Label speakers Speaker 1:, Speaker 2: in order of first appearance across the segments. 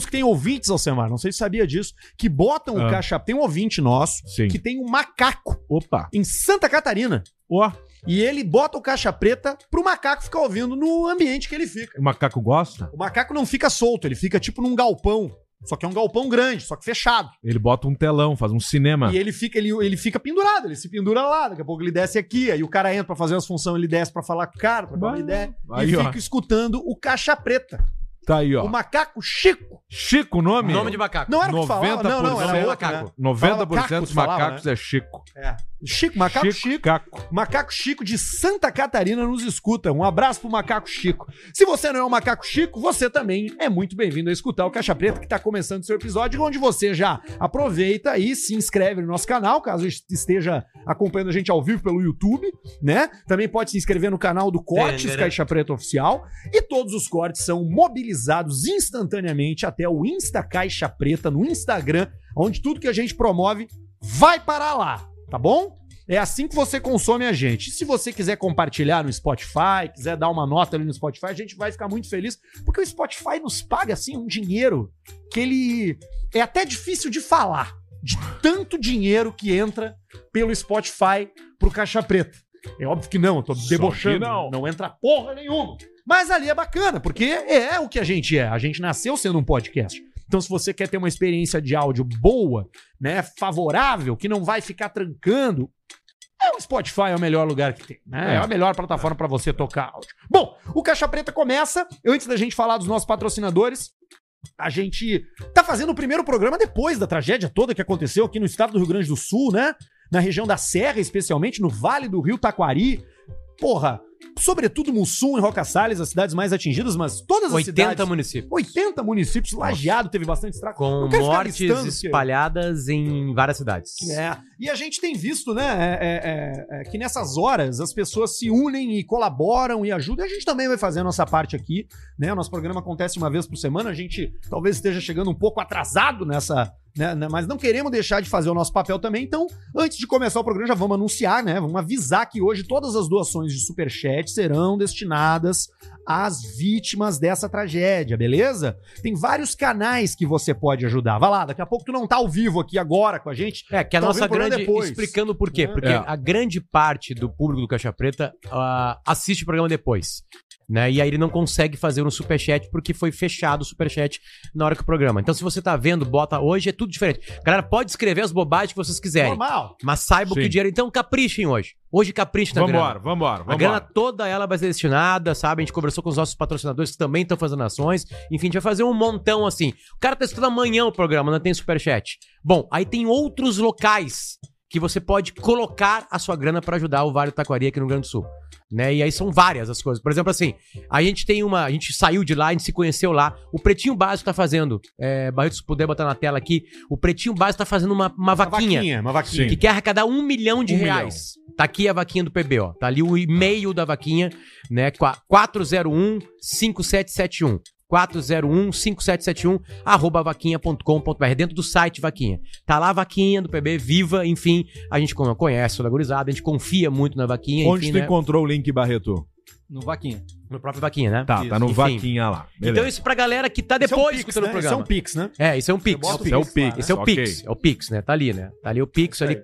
Speaker 1: que tem ouvintes, Alcemar, não sei se sabia disso, que botam o
Speaker 2: Ah.
Speaker 1: caixa. Tem um ouvinte nosso
Speaker 2: Sim.
Speaker 1: que tem um macaco
Speaker 2: Opa.
Speaker 1: em Santa Catarina.
Speaker 2: Ó,
Speaker 1: E ele bota o caixa preta pro macaco ficar ouvindo no ambiente que ele fica.
Speaker 2: o macaco gosta?
Speaker 1: O macaco não fica solto, ele fica tipo num galpão. Só que é um galpão grande, só que fechado.
Speaker 2: Ele bota um telão, faz um cinema.
Speaker 1: E ele fica, ele, ele fica pendurado, ele se pendura lá, daqui a pouco ele desce aqui, aí o cara entra pra fazer as funções, ele desce pra falar com o cara, pra dar uma
Speaker 2: Bah,
Speaker 1: ideia.
Speaker 2: aí,
Speaker 1: e
Speaker 2: ó.
Speaker 1: fica escutando o caixa preta.
Speaker 2: Tá aí, ó.
Speaker 1: O macaco Chico.
Speaker 2: Chico o nome?
Speaker 3: Nome de macaco.
Speaker 1: Não era o que falava, não, não,
Speaker 2: 90%
Speaker 1: era outro, né?
Speaker 3: macaco.
Speaker 2: 90%
Speaker 1: Falava Caco,
Speaker 2: dos
Speaker 1: falava,
Speaker 2: macacos é Chico.
Speaker 1: É. Chico, macaco Chico.
Speaker 2: Caco.
Speaker 1: Macaco Chico de Santa Catarina nos escuta. Um abraço pro Macaco Chico. Se você não é um Macaco Chico, você também é muito bem-vindo a escutar o Caixa Preta que tá começando seu episódio, onde você já aproveita e se inscreve no nosso canal, caso esteja acompanhando a gente ao vivo pelo YouTube, né? Também pode se inscrever no canal do Cortes
Speaker 3: Tendera.
Speaker 1: Caixa Preta Oficial e todos os cortes são mobilizados instantaneamente até o Insta Caixa Preta no Instagram, onde tudo que a gente promove vai parar lá, tá bom? É assim que você consome a gente. Se você quiser compartilhar no Spotify, quiser dar uma nota ali no Spotify, a gente vai ficar muito feliz, porque o Spotify nos paga assim um dinheiro que ele é até difícil de falar, de tanto dinheiro que entra pelo Spotify pro Caixa Preta. É óbvio que não, eu tô
Speaker 2: Só que
Speaker 1: debochando,
Speaker 2: não.
Speaker 1: não entra porra nenhuma. Mas ali é bacana, porque é o que a gente é. A gente nasceu sendo um podcast. Então, se você quer ter uma experiência de áudio boa, né, favorável, que não vai ficar trancando, é o Spotify é o melhor lugar que tem, né? É,
Speaker 2: É.
Speaker 1: a melhor plataforma para você tocar áudio. Bom, o Caixa Preta começa. Eu, Antes da gente falar dos nossos patrocinadores, a gente tá fazendo o primeiro programa depois da tragédia toda que aconteceu aqui no estado do Rio Grande do Sul, né? Na região da Serra, especialmente no Vale do Rio Taquari. Porra, sobretudo Mussum e Roca Salles, as cidades mais atingidas, mas todas as
Speaker 3: 80
Speaker 1: cidades.
Speaker 3: município.
Speaker 1: 80 municípios, lajeado, teve bastante estrago.
Speaker 3: Com
Speaker 1: Não quero ficar
Speaker 3: mortes
Speaker 1: listando, porque-
Speaker 3: espalhadas em várias cidades.
Speaker 1: É. E a gente tem visto, né, é, é, é, é, que nessas horas as pessoas se unem e colaboram e ajudam. E a gente também vai fazer a nossa parte aqui, né? O nosso programa acontece uma vez por semana. A gente talvez esteja chegando um pouco atrasado nessa. Né, né, mas não queremos deixar de fazer o nosso papel também. Então, antes de começar o programa, já vamos anunciar, né? Vamos avisar que hoje todas as doações de superchat serão destinadas às vítimas dessa tragédia, beleza? Tem vários canais que você pode ajudar. Vai lá, daqui a pouco tu não tá ao vivo aqui agora com a gente,
Speaker 3: É, que a
Speaker 1: Tá ouvindo
Speaker 3: nossa
Speaker 1: o programa
Speaker 3: grande.
Speaker 1: depois.
Speaker 3: Explicando por quê.
Speaker 1: É.
Speaker 3: Porque
Speaker 2: É.
Speaker 3: a grande parte do público do Caixa Preta ah, assiste o programa depois. Né? E aí ele não consegue fazer um superchat porque foi fechado o superchat na hora que o programa. Então, se você tá vendo, bota hoje, é tudo diferente. Galera, pode escrever as bobagens que vocês quiserem.
Speaker 1: Normal.
Speaker 3: Mas saibam que
Speaker 2: Sim.
Speaker 3: o dinheiro. Então, caprichem hoje. Hoje caprichem na grana.
Speaker 2: Vambora, vambora,
Speaker 3: A grana
Speaker 2: vambora.
Speaker 3: toda ela vai ser destinada, sabe? A gente conversou com os nossos patrocinadores que também estão fazendo ações. Enfim, a gente vai fazer um montão assim. O cara tá escutando amanhã o programa, não tem superchat. Bom, aí tem outros locais que você pode colocar a sua grana pra ajudar o Vale do Taquari aqui no Rio Grande do Sul. Né? E aí são várias as coisas. Por exemplo, assim, a gente tem uma. A gente saiu de lá, a gente se conheceu lá. O Pretinho Básico tá fazendo. É, Barreto, se puder botar na tela aqui, o Pretinho Básico tá fazendo uma, uma vaquinha
Speaker 1: uma vaquinha.
Speaker 3: que quer arrecadar um milhão de
Speaker 2: Um
Speaker 3: reais. Tá aqui a vaquinha do PB, ó. Tá ali o e-mail da vaquinha, né? 401-5771. 401-5771, arroba vaquinha.com.br, dentro do site Vaquinha. Tá lá a vaquinha do PB, viva, enfim. A gente como conhece toda a gurizada, a gente confia muito na vaquinha,
Speaker 2: Onde
Speaker 3: enfim,
Speaker 2: tu
Speaker 3: né?
Speaker 2: encontrou o link, Barreto?
Speaker 4: No Vaquinha.
Speaker 3: No próprio Vaquinha, né?
Speaker 2: Tá, tá no
Speaker 3: Enfim.
Speaker 2: vaquinha lá.
Speaker 3: Então isso pra galera que tá
Speaker 1: Esse é um
Speaker 3: depois
Speaker 1: Pix,
Speaker 3: escutando
Speaker 1: né?
Speaker 3: o
Speaker 1: Esse
Speaker 3: programa.
Speaker 1: é um Pix, né?
Speaker 3: É, isso é um Pix.
Speaker 1: bota
Speaker 3: é um
Speaker 1: o
Speaker 2: Esse é o
Speaker 1: Pix lá,
Speaker 2: Pix.
Speaker 1: né?
Speaker 3: Esse é o
Speaker 2: ok.
Speaker 3: Pix, é o Pix, né? Tá ali, né? Tá ali o Pix,
Speaker 1: É Isso
Speaker 3: ali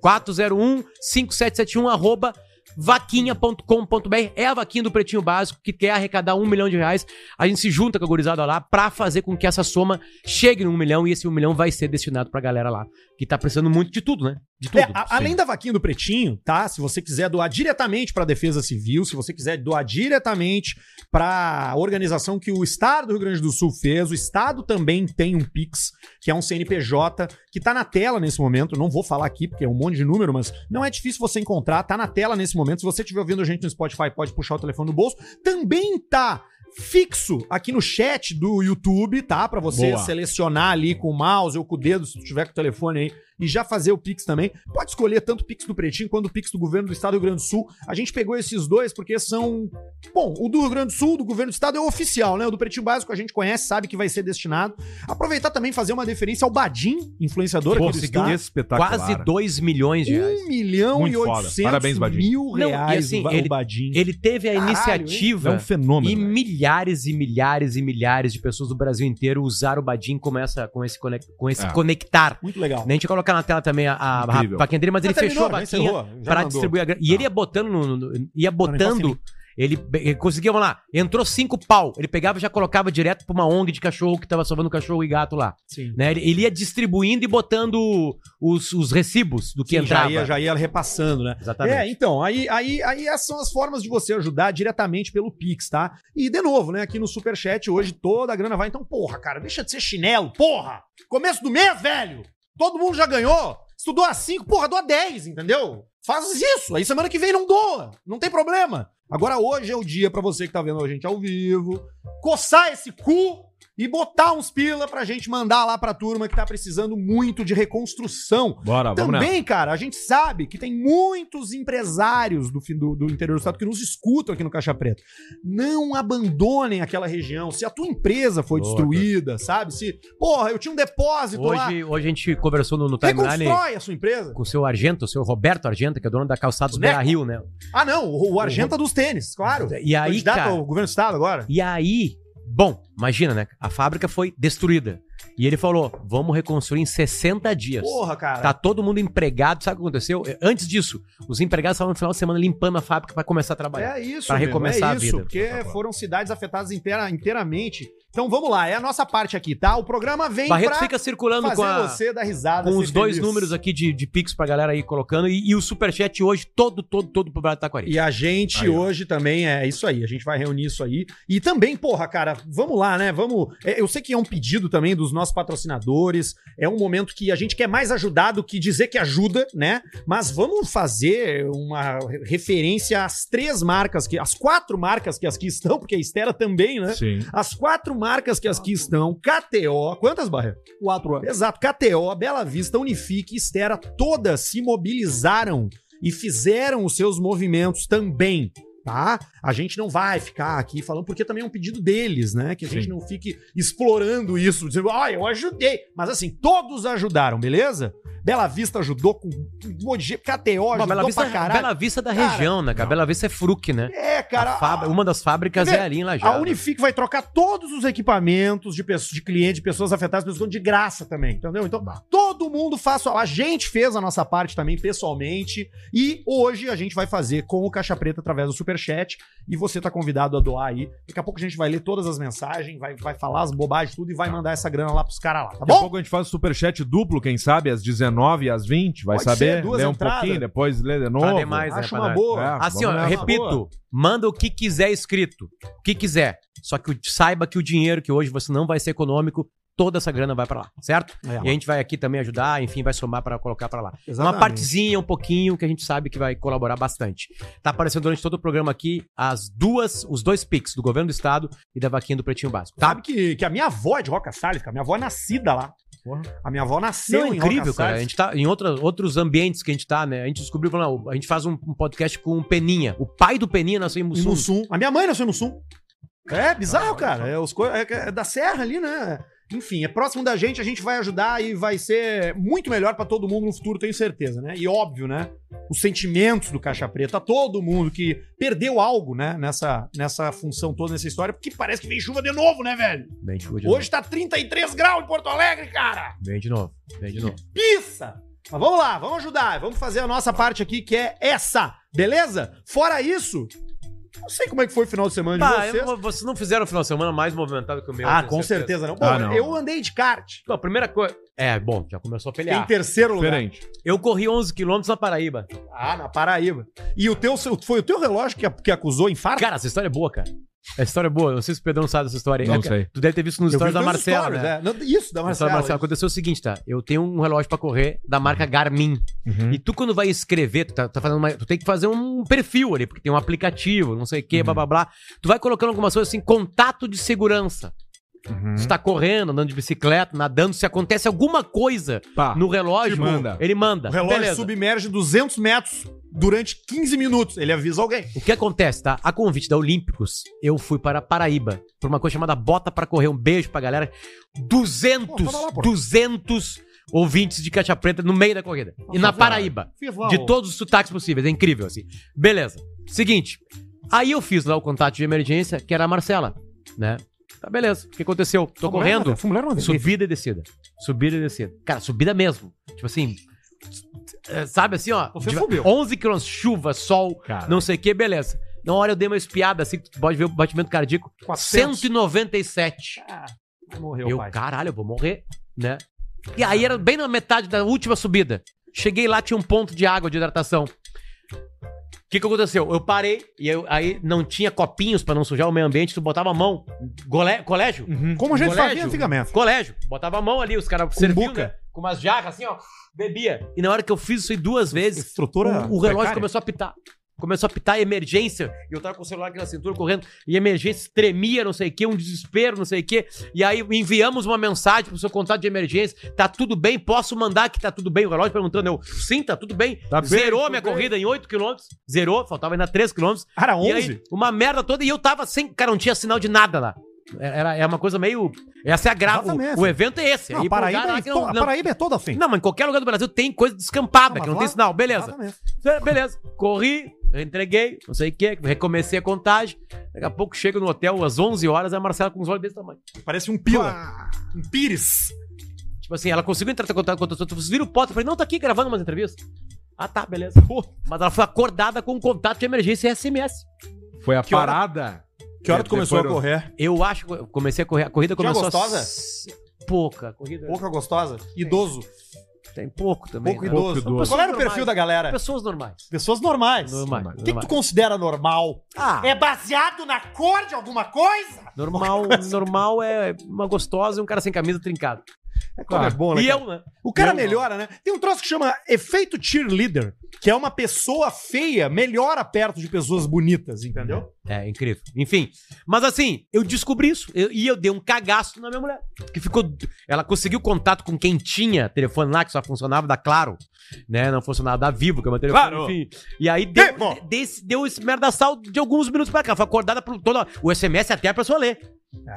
Speaker 1: aí.
Speaker 3: 401-5771, arroba vaquinha.com.br. É a vaquinha do Pretinho Básico que quer arrecadar um milhão de reais. A gente se junta com a gurizada lá pra fazer com que essa soma chegue no um milhão e esse um milhão vai ser destinado pra galera lá, que tá precisando muito de tudo, né? De tudo.
Speaker 1: É, a- além da vaquinha do Pretinho, tá? Se você quiser doar diretamente para a Defesa Civil, se você quiser doar diretamente para a organização que o Estado do Rio Grande do Sul fez, o Estado também tem um Pix, que é um CNPJ, que tá na tela nesse momento. Não vou falar aqui porque é um monte de número, mas não é difícil você encontrar. Tá na tela nesse momento. Se você estiver ouvindo a gente no Spotify, pode puxar o telefone no bolso. Também tá fixo aqui no chat do YouTube, tá? Para você
Speaker 2: Boa.
Speaker 1: selecionar ali com o mouse ou com o dedo, se tu tiver com o telefone aí e já fazer o Pix também. Pode escolher tanto o Pix do Pretinho quanto o Pix do governo do Estado do Rio Grande do Sul. A gente pegou esses dois porque são. Bom, o do Rio Grande do Sul, do governo do Estado, é o oficial, né? O do Pretinho Básico a gente conhece, sabe que vai ser destinado. Aproveitar também e fazer uma deferência ao Badim, influenciador aqui do
Speaker 2: Conseguiu
Speaker 1: Estado.
Speaker 2: espetacular.
Speaker 3: Quase 2 milhões de reais.
Speaker 1: 1 milhão
Speaker 2: Muito
Speaker 1: e
Speaker 2: foda.
Speaker 1: 800
Speaker 2: Parabéns, Badim.
Speaker 1: mil
Speaker 3: Não, e
Speaker 1: reais
Speaker 3: assim,
Speaker 1: o Ba-
Speaker 3: ele-
Speaker 1: o Badim.
Speaker 3: Ele teve a
Speaker 1: Caralho,
Speaker 3: iniciativa
Speaker 2: É um fenômeno.
Speaker 3: e
Speaker 1: né?
Speaker 3: milhares e milhares e milhares de pessoas do Brasil inteiro usaram o Badim como essa, com esse, conec- com esse
Speaker 2: É.
Speaker 3: conectar.
Speaker 1: Muito legal.
Speaker 3: Nem a gente vai colocar na tela também a, a, a
Speaker 2: Incrível.
Speaker 3: vaquinha dele, mas ele
Speaker 1: Já
Speaker 3: fechou a
Speaker 1: terminou, já
Speaker 3: vaquinha
Speaker 1: encerrou, já
Speaker 3: para
Speaker 1: mandou. é
Speaker 3: distribuir a grana. E
Speaker 2: Tá.
Speaker 3: ele ia botando, no- no- ia
Speaker 1: Não,
Speaker 3: botando. Ele, ele conseguia, vamos lá, entrou cinco pau. Ele pegava e já colocava direto pra uma ONG de cachorro que tava salvando cachorro e gato lá.
Speaker 1: Sim.
Speaker 3: Né? Ele, ele ia distribuindo e botando os, os recibos do que
Speaker 1: Sim,
Speaker 3: entrava.
Speaker 1: já ia, já ia repassando, né?
Speaker 3: Exatamente.
Speaker 1: É, então, aí, aí, aí essas são as formas de você ajudar diretamente pelo Pix, tá? E, de novo, né, aqui no Superchat, hoje toda a grana vai. Então, porra, cara, deixa de ser chinelo, porra! Começo do mês, velho! Todo mundo já ganhou! Se tu doa 5, porra, doa 10, entendeu? Faz isso! Aí semana que vem não doa, não tem problema. Agora, hoje é o dia pra você que tá vendo a gente ao vivo, coçar esse cu e botar uns pila pra gente mandar lá pra turma que tá precisando muito de reconstrução.
Speaker 3: Tá,
Speaker 2: Bora, vamos nessa.
Speaker 1: Também, cara, a gente sabe que tem muitos empresários do, fim- do, do interior do estado que nos escutam aqui no Caixa Preta. Não abandonem aquela região. Se a tua empresa foi
Speaker 3: Boa,
Speaker 1: destruída, sabe? Se, porra, eu tinha um depósito lá.
Speaker 3: Hoje, hoje a gente conversou no, no timeline
Speaker 1: Reconstrói a sua empresa.
Speaker 3: com o seu Argento, o seu Roberto Argento, que é dono da calçados
Speaker 1: O Neco.
Speaker 3: Beira Rio, né?
Speaker 1: Ah, não, o, o Argenta dos Tênis, claro.
Speaker 3: E é aí,
Speaker 1: Candidato
Speaker 3: cara,
Speaker 1: ao governo do estado agora.
Speaker 3: e aí, bom, imagina, né? A fábrica foi destruída. E ele falou: vamos reconstruir em 60 dias.
Speaker 1: Porra, cara.
Speaker 3: Tá todo mundo empregado, sabe o que aconteceu? É, Antes disso, os empregados estavam no final de semana limpando a fábrica pra começar a trabalhar.
Speaker 1: É isso,
Speaker 3: Pra
Speaker 1: meu,
Speaker 3: recomeçar
Speaker 1: é
Speaker 3: a
Speaker 1: isso,
Speaker 3: vida.
Speaker 1: Porque foram cidades afetadas inteira- inteiramente. Então vamos lá, é a nossa parte aqui, tá? O programa vem
Speaker 3: Barreto
Speaker 1: pra
Speaker 3: fica circulando
Speaker 1: fazer
Speaker 3: com, a-
Speaker 1: você dar risada.
Speaker 3: com
Speaker 1: ser
Speaker 3: os dois
Speaker 1: feliz.
Speaker 3: números aqui de, de Pix pra galera aí colocando. E, e o Superchat hoje, todo, todo, todo pro Brasil Taquari.
Speaker 1: E a gente
Speaker 2: Aí, ó.
Speaker 1: hoje também é isso aí, a gente vai reunir isso aí. E também, porra, cara, vamos lá, né? Vamos. é, Eu sei que é um pedido também dos nossos patrocinadores. É um momento que a gente quer mais ajudar do que dizer que ajuda, né? Mas vamos fazer uma referência às três marcas que, às quatro marcas que as que estão, porque a Estela também, né?
Speaker 2: Sim.
Speaker 1: As quatro marcas que as que estão, KTO, quantas barras? Quatro. Exato, KTO, Bela Vista, Unifique, Estera, todas se mobilizaram e fizeram os seus movimentos também. Tá? A gente não vai ficar aqui falando, porque também é um pedido deles, né? Que a gente
Speaker 2: Sim.
Speaker 1: não fique explorando isso, dizendo, ah, eu ajudei. Mas assim, todos ajudaram, beleza? Bela Vista ajudou com. um KTO
Speaker 3: Bom,
Speaker 1: ajudou
Speaker 3: Bela, Vista, é
Speaker 1: pra caralho.
Speaker 3: Bela Vista da
Speaker 1: Cara,
Speaker 3: região, né, cara? Bela Vista é Fruc, né?
Speaker 1: É,
Speaker 3: A
Speaker 1: cara.
Speaker 3: fáb- Uma das fábricas
Speaker 1: Quer ver?
Speaker 3: é ali em Lajado.
Speaker 1: A Unifique vai trocar todos os equipamentos de, pessoas, de clientes, de pessoas afetadas, pessoas que estão de graça também, entendeu? Então, todo mundo faz sua. A gente fez a nossa parte também pessoalmente e hoje a gente vai fazer com o Caixa Preta através do Superchat e você tá convidado a doar aí. Daqui a pouco a gente vai ler todas as mensagens, vai, vai falar as bobagens, tudo e vai mandar essa grana lá pros caras lá, tá
Speaker 2: Daqui a
Speaker 1: bom?
Speaker 2: pouco a gente faz o superchat duplo, quem sabe, às 19 e às 20, vai
Speaker 1: Pode
Speaker 2: saber.
Speaker 1: ser, duas
Speaker 2: lê um
Speaker 1: entradas.
Speaker 2: pouquinho, depois lê de
Speaker 3: Pra
Speaker 2: novo.
Speaker 3: demais, né?
Speaker 1: Acho
Speaker 3: pra
Speaker 1: uma
Speaker 3: nós.
Speaker 1: boa.
Speaker 2: É,
Speaker 3: Assim, ó,
Speaker 2: vamos nessa.
Speaker 3: repito, manda o que quiser escrito. O que quiser. Só que o- saiba que o dinheiro que hoje você não vai ser econômico, toda essa grana vai pra lá, certo?
Speaker 1: É.
Speaker 3: E a gente vai aqui também ajudar, enfim, vai somar pra colocar pra lá. Uma
Speaker 1: Exatamente.
Speaker 3: partezinha, um pouquinho, que a gente sabe que vai colaborar bastante. Tá aparecendo durante todo o programa aqui as duas, os dois pics do governo do estado e da vaquinha do Pretinho Básico, tá?
Speaker 1: Sabe que, que a minha avó é de Roca Salles, cara. A minha avó é nascida lá.
Speaker 2: Porra.
Speaker 1: A minha avó nasceu
Speaker 3: Não, é
Speaker 1: em
Speaker 3: incrível,
Speaker 1: Roca
Speaker 3: cara. A
Speaker 1: Salles.
Speaker 3: gente tá em outra, outros ambientes que a gente tá, né? A gente descobriu, falando, ah, a gente faz um, um podcast com o Peninha. O pai do Peninha nasceu em
Speaker 1: E
Speaker 3: Mussum.
Speaker 1: no Sum. A minha mãe nasceu no Sum. É bizarro, cara. É, os co- é- é da serra ali, né? Enfim, é próximo da gente, a gente vai ajudar e vai ser muito melhor pra todo mundo no futuro, tenho certeza, né? E óbvio, né? Os sentimentos do Caixa Preta, todo mundo que perdeu algo, né? Nessa, nessa função toda, nessa história, porque parece que vem chuva de novo, né, velho?
Speaker 3: Vem de novo.
Speaker 1: Hoje tá 33 graus em Porto Alegre, cara!
Speaker 3: Vem de novo. Vem de novo.
Speaker 1: Pissa! Mas vamos lá, vamos ajudar, vamos fazer a nossa parte aqui, que é essa, beleza? Fora isso, não sei como é que foi o final de semana de
Speaker 3: Tá,
Speaker 1: vocês.
Speaker 3: eu- vocês não fizeram o final de semana mais movimentado que o meu.
Speaker 1: ah,
Speaker 3: tenho
Speaker 1: com certeza, não. Bom,
Speaker 2: Ah, não.
Speaker 1: eu andei de kart.
Speaker 3: Não, a primeira coisa. É, bom, já começou a
Speaker 1: Em
Speaker 3: pelear.
Speaker 1: terceiro lugar.
Speaker 2: Diferente.
Speaker 3: Eu corri 11 quilômetros na Paraíba.
Speaker 1: Ah, na Paraíba. E o teu, foi o teu relógio que, que acusou infarto?
Speaker 3: Cara, essa história é boa, cara. Essa história é boa. Não sei se o Pedrão sabe dessa história.
Speaker 2: Não
Speaker 3: É, cara,
Speaker 2: sei.
Speaker 3: Tu deve ter visto nos
Speaker 1: Eu vi
Speaker 3: stories da
Speaker 1: os teus
Speaker 3: Marcela.
Speaker 1: stories,
Speaker 3: né?
Speaker 1: é. Não, Isso, da
Speaker 3: Nos stories da
Speaker 1: Marcela.
Speaker 3: Marcela. Aconteceu o seguinte, tá? Eu tenho um relógio pra correr da marca Garmin.
Speaker 2: Uhum.
Speaker 3: E tu, quando vai escrever, tu, tá, tá fazendo uma- tu tem que fazer um perfil ali,
Speaker 2: Uhum.
Speaker 3: porque tem um aplicativo, não sei o que, blá blá blá. Tu vai colocando algumas coisas assim, contato de segurança.
Speaker 2: Uhum.
Speaker 3: Se tá correndo, andando de bicicleta, nadando, se acontece alguma coisa
Speaker 2: Pá.
Speaker 3: no relógio,
Speaker 2: Ah, Te manda.
Speaker 3: ele manda.
Speaker 1: O relógio
Speaker 3: Beleza.
Speaker 1: submerge 200 metros durante 15 minutos. Ele avisa alguém.
Speaker 3: O que acontece, tá? A convite da Olímpicos, eu fui para Paraíba, pra uma coisa chamada Bota pra Correr. Um beijo pra galera. 200,
Speaker 1: Pô, tava lá, pô.
Speaker 3: 200 ouvintes de Caixa Preta no meio da corrida. E na
Speaker 1: Nossa,
Speaker 3: Paraíba. De todos os sotaques possíveis. É incrível, assim. Beleza. Seguinte. Aí eu fiz lá o contato de emergência, que era a Marcela, né? Tá, beleza. O que aconteceu? Tô correndo.
Speaker 1: Mulher não
Speaker 3: Subida e descida. Subida e descida. Cara, subida mesmo. Tipo assim. é, Sabe assim, ó.
Speaker 1: Você
Speaker 3: de-
Speaker 1: subiu.
Speaker 3: 11 quilômetros, chuva, sol,
Speaker 2: Cara.
Speaker 3: não sei o que, beleza. Na hora eu dei uma espiada assim, tu pode ver o batimento cardíaco.
Speaker 1: 400.
Speaker 3: 197.
Speaker 1: Morreu,
Speaker 3: Eu,
Speaker 1: pai.
Speaker 3: caralho, eu vou morrer, né? E aí era bem na metade da última subida. Cheguei lá, tinha um ponto de água de hidratação. O que, que aconteceu? Eu parei, e eu- aí não tinha copinhos pra não sujar o meio ambiente, tu botava a mão. Gole- colégio?
Speaker 1: Como a gente
Speaker 3: Colégio.
Speaker 1: fazia antigamente.
Speaker 3: Colégio. Botava a mão ali, os caras serviam,
Speaker 1: boca.
Speaker 3: né? Com umas jarras assim, ó. Bebia. E na hora que eu fiz isso aí duas vezes,
Speaker 2: é
Speaker 1: Estrutura
Speaker 3: o, o relógio
Speaker 1: precária.
Speaker 3: começou a pitar. Começou a pitar emergência. E eu tava com o celular aqui na cintura correndo. E emergência tremia, não sei o quê, um desespero, não sei o quê. E aí enviamos uma mensagem pro seu contato de emergência. Tá tudo bem? Posso mandar que tá tudo bem? O relógio perguntando. Eu, sim, tá tudo bem.
Speaker 2: Tá bem,
Speaker 3: Zerou
Speaker 2: tudo
Speaker 3: minha
Speaker 2: bem.
Speaker 3: corrida em 8 km. Zerou, faltava ainda 3 km.
Speaker 1: Era
Speaker 3: E
Speaker 1: 11?
Speaker 3: aí, uma merda toda. E eu tava sem. Cara, não tinha sinal de nada lá. É, Era, era uma coisa meio. Essa é a grava.
Speaker 1: Exatamente.
Speaker 3: O, o evento é esse.
Speaker 1: Não,
Speaker 3: É ir pra um
Speaker 1: Paraíba,
Speaker 3: lugar lá
Speaker 1: é
Speaker 3: que
Speaker 1: to-
Speaker 3: não,
Speaker 1: a
Speaker 3: não-
Speaker 1: Paraíba é toda assim.
Speaker 3: não, mas em qualquer lugar do Brasil tem coisa descampada,
Speaker 1: Não,
Speaker 3: que não
Speaker 1: mas
Speaker 3: tem
Speaker 1: lá-
Speaker 3: sinal. Beleza.
Speaker 1: Exatamente.
Speaker 3: Tá, Beleza, corri, entreguei, não sei o que, recomecei a contagem. Daqui a pouco chego no hotel às 11 horas, a Marcela com os olhos desse tamanho.
Speaker 1: Parece um pila. Um pires.
Speaker 3: Tipo assim, ela conseguiu entrar em contato com outras pessoas. Vocês viram o Potter? Eu falei, não, tá aqui gravando umas entrevistas. Ah, tá, beleza. Mas ela foi acordada com um contato de emergência SMS.
Speaker 2: Foi a
Speaker 1: Que hora-
Speaker 2: parada.
Speaker 1: Que hora tu começou a
Speaker 2: Depois-
Speaker 1: correr?
Speaker 3: Eu acho que eu comecei a correr. A corrida
Speaker 1: Tinha
Speaker 3: começou.
Speaker 1: gostosa?
Speaker 3: A... Pouca. A corrida
Speaker 1: Pouca gostosa? Idoso.
Speaker 3: tem pouco também.
Speaker 1: Pouco
Speaker 3: né?
Speaker 1: idoso.
Speaker 2: Pouco idoso.
Speaker 1: Qual era o perfil
Speaker 3: Normais.
Speaker 1: da galera?
Speaker 3: Pessoas normais.
Speaker 1: Pessoas normais.
Speaker 3: Normais.
Speaker 1: O que, que
Speaker 3: normais.
Speaker 1: tu considera normal?
Speaker 3: Ah,
Speaker 1: É baseado na cor de alguma coisa?
Speaker 3: normal, normal é uma gostosa e um cara sem camisa trincado.
Speaker 1: É
Speaker 2: como é
Speaker 1: bom,
Speaker 3: e eu, né?
Speaker 1: O cara
Speaker 3: Eu não.
Speaker 1: melhora, né? Tem um troço que chama efeito cheerleader, que é uma pessoa feia melhora perto de pessoas bonitas, entendeu?
Speaker 3: É, incrível. Enfim. Mas assim, eu descobri isso. eu- e eu dei um cagaço na minha mulher. Que ficou. Ela conseguiu contato com quem tinha telefone lá, que só funcionava da Claro. Né? Não funcionava da Vivo, que é o meu telefone.
Speaker 2: Claro.
Speaker 3: Enfim. E aí deu,
Speaker 1: Vivo.
Speaker 3: de- desse- deu esse merda salto de alguns minutos pra cá. Foi acordada por toda. O SMS até a pessoa ler.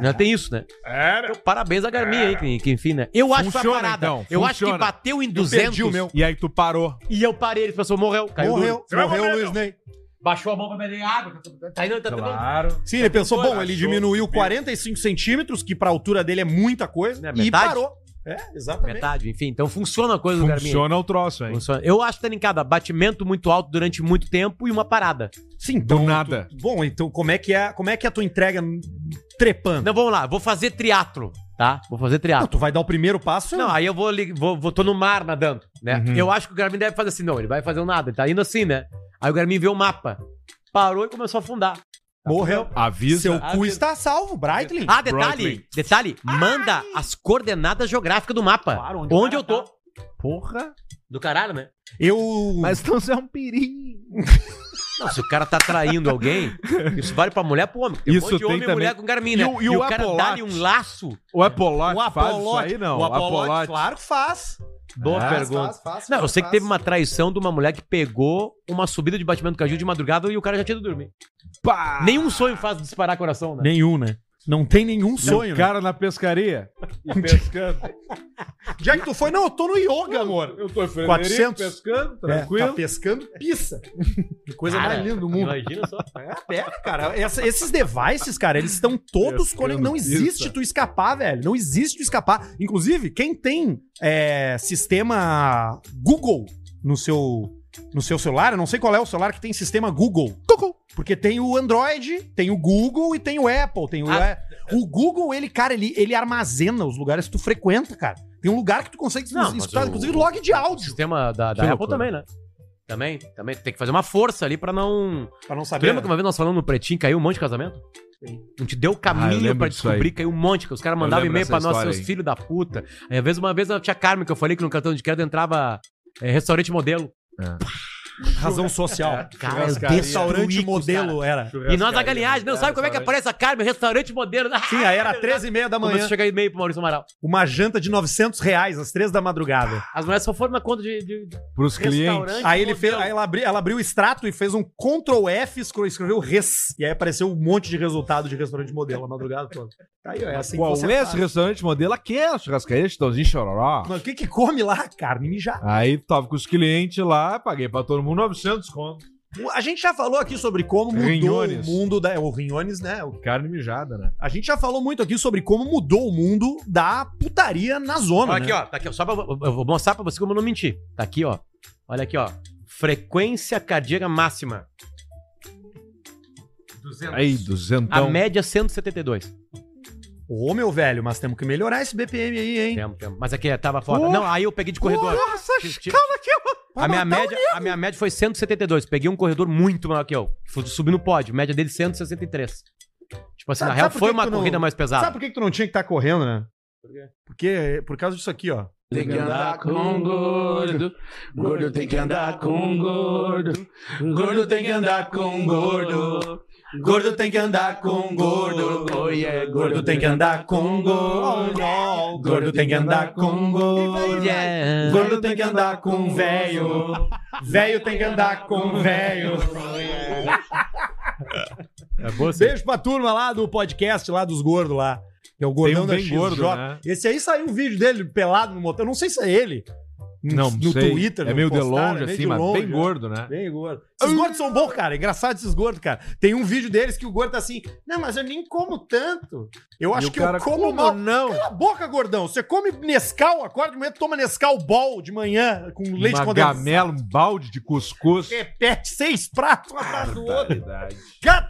Speaker 3: Não tem isso, né?
Speaker 2: Era.
Speaker 3: Então, parabéns a Garmin aí, que, que enfim, né? Eu acho
Speaker 2: Funciona,
Speaker 3: a parada.
Speaker 2: então,
Speaker 3: Eu acho que
Speaker 2: funciona.
Speaker 3: bateu em
Speaker 1: perdi
Speaker 3: 200
Speaker 1: o meu.
Speaker 2: E aí tu parou.
Speaker 3: e eu parei. Ele falou, morreu. Caiu duro.
Speaker 1: morreu,
Speaker 2: Você vai
Speaker 1: morreu o
Speaker 2: morrer,
Speaker 1: Luiz Ney.
Speaker 3: Baixou a mão pra beber água. Tá indo, tá indo.
Speaker 1: Sim, ele pensou, bom,
Speaker 2: Achou.
Speaker 1: ele diminuiu 45 centímetros, que pra altura dele é muita coisa,
Speaker 3: É,
Speaker 1: e
Speaker 3: metade?
Speaker 1: parou. É, exatamente.
Speaker 3: Metade, enfim. Então funciona a coisa do Garmin.
Speaker 2: Funciona o troço, hein?
Speaker 3: Funciona. Eu acho que tá linkado a batimento muito alto durante muito tempo e uma parada.
Speaker 1: Sim,
Speaker 2: Do
Speaker 1: então,
Speaker 2: nada.
Speaker 1: bom, então como é que é, como é que é a tua entrega trepando?
Speaker 3: Não, vamos lá, vou fazer triatlo, tá? Vou fazer
Speaker 1: Não,
Speaker 3: triatlo.
Speaker 1: tu vai dar o primeiro passo?
Speaker 3: Não, aí eu vou, li- vou, vou tô no mar nadando, né?
Speaker 2: tá Uhum.
Speaker 3: Eu acho que o Garmin deve fazer assim, não, ele vai fazer um nada, ele tá indo assim, né? Aí o Garmin vê o mapa, parou e começou a afundar.
Speaker 1: morreu.
Speaker 2: Avisa.
Speaker 1: Seu cu
Speaker 3: Avisa.
Speaker 1: está salvo, Brightling.
Speaker 3: Ah, detalhe,
Speaker 2: Brightling.
Speaker 3: detalhe, manda as coordenadas geográficas do mapa.
Speaker 1: Claro, onde
Speaker 3: onde
Speaker 1: o
Speaker 3: eu
Speaker 1: cara
Speaker 3: tô.
Speaker 2: tá. Porra.
Speaker 3: Do caralho, né?
Speaker 1: Eu
Speaker 2: então você é um pirim.
Speaker 3: Não, se o cara tá traindo alguém, isso vale pra mulher pro homem. Tem um
Speaker 2: Isso tem
Speaker 3: homem e mulher
Speaker 2: também.
Speaker 3: com Garmin,
Speaker 2: E
Speaker 3: né?
Speaker 2: o- e o Apple
Speaker 3: dá-lhe
Speaker 2: Watch?
Speaker 3: um laço.
Speaker 2: O Apollote
Speaker 1: o
Speaker 2: faz isso
Speaker 1: Apolote,
Speaker 2: aí, não.
Speaker 1: o Apolote,
Speaker 2: Apollote.
Speaker 1: um claro que faz.
Speaker 2: Boa
Speaker 1: Faz,
Speaker 2: pergunta.
Speaker 1: faz, faz,
Speaker 3: Ah. Não, eu
Speaker 1: faz,
Speaker 3: sei que
Speaker 1: faz.
Speaker 3: teve uma traição de uma mulher que pegou uma subida de batimento do caju de madrugada e o cara já tinha ido dormir.
Speaker 1: Ah.
Speaker 2: Pá!
Speaker 3: Nenhum sonho faz disparar coração, né?
Speaker 1: Nenhum, né? Não tem nenhum
Speaker 2: E
Speaker 1: sonho. né?
Speaker 2: O cara na pescaria. E pescando.
Speaker 1: Já que tu foi, não, eu tô no yoga, amor.
Speaker 2: Eu tô em Frederico
Speaker 1: 400.
Speaker 2: pescando,
Speaker 1: É, tá pescando pizza. Que coisa
Speaker 3: Cara,
Speaker 1: mais linda do mundo.
Speaker 3: Imagina só.
Speaker 1: É, é, cara. essa- esses devices, cara, eles estão todos
Speaker 2: Pescando
Speaker 1: conectados. Não
Speaker 2: pizza.
Speaker 1: existe tu escapar, velho. Não existe tu escapar. Inclusive, quem tem é, sistema Google no seu, no seu celular, eu não sei qual é o celular que tem sistema Google. Google. Porque tem o Android, tem o Google e tem o Apple. Tem o,
Speaker 3: Ah.
Speaker 1: o Google, ele, cara, ele, ele armazena os lugares que tu frequenta, cara. Tem um lugar que tu consegue
Speaker 3: Não, mas
Speaker 1: escutar,
Speaker 3: o-
Speaker 1: inclusive, log de
Speaker 3: O
Speaker 1: áudio.
Speaker 3: sistema da, da
Speaker 2: Que
Speaker 3: Apple
Speaker 2: loucura.
Speaker 3: também, né? Também, também. Tem que fazer uma força ali pra não.
Speaker 1: Pra não
Speaker 3: Tu
Speaker 1: saber.
Speaker 3: lembra que uma vez nós falamos no Pretinho caiu um monte de casamento? Não te deu o
Speaker 2: Ah, eu
Speaker 3: caminho
Speaker 2: lembro
Speaker 3: pra
Speaker 2: disso
Speaker 3: descobrir,
Speaker 2: aí.
Speaker 3: caiu um monte. que Os caras mandavam
Speaker 2: lembro
Speaker 3: e-mail
Speaker 2: dessa
Speaker 3: pra nós,
Speaker 2: história
Speaker 3: seus
Speaker 2: aí.
Speaker 3: filhos da puta. Aí, às vezes, uma vez a tia Carmen, que eu falei que no cartão de crédito entrava é, restaurante eh, modelo.
Speaker 2: É.
Speaker 3: Pá,
Speaker 1: Razão social.
Speaker 3: Cara, eu
Speaker 4: Churrascaria.
Speaker 1: É, Restaurante
Speaker 3: destruí com os caras.
Speaker 1: modelo era.
Speaker 3: E nós da galinhagem,
Speaker 2: né?
Speaker 3: não, sabe como é que
Speaker 4: Churrascaria.
Speaker 3: aparece a Carmen? Restaurante modelo. Ah,
Speaker 1: Sim, aí era 13h30 da
Speaker 3: Começou
Speaker 1: manhã.
Speaker 3: a chegar e-mail pro Maurício Amaral.
Speaker 1: Uma janta de 900 reais às 3 da madrugada.
Speaker 3: As mulheres só foram na conta de, de de
Speaker 2: Pros clientes.
Speaker 3: restaurante.
Speaker 1: Aí ele fez,
Speaker 3: modelo.
Speaker 1: aí ela, abri, ela abriu o extrato e fez um Ctrl F, escre- escreveu res. E aí apareceu um monte de resultado de restaurante modelo a madrugada toda. Aí é assim que
Speaker 2: Qual
Speaker 1: você
Speaker 2: é
Speaker 1: faz.
Speaker 2: esse restaurante modelo? Aquela churrascaria, Chitãozinho Chororó.
Speaker 1: Mas o que que come lá? Carne mijada.
Speaker 2: Aí tava com os clientes lá, paguei pra todo mundo 900 conto.
Speaker 1: A gente já falou aqui sobre como mudou
Speaker 2: Rinhones.
Speaker 1: o mundo da... O Rinhones, né? O-
Speaker 2: Carne mijada, né?
Speaker 1: A gente já falou muito aqui sobre como mudou o mundo da putaria na zona, né?
Speaker 3: Olha aqui, ó. Tá aqui, ó. Só pra, eu vou mostrar pra você como eu não menti. Tá aqui, ó. Olha aqui, ó. Frequência cardíaca máxima.
Speaker 2: Aí,
Speaker 1: Então-
Speaker 3: A
Speaker 2: duzentão.
Speaker 3: média 172.
Speaker 1: Ô, meu velho, mas temos que melhorar esse BPM aí, hein?
Speaker 3: Tempo, tempo. Mas aqui é, tava foda.
Speaker 2: Porra.
Speaker 3: Não, aí eu peguei de corredor.
Speaker 2: Nossa,
Speaker 3: Ti- ti-
Speaker 2: aqui,
Speaker 3: A minha, média, a minha média foi 172. Peguei um corredor muito maior que eu. Fui subir no pódio. Média dele 163. Tipo assim,
Speaker 1: Sabe-
Speaker 3: na real
Speaker 1: sabe por
Speaker 3: foi
Speaker 1: que
Speaker 3: uma
Speaker 1: que tu não-
Speaker 3: corrida mais
Speaker 2: Tá.
Speaker 3: pesada.
Speaker 1: Sabe por que, que tu não tinha que estar correndo, né? Porque por causa disso aqui, ó.
Speaker 5: Tem que andar com um gordo, gordo tem que andar com um gordo, gordo tem que andar com um gordo, gordo tem que andar com gordo, oh yeah, gordo tem que andar com um gordo, gordo tem que andar com um gordo,
Speaker 3: Yeah.
Speaker 5: gordo tem que andar com um velho, velho tem que andar com um velho.
Speaker 6: Oh,
Speaker 3: É boa, sim.
Speaker 1: Beijo pra turma lá do podcast, lá dos gordos lá. Que é o gordão
Speaker 2: um
Speaker 1: da
Speaker 2: bem
Speaker 1: XJ.
Speaker 2: gordo, né?
Speaker 1: Esse aí saiu um vídeo dele pelado no motel. Não sei se é ele. No-
Speaker 2: Não,
Speaker 1: no
Speaker 2: sei.
Speaker 1: Twitter.
Speaker 2: É meio de
Speaker 1: postaram, é
Speaker 2: longe,
Speaker 1: meio
Speaker 2: assim,
Speaker 1: de
Speaker 2: mas
Speaker 1: longe,
Speaker 2: bem
Speaker 1: é.
Speaker 2: gordo, né?
Speaker 1: Bem gordo. Esses gordos são bons, cara. É Engraçado esses gordos, cara. Tem um vídeo deles que o gordo tá assim, não, mas eu nem como tanto. Eu acho
Speaker 2: E o
Speaker 1: que
Speaker 2: cara,
Speaker 1: eu como,
Speaker 2: como
Speaker 1: mal.
Speaker 2: não?
Speaker 1: Cala a boca, gordão. Você come Nescau, acorda de manhã, toma Nescau Ball de manhã com leite É.
Speaker 2: uma gamela, um balde de cuscuz. É
Speaker 1: Repete seis pratos um atrás do outro.
Speaker 2: Verdade.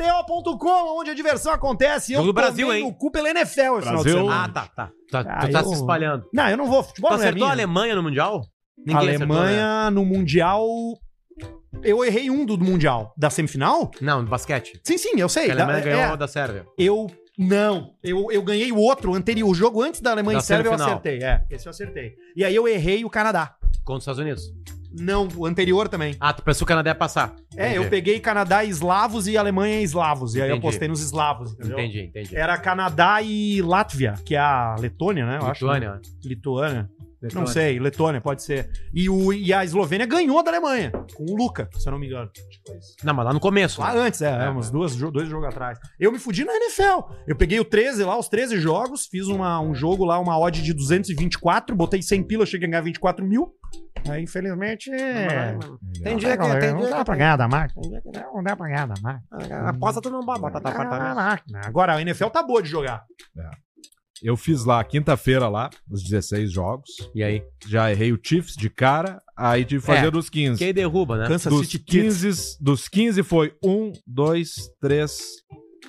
Speaker 1: KTO.com, onde a diversão acontece.
Speaker 3: Jogo do Brasil,
Speaker 1: tomei
Speaker 3: hein?
Speaker 1: no cu pela NFL esse final de
Speaker 2: Brasil.
Speaker 1: semana.
Speaker 3: Ah, tá, tá. Tá-
Speaker 1: Ah,
Speaker 3: tu tá
Speaker 1: eu-
Speaker 3: se espalhando.
Speaker 1: Não, eu não vou.
Speaker 3: Tu
Speaker 1: Futebol não é
Speaker 3: Então acertou
Speaker 1: minha.
Speaker 3: a Alemanha no Mundial? acertou, né?
Speaker 1: Alemanha no Mundial... Eu errei um do Mundial. Da semifinal?
Speaker 3: Não, no basquete.
Speaker 1: Sim, sim, eu sei.
Speaker 3: a Alemanha
Speaker 1: Da- é,
Speaker 3: ganhou da Sérvia.
Speaker 1: Eu não. Eu, eu ganhei o outro, o anterior, o jogo antes da Alemanha
Speaker 3: Da
Speaker 1: e Sérvia eu
Speaker 3: semifinal.
Speaker 1: acertei. É, esse eu acertei. E aí eu errei o Canadá.
Speaker 3: Contra os Estados Unidos.
Speaker 1: Não, o anterior também.
Speaker 3: Ah, tu pensou que o Canadá ia passar.
Speaker 1: É,
Speaker 3: Entendi.
Speaker 1: eu peguei Canadá e eslavos e Alemanha e eslavos. E aí eu
Speaker 3: Entendi.
Speaker 1: apostei nos eslavos, entendeu?
Speaker 3: Entendi, entendi.
Speaker 1: Era Canadá e Látvia, que é a Letônia, né? Eu acho.
Speaker 3: Lituânia.
Speaker 1: né? Lituânia. Não sei, Letônia, pode ser. E, o, e a Eslovênia ganhou da Alemanha, com o Luca, se eu não me engano.
Speaker 3: Não, mas lá no começo.
Speaker 1: Lá
Speaker 3: né?
Speaker 1: antes, é, é, uns duas, jo- dois jogos atrás. Eu me fudi na NFL. Eu peguei o 13 lá, os 13 jogos, fiz uma, um jogo lá, uma odd de 224, botei 100 pila, cheguei a ganhar 24 mil. Aí, infelizmente. É,
Speaker 3: Tem
Speaker 1: não, dá, não dá pra ganhar da máquina. Não Ah, dá pra ganhar da máquina.
Speaker 3: Aposta tu não bota,
Speaker 1: Não dá pra ganhar da máquina. Agora, a NFL tá boa de jogar.
Speaker 2: Eu fiz lá, quinta-feira lá, os 16 jogos.
Speaker 3: E aí?
Speaker 2: Já errei o Chiefs de cara, aí tive que fazer
Speaker 3: É,
Speaker 2: dos 15.
Speaker 3: Quem derruba, né?
Speaker 1: Kansas
Speaker 2: Dos
Speaker 1: City Chiefs.
Speaker 2: 15, dos 15 foi 1, 2, 3,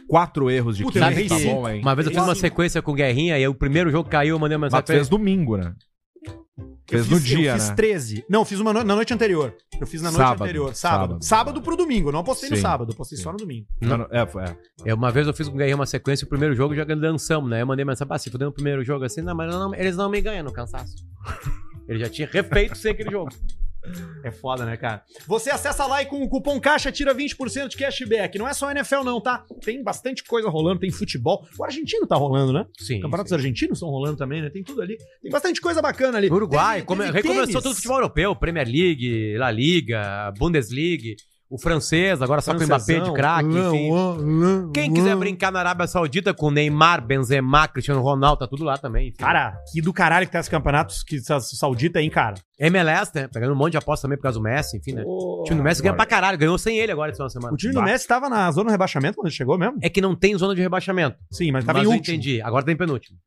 Speaker 2: 4 erros de
Speaker 1: Puta,
Speaker 2: 15.
Speaker 1: eu
Speaker 3: errei
Speaker 2: tá
Speaker 3: cinco.
Speaker 2: bom, hein?
Speaker 3: Uma vez eu fiz uma
Speaker 1: Esse-
Speaker 3: sequência com o Guerrinha e aí o primeiro jogo caiu, eu mandei uma mensagem
Speaker 2: Mas
Speaker 3: pra ele.
Speaker 2: fez domingo, né?
Speaker 1: Eu
Speaker 2: Fez no
Speaker 1: fiz-
Speaker 2: dia,
Speaker 1: Eu fiz
Speaker 2: né?
Speaker 1: 13. Não, eu fiz uma no- na noite anterior. Eu fiz na noite
Speaker 2: Sábado,
Speaker 1: anterior. Sábado.
Speaker 2: sábado.
Speaker 1: Sábado pro domingo. Eu não postei no
Speaker 2: Sim.
Speaker 1: sábado, eu postei
Speaker 2: Sim.
Speaker 1: só no domingo.
Speaker 2: Não, não, é, foi- é.
Speaker 3: É, Uma vez eu fiz com o Guerrinha uma sequência, o primeiro jogo já dançamos, né? Eu mandei mensagem, ah, se fudeu no primeiro jogo assim, não, mas não- eles não me ganham no cansaço. Ele já tinha refeito sem aquele jogo.
Speaker 1: É foda, né, cara? Você acessa lá e com o cupom caixa tira 20% de cashback. Não é só NFL não, tá? Tem bastante coisa rolando, tem futebol. O argentino tá rolando, né?
Speaker 3: Sim.
Speaker 1: Campeonatos argentinos estão rolando também, né? Tem tudo ali. Tem bastante coisa bacana ali.
Speaker 3: No Uruguai,
Speaker 1: Teve-
Speaker 3: come-
Speaker 1: teve
Speaker 3: recomeçou
Speaker 1: tênis.
Speaker 3: todo o futebol europeu, Premier League, La Liga, Bundesliga, o francês, agora só com o Mbappé de
Speaker 1: Francesão,
Speaker 3: craque,
Speaker 1: Lã,
Speaker 3: enfim.
Speaker 1: Lã, Lã,
Speaker 3: Quem
Speaker 1: Lã.
Speaker 3: quiser brincar na Arábia Saudita com Neymar, Benzema, Cristiano Ronaldo, tá tudo lá também. enfim.
Speaker 1: Cara, que do caralho que tá esses campeonatos que essa saudita, hein, cara?
Speaker 3: MLS, né? Pegando um monte de aposta também por causa do Messi, enfim, né? O time do Messi ganha pra caralho, ganhou sem ele agora esse final de semana.
Speaker 1: O time do
Speaker 3: Bah.
Speaker 1: Messi tava na zona do rebaixamento quando ele chegou mesmo?
Speaker 3: É que não tem zona de rebaixamento.
Speaker 1: Sim, mas tava
Speaker 3: mas
Speaker 1: em
Speaker 3: eu
Speaker 1: último.
Speaker 3: entendi. Agora tem penúltimo.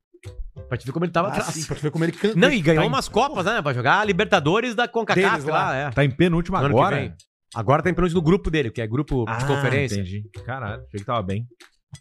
Speaker 3: Pra te ver como ele tava
Speaker 1: Ah,
Speaker 3: atrás.
Speaker 1: sim, pra tu ver como ele canta.
Speaker 3: Não, e ganhou
Speaker 1: tá em-
Speaker 3: umas Copas, né? Vai jogar a Libertadores da CONCACAF
Speaker 1: Deles
Speaker 3: lá.
Speaker 1: lá.
Speaker 3: é.
Speaker 2: Tá em penúltimo
Speaker 3: Ano que
Speaker 2: agora. Ah,
Speaker 3: vem. Agora tem penúltimo do grupo dele, que é grupo
Speaker 1: Ah,
Speaker 3: de conferência.
Speaker 2: Entendi. Caralho, achei que tava bem.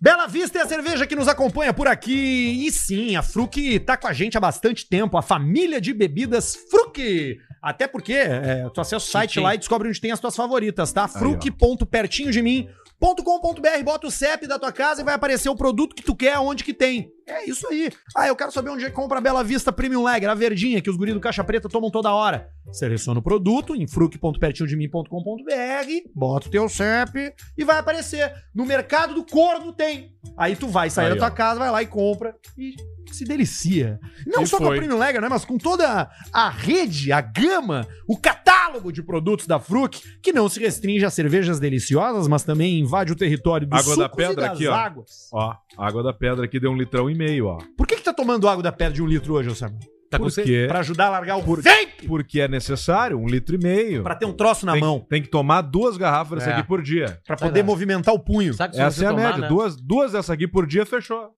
Speaker 1: Bela Vista é a cerveja que nos acompanha por aqui. E sim, a Fruc tá com a gente há bastante tempo, a família de bebidas Fruc. Até porque é, tu acessa o site
Speaker 3: Sim, sim.
Speaker 1: lá e descobre onde tem as tuas favoritas, tá? fruc.pertinhodemim.com.br, bota o CEP da tua casa e vai aparecer o produto que tu quer, onde que tem. É isso aí. Ah, eu quero saber onde é que compra a Bela Vista Premium Lager, a verdinha que os guris do Caixa Preta tomam toda hora. Seleciona o produto em fruc.pertinhodemim.com.br, bota o teu CEP e vai aparecer. No mercado do corno tem. Aí tu vai sair
Speaker 2: Aí,
Speaker 1: da tua casa, vai lá e compra e se delicia. Não
Speaker 2: E
Speaker 1: só com a
Speaker 2: foi.
Speaker 1: Premium Lager, né, mas com toda a rede, a gama, o catálogo de produtos da Fruc, que não se restringe a cervejas deliciosas, mas também invade o território dos
Speaker 2: Água da
Speaker 1: sucos e
Speaker 2: pedra
Speaker 1: das
Speaker 2: aqui, ó.
Speaker 1: águas.
Speaker 2: Ó, a água da pedra aqui deu um litrão e meio, ó.
Speaker 1: Por que, que tá tomando água da pedra de um litro hoje, Osama?
Speaker 3: Tá com
Speaker 2: Por
Speaker 3: sede?
Speaker 2: quê?
Speaker 1: Pra ajudar a largar o burro. Sempre!
Speaker 2: Porque é necessário, um litro e meio.
Speaker 1: Pra ter um troço na
Speaker 2: tem,
Speaker 1: mão.
Speaker 2: Tem que tomar duas garrafas dessa
Speaker 3: É.
Speaker 2: aqui por dia.
Speaker 1: Pra
Speaker 3: Vai
Speaker 1: poder
Speaker 3: dar.
Speaker 1: movimentar o punho.
Speaker 3: Sabe que se
Speaker 2: Essa
Speaker 3: você
Speaker 2: é a
Speaker 3: tomar,
Speaker 2: média.
Speaker 3: né?
Speaker 2: Duas, duas dessa aqui por dia, fechou.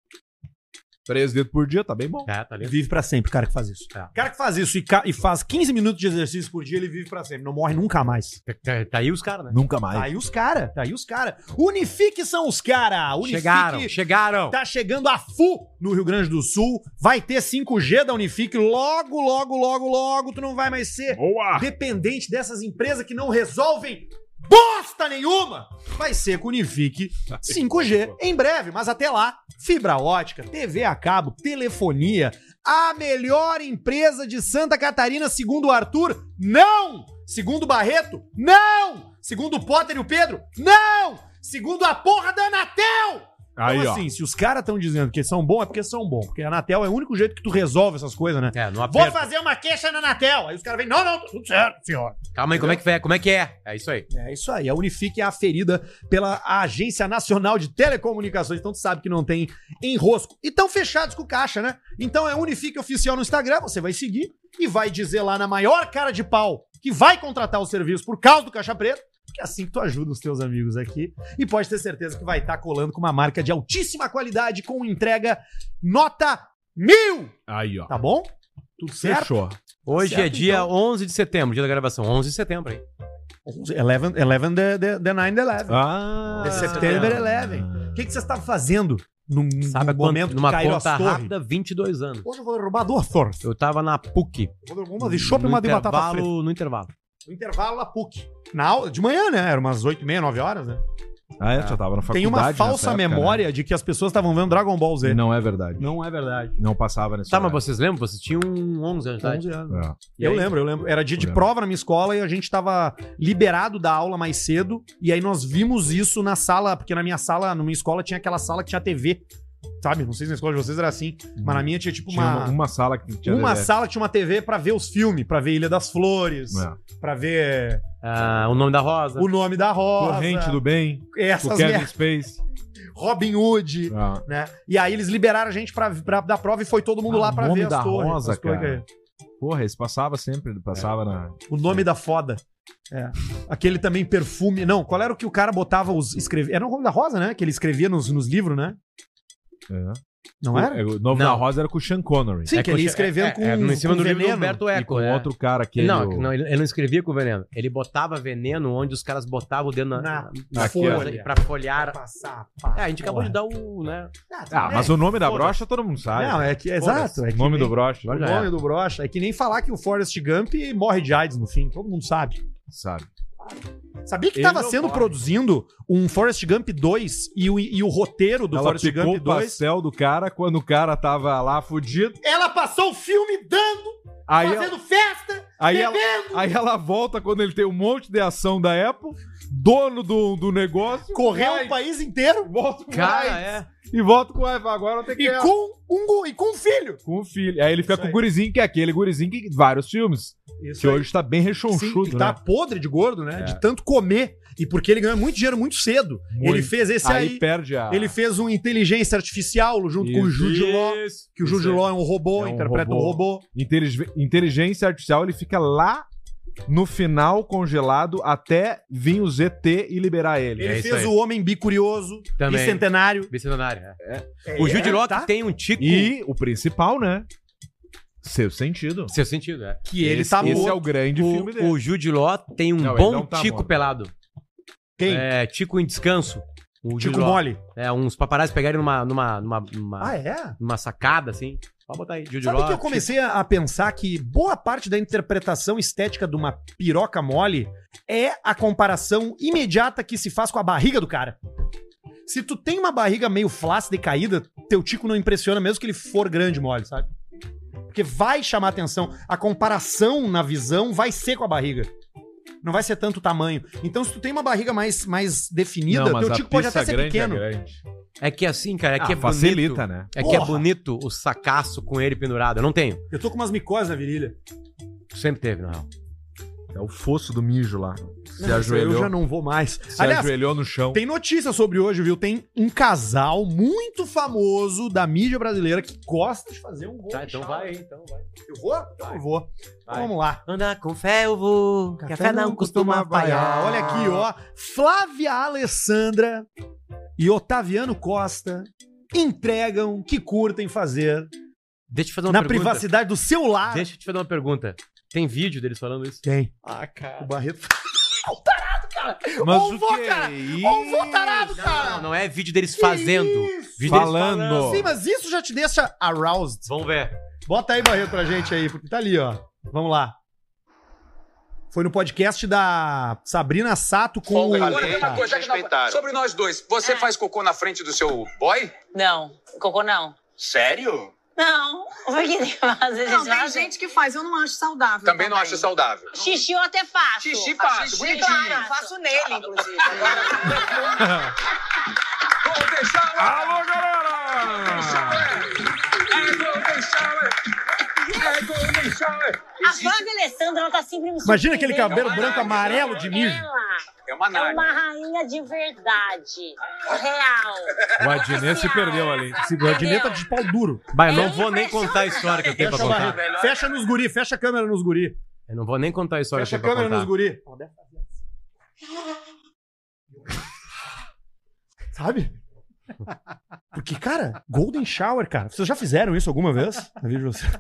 Speaker 2: Três dedos por dia, tá bem bom.
Speaker 3: É, tá ligado?
Speaker 1: Vive pra sempre, o cara que faz isso.
Speaker 3: É.
Speaker 1: O cara que faz isso e, ca- e faz 15 minutos de exercício por dia, ele vive pra sempre. Não morre nunca mais.
Speaker 3: Tá- Tá aí os caras, né?
Speaker 2: Nunca
Speaker 1: Tá
Speaker 2: mais.
Speaker 1: aí os cara, tá aí os cara. Unifique são os cara. Unifique
Speaker 3: Chegaram, chegaram.
Speaker 1: Tá chegando a FU no Rio Grande do Sul. Vai ter 5G da Unifique logo, logo, logo, logo. Tu não vai mais ser
Speaker 2: Boa!
Speaker 1: dependente dessas empresas que não resolvem bosta nenhuma. Vai ser com Unifique 5G em breve, mas até lá, fibra ótica, TV a cabo, telefonia, a melhor empresa de Santa Catarina, segundo o Arthur, não! Segundo o Barreto, não! Segundo o Potter e o Pedro, não! Segundo a porra da Anatel!
Speaker 2: Aí,
Speaker 1: então,
Speaker 2: ó.
Speaker 1: assim, se os caras estão dizendo que são bons, é porque são bons. Porque a Anatel é o único jeito que tu resolve essas coisas, né?
Speaker 3: É, não
Speaker 1: Vou
Speaker 3: aperta.
Speaker 1: fazer uma queixa na Anatel. Aí os caras vêm, não, não, tá tudo certo, senhor.
Speaker 3: Calma aí, como é que é? Como é que é? É isso aí.
Speaker 1: É isso aí. A Unifique é aferida pela Agência Nacional de Telecomunicações. Então tu sabe que não tem enrosco. E estão fechados com o caixa, né? Então é Unifique Oficial no Instagram. Você vai seguir e vai dizer lá na maior cara de pau que vai contratar o serviço por causa do Caixa Preto. Que é assim que tu ajuda os teus amigos aqui. E pode ter certeza que vai estar colando com uma marca de altíssima qualidade, com entrega nota mil.
Speaker 2: Aí, ó.
Speaker 1: Tá bom? Tudo certo?
Speaker 2: Fechou.
Speaker 3: Hoje é
Speaker 1: Certo,
Speaker 3: dia
Speaker 1: então.
Speaker 3: 11 de setembro, dia da gravação. 11 de setembro, hein?
Speaker 1: 11, 11 the, the, the 9 11.
Speaker 2: Ah,
Speaker 1: É September 11. O que, que vocês estavam fazendo num,
Speaker 3: Sabe
Speaker 1: num
Speaker 3: quanto-
Speaker 1: um momento que
Speaker 3: numa
Speaker 1: caíram as
Speaker 3: conta
Speaker 1: torres?
Speaker 3: rápida, 22 anos.
Speaker 1: Hoje eu vou derrubar duas torres.
Speaker 3: Eu tava na PUC.
Speaker 1: Vou derrubar uma de chopp e
Speaker 3: no
Speaker 1: uma de batata frita.
Speaker 3: intervalo, No intervalo.
Speaker 1: No intervalo na PUC. Na aula, de manhã, né? Era umas 8 e meia, 9 horas, né?
Speaker 2: Ah, é, já tava na faculdade.
Speaker 1: Tem uma
Speaker 2: nessa
Speaker 1: falsa
Speaker 2: época, né?
Speaker 1: memória de que as pessoas estavam vendo Dragon Ball Z.
Speaker 2: Não é verdade.
Speaker 1: Não é verdade.
Speaker 2: Não passava nessa
Speaker 3: Tá, mas
Speaker 2: horário.
Speaker 3: vocês lembram? Vocês tinham 11 anos, tá?
Speaker 1: 11 anos.
Speaker 2: É.
Speaker 3: E
Speaker 1: eu
Speaker 3: aí?
Speaker 1: lembro, eu lembro. Era dia de
Speaker 2: Eu lembro.
Speaker 1: prova na minha escola e a gente tava liberado da aula mais cedo. E aí nós vimos isso na sala, porque na minha sala, na minha escola, tinha aquela sala que tinha TV. Sabe? Não sei se na escola de vocês era assim, mas na minha tinha tipo
Speaker 2: Hum. Tinha uma, uma sala que tinha
Speaker 1: uma
Speaker 2: DVD.
Speaker 1: sala tinha uma TV pra ver os filmes, pra ver Ilha das Flores,
Speaker 2: É.
Speaker 1: pra ver eh,
Speaker 3: Ah, o nome da Rosa.
Speaker 1: O Nome da Rosa, eh,
Speaker 2: Corrente do Bem, o
Speaker 1: essas
Speaker 2: Kevin
Speaker 1: mer...
Speaker 2: Space.
Speaker 1: Robin Hood,
Speaker 2: Ah.
Speaker 1: né? E aí eles liberaram a gente pra, pra dar prova e foi todo mundo
Speaker 2: Ah,
Speaker 1: lá
Speaker 2: o
Speaker 1: pra
Speaker 2: Nome
Speaker 1: ver as
Speaker 2: da
Speaker 1: torres,
Speaker 2: Rosa,
Speaker 1: as torres
Speaker 2: cara. Porra, esse passava sempre, ele passava na.
Speaker 1: que- O Nome da Foda. É. Aquele também perfume. Não, qual era o que o cara botava os. Escreve... Era o nome da Rosa, né? Que ele escrevia nos, nos livros, né?
Speaker 2: É.
Speaker 1: Não era?
Speaker 2: É, O novo
Speaker 3: Não.
Speaker 2: da Rosa era com o Sean Connery.
Speaker 1: Sim,
Speaker 3: É
Speaker 1: que ele
Speaker 3: coxa-
Speaker 1: ia escrevendo
Speaker 3: é,
Speaker 1: com.
Speaker 3: é, no- em cima
Speaker 1: com
Speaker 3: do livro do
Speaker 1: veneno.
Speaker 3: Humberto
Speaker 2: E com
Speaker 3: Eco. é.
Speaker 2: outro cara aquele.
Speaker 3: Não,
Speaker 2: o-
Speaker 3: não, ele, ele não escrevia com veneno. Ele botava veneno onde os caras botavam o dedo na,
Speaker 1: Na-
Speaker 3: na,
Speaker 1: na
Speaker 3: folha
Speaker 1: folha.
Speaker 3: pra folhear.
Speaker 1: Passar,
Speaker 3: É, a gente acabou de dar o, né?
Speaker 2: Ah, mas o nome da
Speaker 3: Foda-se.
Speaker 2: brocha todo mundo sabe.
Speaker 1: tá É, Não, é que. Exato. É
Speaker 2: O
Speaker 1: que
Speaker 2: nome
Speaker 1: nem-
Speaker 2: do brocha.
Speaker 1: O
Speaker 3: Já
Speaker 1: nome
Speaker 3: era.
Speaker 1: do brocha é que nem falar que o Forrest Gump morre de AIDS no fim, todo mundo sabe.
Speaker 2: Sabe.
Speaker 1: Sabia que
Speaker 2: Ele
Speaker 1: estava
Speaker 2: não
Speaker 1: sendo
Speaker 2: morre.
Speaker 1: produzido um Forrest Gump 2 e o, e o roteiro do
Speaker 2: Ela
Speaker 1: Forrest
Speaker 2: picou
Speaker 1: Gump
Speaker 2: o
Speaker 1: 2?
Speaker 2: pastel do cara quando o cara tava lá fudido.
Speaker 1: Ela passou o filme dando,
Speaker 2: Aí, ela,
Speaker 1: fazendo festa,
Speaker 2: aí, ela,
Speaker 1: bebendo,
Speaker 2: aí ela volta quando ele tem um monte de ação da Apple, dono do, do negócio.
Speaker 1: correu
Speaker 2: vai,
Speaker 1: o país inteiro
Speaker 2: Volta com
Speaker 3: Cara,
Speaker 2: Cara,
Speaker 3: é.
Speaker 2: E volta com o Ivan. Agora eu tenho que
Speaker 1: e
Speaker 2: ela.
Speaker 1: com, um, go- e com um filho.
Speaker 2: com o filho. Aí ele fica
Speaker 1: Isso
Speaker 2: com
Speaker 1: aí.
Speaker 2: o gurizinho, que é aquele gurizinho que vários filmes. que hoje tá bem rechonchudo,
Speaker 1: tá
Speaker 2: né?
Speaker 1: podre de gordo, né?
Speaker 2: É.
Speaker 1: De tanto comer. E porque ele ganhou muito dinheiro muito cedo.
Speaker 2: né? Muito.
Speaker 1: Ele fez esse
Speaker 2: Aí,
Speaker 1: aí.
Speaker 2: perde a.
Speaker 1: Ele fez um Inteligência Artificial junto com o
Speaker 2: Isso,
Speaker 1: Jude Law.
Speaker 2: isso,
Speaker 1: Que o Jude
Speaker 2: isso aí.
Speaker 1: Law é um robô,
Speaker 2: É um
Speaker 1: interpreta um
Speaker 2: robô.
Speaker 1: robô.
Speaker 2: Intelig- Inteligência artificial, ele fica lá no final congelado até vir o ZT e liberar ele.
Speaker 1: Ele
Speaker 3: É isso
Speaker 1: fez
Speaker 3: aí.
Speaker 1: o Homem Bicurioso,
Speaker 3: Também.
Speaker 1: Bicentenário.
Speaker 3: Bicentenário. é. O Jude Law que
Speaker 1: tá?
Speaker 3: tem um tico.
Speaker 2: E o principal, né? Seu sentido.
Speaker 3: Seu sentido, é.
Speaker 1: Que ele
Speaker 2: esse,
Speaker 1: tá
Speaker 2: Esse é
Speaker 1: morto.
Speaker 2: o grande filme
Speaker 3: O,
Speaker 2: dele.
Speaker 3: o Jude Law tem um
Speaker 2: Não, ele
Speaker 3: bom
Speaker 2: não tá
Speaker 3: tico
Speaker 2: morto.
Speaker 3: pelado.
Speaker 1: Quem?
Speaker 3: É, tico em descanso. O Jude
Speaker 1: Tico
Speaker 3: Law.
Speaker 1: Mole.
Speaker 3: É, uns paparazzi pegaram numa, numa, numa, numa,
Speaker 1: é?
Speaker 3: numa sacada, assim. Pode botar aí. Jude
Speaker 1: Sabe
Speaker 3: Law,
Speaker 1: que eu comecei a a pensar que boa parte da interpretação estética de uma piroca mole é a comparação imediata que se faz com a barriga do cara. Se tu tem uma barriga meio flácida e caída, teu tico não impressiona, mesmo que ele for grande mole, sabe? Porque vai chamar atenção. A comparação na visão vai ser com a barriga. Não vai ser tanto o tamanho. Então, se tu tem uma barriga mais, mais definida,
Speaker 2: Não, mas
Speaker 1: teu
Speaker 2: a
Speaker 1: tico pode
Speaker 2: pizza
Speaker 1: até ser
Speaker 2: grande
Speaker 1: pequeno.
Speaker 2: é grande.
Speaker 3: É que assim, cara, é que
Speaker 2: Ah,
Speaker 3: é
Speaker 2: facilita,
Speaker 3: bonito.
Speaker 2: né?
Speaker 3: É que é
Speaker 1: Porra.
Speaker 3: bonito o sacaço com ele pendurado. Eu não tenho.
Speaker 1: Eu tô com umas micoses na virilha.
Speaker 3: Sempre teve, na real.
Speaker 2: É o fosso do mijo lá. Se
Speaker 1: Eu
Speaker 2: ajoelhou,
Speaker 1: já não vou mais.
Speaker 2: se
Speaker 1: Aliás,
Speaker 2: ajoelhou no chão.
Speaker 1: tem notícia sobre hoje, viu? Tem um casal muito famoso da mídia brasileira que gosta de fazer um gol. de chá.
Speaker 3: aí, então vai.
Speaker 1: Eu vou? Então eu vou. Então
Speaker 3: Vai.
Speaker 1: vamos lá.
Speaker 3: Andar com fé eu vou, café, não costuma
Speaker 1: Ah,
Speaker 3: falhar.
Speaker 1: olha aqui, ó. Flávia Alessandra e Otaviano Costa entregam que curtem fazer
Speaker 3: Deixa eu te fazer uma
Speaker 1: na
Speaker 3: pergunta.
Speaker 1: privacidade do seu lar.
Speaker 3: Deixa eu te fazer uma pergunta. Tem vídeo deles falando isso?
Speaker 1: Quem? Ah, cara. O Barreto. Ô, tarado, cara.
Speaker 2: Mas
Speaker 1: Ô,
Speaker 2: o
Speaker 1: vô,
Speaker 2: que é
Speaker 1: cara.
Speaker 2: isso?
Speaker 1: Ô, vô tarado, cara.
Speaker 3: Não, não é vídeo deles fazendo.
Speaker 1: isso?
Speaker 3: Vídeo
Speaker 2: Falando.
Speaker 3: deles falando.
Speaker 1: Sim, mas isso já te deixa aroused.
Speaker 3: Vamos ver.
Speaker 1: Bota aí, Barreto, pra gente aí, porque tá ali, ó. Vamos lá. Foi no podcast da Sabrina Sato com o...
Speaker 4: Agora tem uma coisa, já que não...
Speaker 7: Respeitaram.
Speaker 4: Sobre nós dois, você
Speaker 7: Ah.
Speaker 4: faz cocô na frente do seu boy?
Speaker 7: Não, cocô não.
Speaker 4: Sério?
Speaker 7: Não, porque tem umas vezes
Speaker 6: Não, tem
Speaker 7: fazem.
Speaker 6: gente que faz, eu não acho saudável.
Speaker 4: Também não acho saudável.
Speaker 7: Xixi eu até faço.
Speaker 4: Xixi faço,
Speaker 7: Xixi,
Speaker 4: bonitinho.
Speaker 7: claro, eu faço
Speaker 6: Faço nele, inclusive.
Speaker 4: Vou deixar o...
Speaker 2: Alô, galera!
Speaker 4: É gol, deixar o... É gol, deixar o...
Speaker 7: A Flávia Alessandra, ela tá sempre me
Speaker 1: Imagina aquele
Speaker 7: surpreendendo.
Speaker 1: cabelo branco amarelo de mijo.
Speaker 7: Ela
Speaker 4: É uma
Speaker 7: é
Speaker 4: nave.
Speaker 7: uma rainha de verdade. Real.
Speaker 2: O Adnet se perdeu ali.
Speaker 1: Se gordineta de pau duro.
Speaker 3: Bah, eu não
Speaker 7: É
Speaker 3: vou nem contar a história que eu tenho pra
Speaker 1: Fecha, o
Speaker 3: contar.
Speaker 1: Barreto. fecha nos guri, fecha a câmera nos guri.
Speaker 3: Eu não vou nem contar a história que
Speaker 1: Fecha
Speaker 3: eu
Speaker 1: a
Speaker 3: tenho pra
Speaker 1: câmera nos
Speaker 3: contar.
Speaker 1: guri. Sabe? Porque, cara, Golden Shower, cara. Vocês já fizeram isso alguma vez? Na vida de vocês?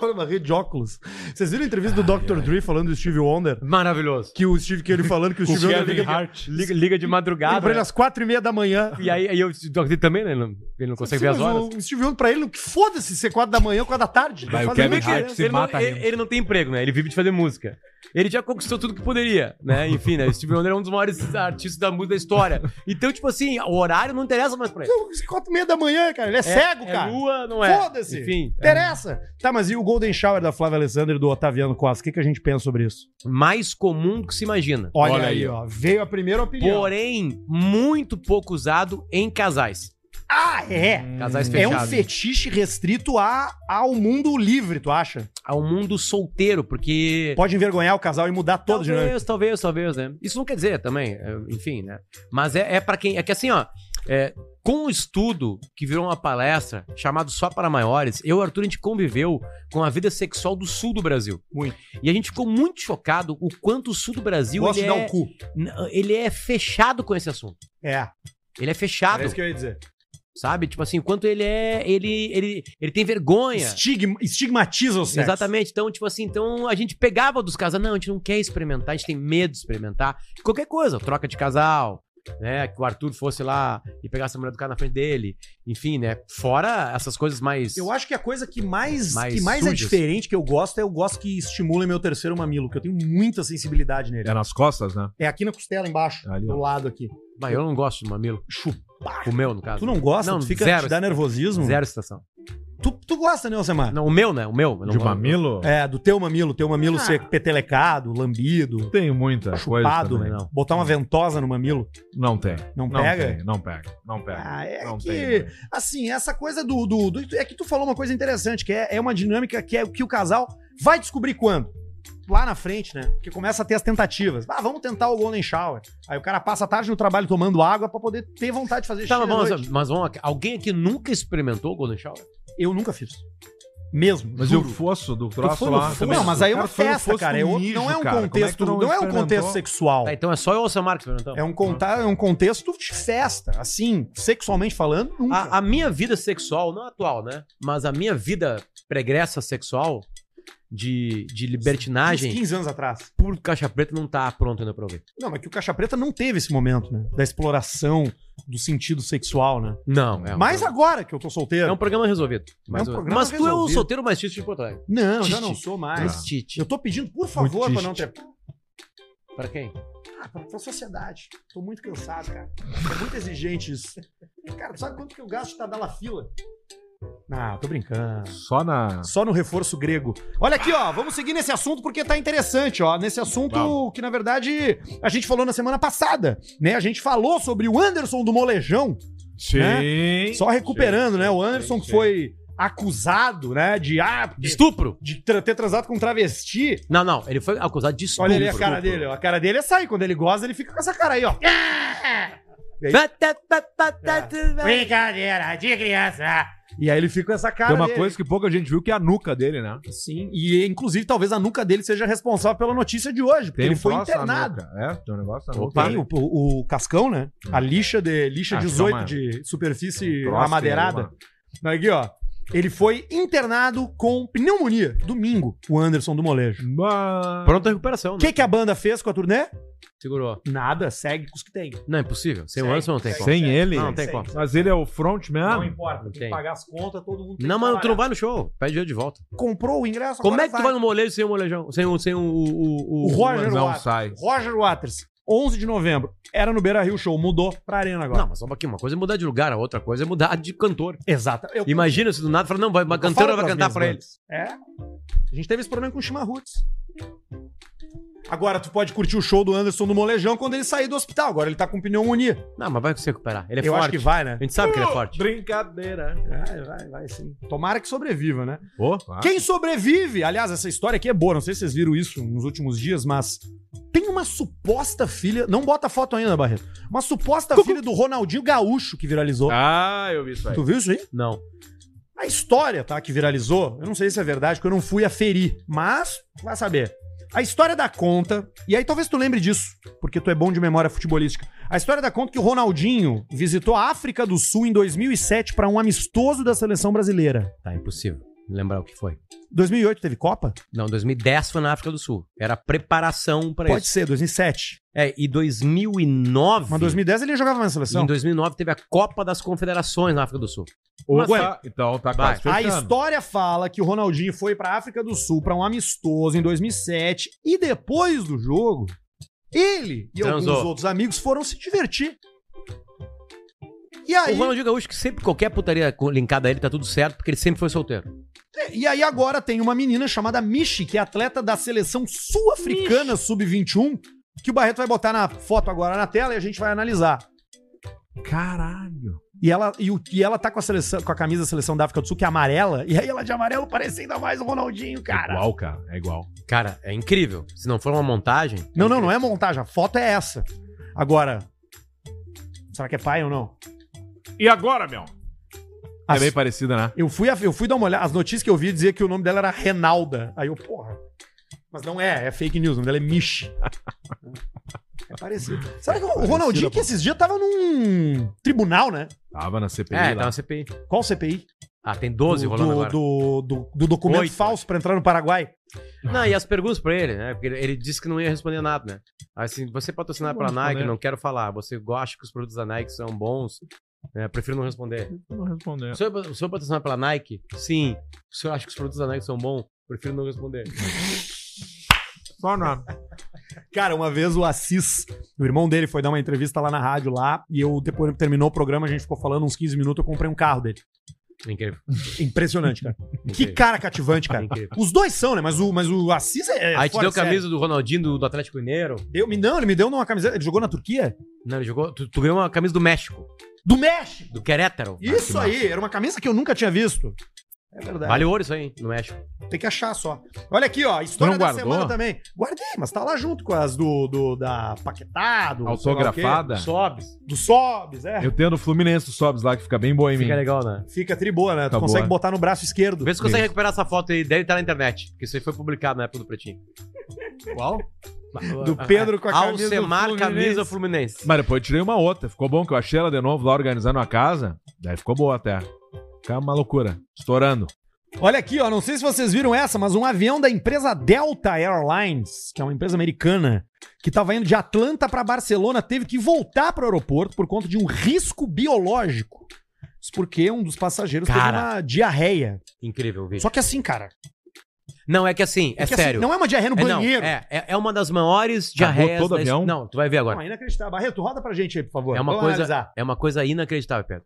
Speaker 1: Olha uma rede de óculos. Vocês viram a entrevista do Dr. Dre falando do Steve Wonder?
Speaker 3: Maravilhoso.
Speaker 1: Que o Steve, que ele falando que o Steve Wonder liga, liga
Speaker 3: Hart. né? Liga, liga de madrugada.
Speaker 1: pra ele às quatro e meia da manhã.
Speaker 3: E aí, aí eu acredito também, né? Ele não, ele não consegue
Speaker 1: Sim,
Speaker 3: ver as
Speaker 1: mas
Speaker 3: horas.
Speaker 1: O Steve Wonder pra ele, que foda-se ser quatro da manhã ou quatro da tarde.
Speaker 2: Vai,
Speaker 1: Não
Speaker 2: o
Speaker 1: faz a
Speaker 2: Kevin
Speaker 1: mínima
Speaker 2: Hart
Speaker 1: diferença.
Speaker 2: se
Speaker 3: é Ele não,
Speaker 2: mata rindo.
Speaker 3: ele, ele não tem emprego, né? Ele vive de fazer música. Ele já conquistou tudo que poderia, né? Enfim, né? Steve Wonder é um dos maiores artistas da música da história. Então, tipo assim, o horário não interessa mais pra ele.
Speaker 1: Não, Quatro e meia da manhã, cara. Ele é, cego, cara.
Speaker 3: É lua, não é?
Speaker 1: Foda-se.
Speaker 3: Enfim. é.
Speaker 1: Interessa. Tá, mas e o Golden Shower da Flávia Alessandra e do Otaviano Costa? O que, que a gente pensa sobre isso?
Speaker 3: Mais comum do que se imagina.
Speaker 1: Olha,
Speaker 2: Olha
Speaker 1: aí,
Speaker 2: aí,
Speaker 1: ó. Veio a primeira opinião.
Speaker 3: Porém, muito pouco usado em casais.
Speaker 1: Ah, é.
Speaker 3: Casais
Speaker 1: É
Speaker 3: fechados.
Speaker 1: um fetiche restrito a, ao mundo livre, tu acha?
Speaker 3: Ao É um mundo solteiro, porque
Speaker 1: Pode envergonhar o casal e mudar todo de novo.
Speaker 3: Talvez, talvez, talvez, né? Isso não quer dizer também, é, enfim, né? Mas é, é para quem. É que assim, ó. é, com o estudo que virou uma palestra chamado Só para Maiores, eu e o Arthur a gente conviveu com a vida sexual do sul do Brasil.
Speaker 1: Muito.
Speaker 3: E a gente ficou muito chocado o quanto o sul do Brasil
Speaker 1: Gosto de
Speaker 3: ele
Speaker 1: dar um-
Speaker 3: é,
Speaker 1: o cu.
Speaker 3: n- ele é fechado com esse assunto.
Speaker 1: É.
Speaker 3: Ele é
Speaker 1: Era
Speaker 3: fechado,
Speaker 1: isso que eu ia dizer.
Speaker 3: sabe? Tipo assim, o quanto ele é. Ele, ele, ele tem vergonha.
Speaker 1: Estigma- estigmatiza o tipo sexo.
Speaker 3: Exatamente. Então, tipo assim, então a gente pegava dos casais. Não, a gente não quer experimentar, a gente tem medo de experimentar. Qualquer coisa, troca de casal, né? Que o Arthur fosse lá e pegasse a mulher do cara na frente dele. Enfim, né? Fora essas coisas mais.
Speaker 1: Eu acho que a coisa que mais,
Speaker 3: Mais
Speaker 1: que mais é
Speaker 3: sujas.
Speaker 1: diferente que eu gosto é eu gosto que estimula meu terceiro mamilo, que eu tenho muita sensibilidade nele.
Speaker 2: É nas costas, né?
Speaker 1: É aqui na costela embaixo,
Speaker 2: Ali, ó.
Speaker 1: do lado aqui.
Speaker 3: Mas eu não gosto de mamilo.
Speaker 1: Chupar.
Speaker 3: O meu, no caso.
Speaker 1: Tu não gosta?
Speaker 3: Não,
Speaker 1: tu fica,
Speaker 3: zero.
Speaker 1: te dá nervosismo?
Speaker 3: Zero excitação.
Speaker 1: Tu, tu gosta, né, Alcemar?
Speaker 3: Não, o meu, né? O meu. eu não
Speaker 2: De
Speaker 3: gosto.
Speaker 2: mamilo?
Speaker 1: É, do teu mamilo, teu mamilo ser petelecado, lambido,
Speaker 2: Tem muita coisa
Speaker 1: chupado,
Speaker 2: também.
Speaker 3: não.
Speaker 1: botar uma ventosa no mamilo.
Speaker 2: Não tem.
Speaker 1: Não pega?
Speaker 2: tem, não pega. Não pega.
Speaker 1: Ah, é
Speaker 2: não
Speaker 1: que,
Speaker 2: tem. mano.
Speaker 1: assim, essa coisa do, do, do- É que tu falou uma coisa interessante, que é, é uma dinâmica que é o que o casal vai descobrir quando? Lá na frente, né? Porque começa a ter as tentativas. Ah, vamos tentar o Golden Shower. Aí o cara passa a tarde no trabalho tomando água pra poder ter vontade de fazer
Speaker 3: Tá,
Speaker 1: xixi
Speaker 3: mas
Speaker 1: de noite.
Speaker 3: vamos, mas vamos. Alguém aqui nunca experimentou o Golden Shower?
Speaker 1: Eu nunca fiz. Mesmo.
Speaker 2: Mas e o
Speaker 1: juro.
Speaker 2: fosso do troço
Speaker 1: foi no
Speaker 2: lá
Speaker 1: fosso?
Speaker 2: também?
Speaker 1: Não, mas aí é uma
Speaker 2: Cara, foi no
Speaker 1: festa,
Speaker 2: fosso
Speaker 1: cara.
Speaker 2: do
Speaker 1: É outro-
Speaker 2: mijo,
Speaker 1: não é um
Speaker 2: cara. Como
Speaker 1: contexto,
Speaker 2: que tu
Speaker 1: não, é um contexto
Speaker 2: experimentou?
Speaker 1: sexual.
Speaker 3: Tá, então é só eu ou o Samar que experimentou?
Speaker 1: É um, conta, é um contexto de festa, assim, sexualmente falando, nunca.
Speaker 2: Ah,
Speaker 3: A, a minha vida sexual, não atual, né? Mas a minha vida pregressa sexual de, de
Speaker 2: ah,
Speaker 1: Uns
Speaker 3: libertinagem
Speaker 1: 15 anos atrás.
Speaker 3: por caixa preta não tá pronto ainda pra ouvir.
Speaker 1: Não, mas que o Caixa Preta não teve esse momento, né? Da exploração do sentido sexual, né?
Speaker 3: Não, é. um-
Speaker 1: Mas agora que eu tô
Speaker 3: É
Speaker 1: solteiro.
Speaker 3: um programa resolvido. Mais ou menos.
Speaker 1: programa
Speaker 3: Mas tu é o
Speaker 1: resolvido. Ah.
Speaker 3: solteiro mais triste de Porto Alegre.
Speaker 1: Não,
Speaker 3: Tite.
Speaker 2: Tá.
Speaker 1: sou mais.
Speaker 3: Tristite.
Speaker 1: Eu tô pedindo, por favor, pra
Speaker 2: Muito
Speaker 1: não ter.
Speaker 3: Pra quem?
Speaker 1: Pra sociedade. Tô muito cansado, cara. É muito exigente isso. Cara, tu sabe quanto que eu gasto de tá fila? Não, tô brincando.
Speaker 2: Só na.
Speaker 1: Só no reforço grego. Olha aqui, ó. Vamos seguir nesse assunto porque tá interessante, ó. Nesse assunto que, na verdade, a gente falou na semana passada, né? A gente falou sobre o Anderson do Molejão.
Speaker 2: Sim.
Speaker 1: Só recuperando,
Speaker 2: Sim,
Speaker 1: né? O
Speaker 2: sim,
Speaker 1: Anderson que
Speaker 2: sim.
Speaker 1: foi acusado, né? De, ah,
Speaker 3: De
Speaker 1: de,
Speaker 3: estupro?
Speaker 1: de tra- ter transado com travesti.
Speaker 3: Não, não. Ele foi acusado de estupro.
Speaker 1: Olha ali a cara dele, ó. A cara dele é sair. Quando ele goza, ele fica com essa cara aí, ó.
Speaker 2: É
Speaker 3: tá,
Speaker 1: É. Brincadeira de criança. E aí ele fica com essa cara.
Speaker 2: Tem uma
Speaker 1: dele.
Speaker 2: coisa que pouca gente viu que é a nuca dele, né?
Speaker 1: Sim. E inclusive, talvez a nuca dele seja responsável pela notícia de hoje, porque
Speaker 2: Tem
Speaker 1: ele
Speaker 2: um
Speaker 1: foi
Speaker 2: troço na
Speaker 1: internado.
Speaker 2: nuca. É, tem um negócio na nuca.
Speaker 3: Opa. Uhum.
Speaker 1: Tem o, o- o Cascão, né? A lixa de lixa
Speaker 2: Ah,
Speaker 1: 18
Speaker 2: calma.
Speaker 1: de superfície
Speaker 3: um
Speaker 2: Troço,
Speaker 3: né,
Speaker 1: amadeirada.
Speaker 2: tem
Speaker 1: Aqui, ó. Ele foi internado com pneumonia. Domingo, o Anderson do Molejo.
Speaker 2: uma- Bah.
Speaker 3: Pronta recuperação,
Speaker 1: O
Speaker 3: né?
Speaker 1: que, que a banda fez com a turnê?
Speaker 3: Segurou.
Speaker 1: Nada, segue com os que tem.
Speaker 3: Não, é impossível. Sem o
Speaker 1: Segue,
Speaker 3: Anderson não tem
Speaker 1: segue.
Speaker 3: como.
Speaker 2: Sem ele.
Speaker 3: Não, não tem como.
Speaker 2: Mas ele é o frontman.
Speaker 1: Não importa, tem
Speaker 3: Tem.
Speaker 1: que pagar as contas, todo mundo tem
Speaker 3: Não,
Speaker 1: que
Speaker 3: mano, tu não
Speaker 1: trabalhar.
Speaker 3: vai no show. Pede dinheiro de volta.
Speaker 1: comprou o ingresso,
Speaker 3: Como
Speaker 1: agora
Speaker 3: é que tu vai no molejo sem o molejão? Sem o. Sem o, o,
Speaker 1: O Roger
Speaker 2: Não
Speaker 1: Waters.
Speaker 2: sai.
Speaker 1: Roger Waters, 11 de novembro, era no Beira Rio Show, mudou pra Arena agora.
Speaker 3: Não, mas só aqui, uma coisa é mudar de lugar, a outra coisa é mudar de cantor.
Speaker 1: Exato. Eu,
Speaker 3: Imagina se do nada fala, não, vai, uma
Speaker 1: eu falo
Speaker 3: cantora vai
Speaker 1: pras
Speaker 3: cantar
Speaker 1: minhas
Speaker 3: pra ele.
Speaker 1: bandas. É. A gente teve esse problema com o Chimarruts. Agora, tu pode curtir o show do Anderson no Molejão quando ele sair do hospital. Agora ele tá com pneumonia.
Speaker 3: Não, mas vai se recuperar. Ele é
Speaker 1: eu
Speaker 3: forte.
Speaker 1: acho que vai, né?
Speaker 3: A gente sabe que ele é forte.
Speaker 2: Brincadeira.
Speaker 1: Vai, vai, vai sim. Tomara que sobreviva, né?
Speaker 2: Ô,
Speaker 3: Ah.
Speaker 2: claro.
Speaker 1: Quem sobrevive, aliás, essa história aqui é boa, não sei se vocês viram isso nos últimos dias, mas tem uma suposta filha, não bota foto ainda, Barreto, uma suposta filha do Ronaldinho Gaúcho que viralizou.
Speaker 2: Ah, eu vi isso aí.
Speaker 1: Tu viu isso aí?
Speaker 3: Não.
Speaker 1: A história, tá, que viralizou, eu não sei se é verdade, porque eu não fui aferir, mas vai saber. A história da conta, e aí talvez tu lembre disso, porque tu é bom de memória futebolística. A história da conta que o Ronaldinho visitou a África do Sul em 2007 para um amistoso da seleção brasileira.
Speaker 3: Tá, impossível. Lembrar o que foi.
Speaker 1: 2008 teve Copa?
Speaker 3: Não, 2010 foi na África do Sul. Era preparação pra
Speaker 1: Pode
Speaker 3: isso.
Speaker 1: ser, 2007.
Speaker 3: É, e 2009.
Speaker 1: Mas 2010 ele jogava na seleção.
Speaker 3: Em 2009 teve a Copa das Confederações na África do Sul.
Speaker 2: Ô,
Speaker 1: Mas-
Speaker 2: tá- Então tá quase
Speaker 1: A
Speaker 2: fechando.
Speaker 1: história fala que o Ronaldinho foi pra África do Sul pra um amistoso em 2007 e depois do jogo, ele e
Speaker 3: Transou.
Speaker 1: alguns outros amigos foram se divertir. E aí,
Speaker 3: Ah, O Ronaldinho Gaúcho, que sempre qualquer putaria co- linkada a ele tá tudo certo, porque ele sempre foi solteiro.
Speaker 1: é, e aí agora tem uma menina chamada Michi, que é atleta da seleção sul-africana sub-21, que o Barreto vai botar na foto agora na tela e a gente vai analisar.
Speaker 2: Caralho.
Speaker 1: E ela, e, o- e ela tá com a, seleção, com a camisa da seleção da África do Sul, que é amarela, e aí ela de amarelo parece ainda mais o Ronaldinho,
Speaker 2: É
Speaker 1: cara.
Speaker 2: igual, cara. É igual.
Speaker 3: Cara, é incrível. Se não for uma montagem.
Speaker 1: Não, não, não é montagem. A foto é essa. Agora. Será que é pai ou não?
Speaker 2: E agora, meu?
Speaker 1: As-
Speaker 2: É bem parecida, né?
Speaker 1: eu, fui, a- eu fui dar uma olhada. As notícias que eu vi dizia que o nome dela era Renalda. Aí eu, porra. Mas não é, é fake news. O nome dela é Michi. É parecido. Será que o Ronaldinho, que esses dias tava num tribunal, né?
Speaker 2: Tava na CPI
Speaker 3: É,
Speaker 2: lá.
Speaker 3: tá na CPI.
Speaker 1: Qual CPI?
Speaker 3: Ah, tem 12
Speaker 1: do,
Speaker 3: rolando
Speaker 1: do,
Speaker 3: agora.
Speaker 1: do, do- do documento
Speaker 3: Oito.
Speaker 1: falso pra entrar no Paraguai.
Speaker 3: Não, e as perguntas pra ele, né? Porque ele, ele disse que não ia responder nada, né? Assim, você patrocinado
Speaker 2: Não
Speaker 3: pela
Speaker 2: vou
Speaker 3: Nike,
Speaker 2: responder.
Speaker 3: não quero falar. Você gosta que os produtos da Nike são bons? né? prefiro não responder.
Speaker 2: Não respondeu.
Speaker 3: O senhor, o senhor é patrocinado pela Nike? Sim. O senhor acha que os produtos da Nike são bons? Prefiro não responder.
Speaker 2: Só o nome.
Speaker 1: Cara, uma vez o Assis, o irmão dele, foi dar uma entrevista lá na rádio lá, e eu, depois que terminou o programa, a gente ficou falando uns 15 minutos, eu comprei um carro dele.
Speaker 3: Incrível.
Speaker 1: Impressionante, cara. Que
Speaker 3: incrível.
Speaker 1: cara cativante, cara.
Speaker 3: Incrível.
Speaker 1: Os dois são, né? Mas o, mas o Assis é. é
Speaker 3: Aí te
Speaker 1: fora
Speaker 3: deu a
Speaker 1: de série.
Speaker 3: camisa do Ronaldinho do, do Atlético Mineiro.
Speaker 1: Deu, me- não, ele me deu uma camiseta. Ele jogou na Turquia?
Speaker 3: Não, ele jogou. Tu, tu ganhou uma camisa do México,
Speaker 1: Do México!
Speaker 3: do Querétaro.
Speaker 1: Isso aí, era uma camisa que eu nunca tinha visto. É verdade.
Speaker 3: Vale ouro isso aí, no México.
Speaker 1: Tem que achar só. Olha aqui, ó. História
Speaker 2: Não
Speaker 1: da
Speaker 2: guardou?
Speaker 1: semana também. Guardei, mas tá lá junto com as do, do da Paquetá, do, sei lá o quê,
Speaker 2: Autografada.
Speaker 3: Sobes.
Speaker 1: do Sobs, é.
Speaker 2: Eu tenho no Fluminense do Sobs lá, que fica bem boa em mim.
Speaker 3: Fica legal, né?
Speaker 1: Fica triboa, né? Tu
Speaker 2: Tá
Speaker 1: consegue
Speaker 2: boa.
Speaker 1: botar no braço esquerdo.
Speaker 3: Vê se consegue
Speaker 2: Isso.
Speaker 3: recuperar essa foto aí. Deve estar na internet. Porque isso aí foi publicado na época do Pretinho.
Speaker 1: Qual? Do Pedro com a camisa do
Speaker 3: Alcemar,
Speaker 1: Fluminense.
Speaker 3: camisa Fluminense.
Speaker 2: Mas depois eu tirei uma outra. Ficou bom que eu achei ela de novo lá organizando a casa. Daí ficou boa até. Fica uma loucura. Estourando.
Speaker 1: Olha aqui, ó, não sei se vocês viram essa, mas um avião da empresa Delta Airlines, que é uma empresa americana, que estava indo de Atlanta para Barcelona, teve que voltar para o aeroporto por conta de um risco biológico. Isso porque um dos passageiros
Speaker 3: Cara.
Speaker 1: teve uma diarreia.
Speaker 3: Incrível o vídeo.
Speaker 1: Só que assim, cara,
Speaker 3: Não, é que assim, é,
Speaker 1: que, assim,
Speaker 3: sério.
Speaker 1: não é uma diarreia no
Speaker 3: É, não,
Speaker 1: banheiro.
Speaker 3: é, é, é uma das maiores diarreias.
Speaker 2: todo
Speaker 3: da his-
Speaker 2: avião?
Speaker 3: Não, tu vai ver agora.
Speaker 1: Não, é inacreditável. Barreto, roda pra gente aí, por favor.
Speaker 3: É uma
Speaker 1: Vamos
Speaker 3: coisa-
Speaker 1: analisar.
Speaker 3: É uma coisa inacreditável, Pedro.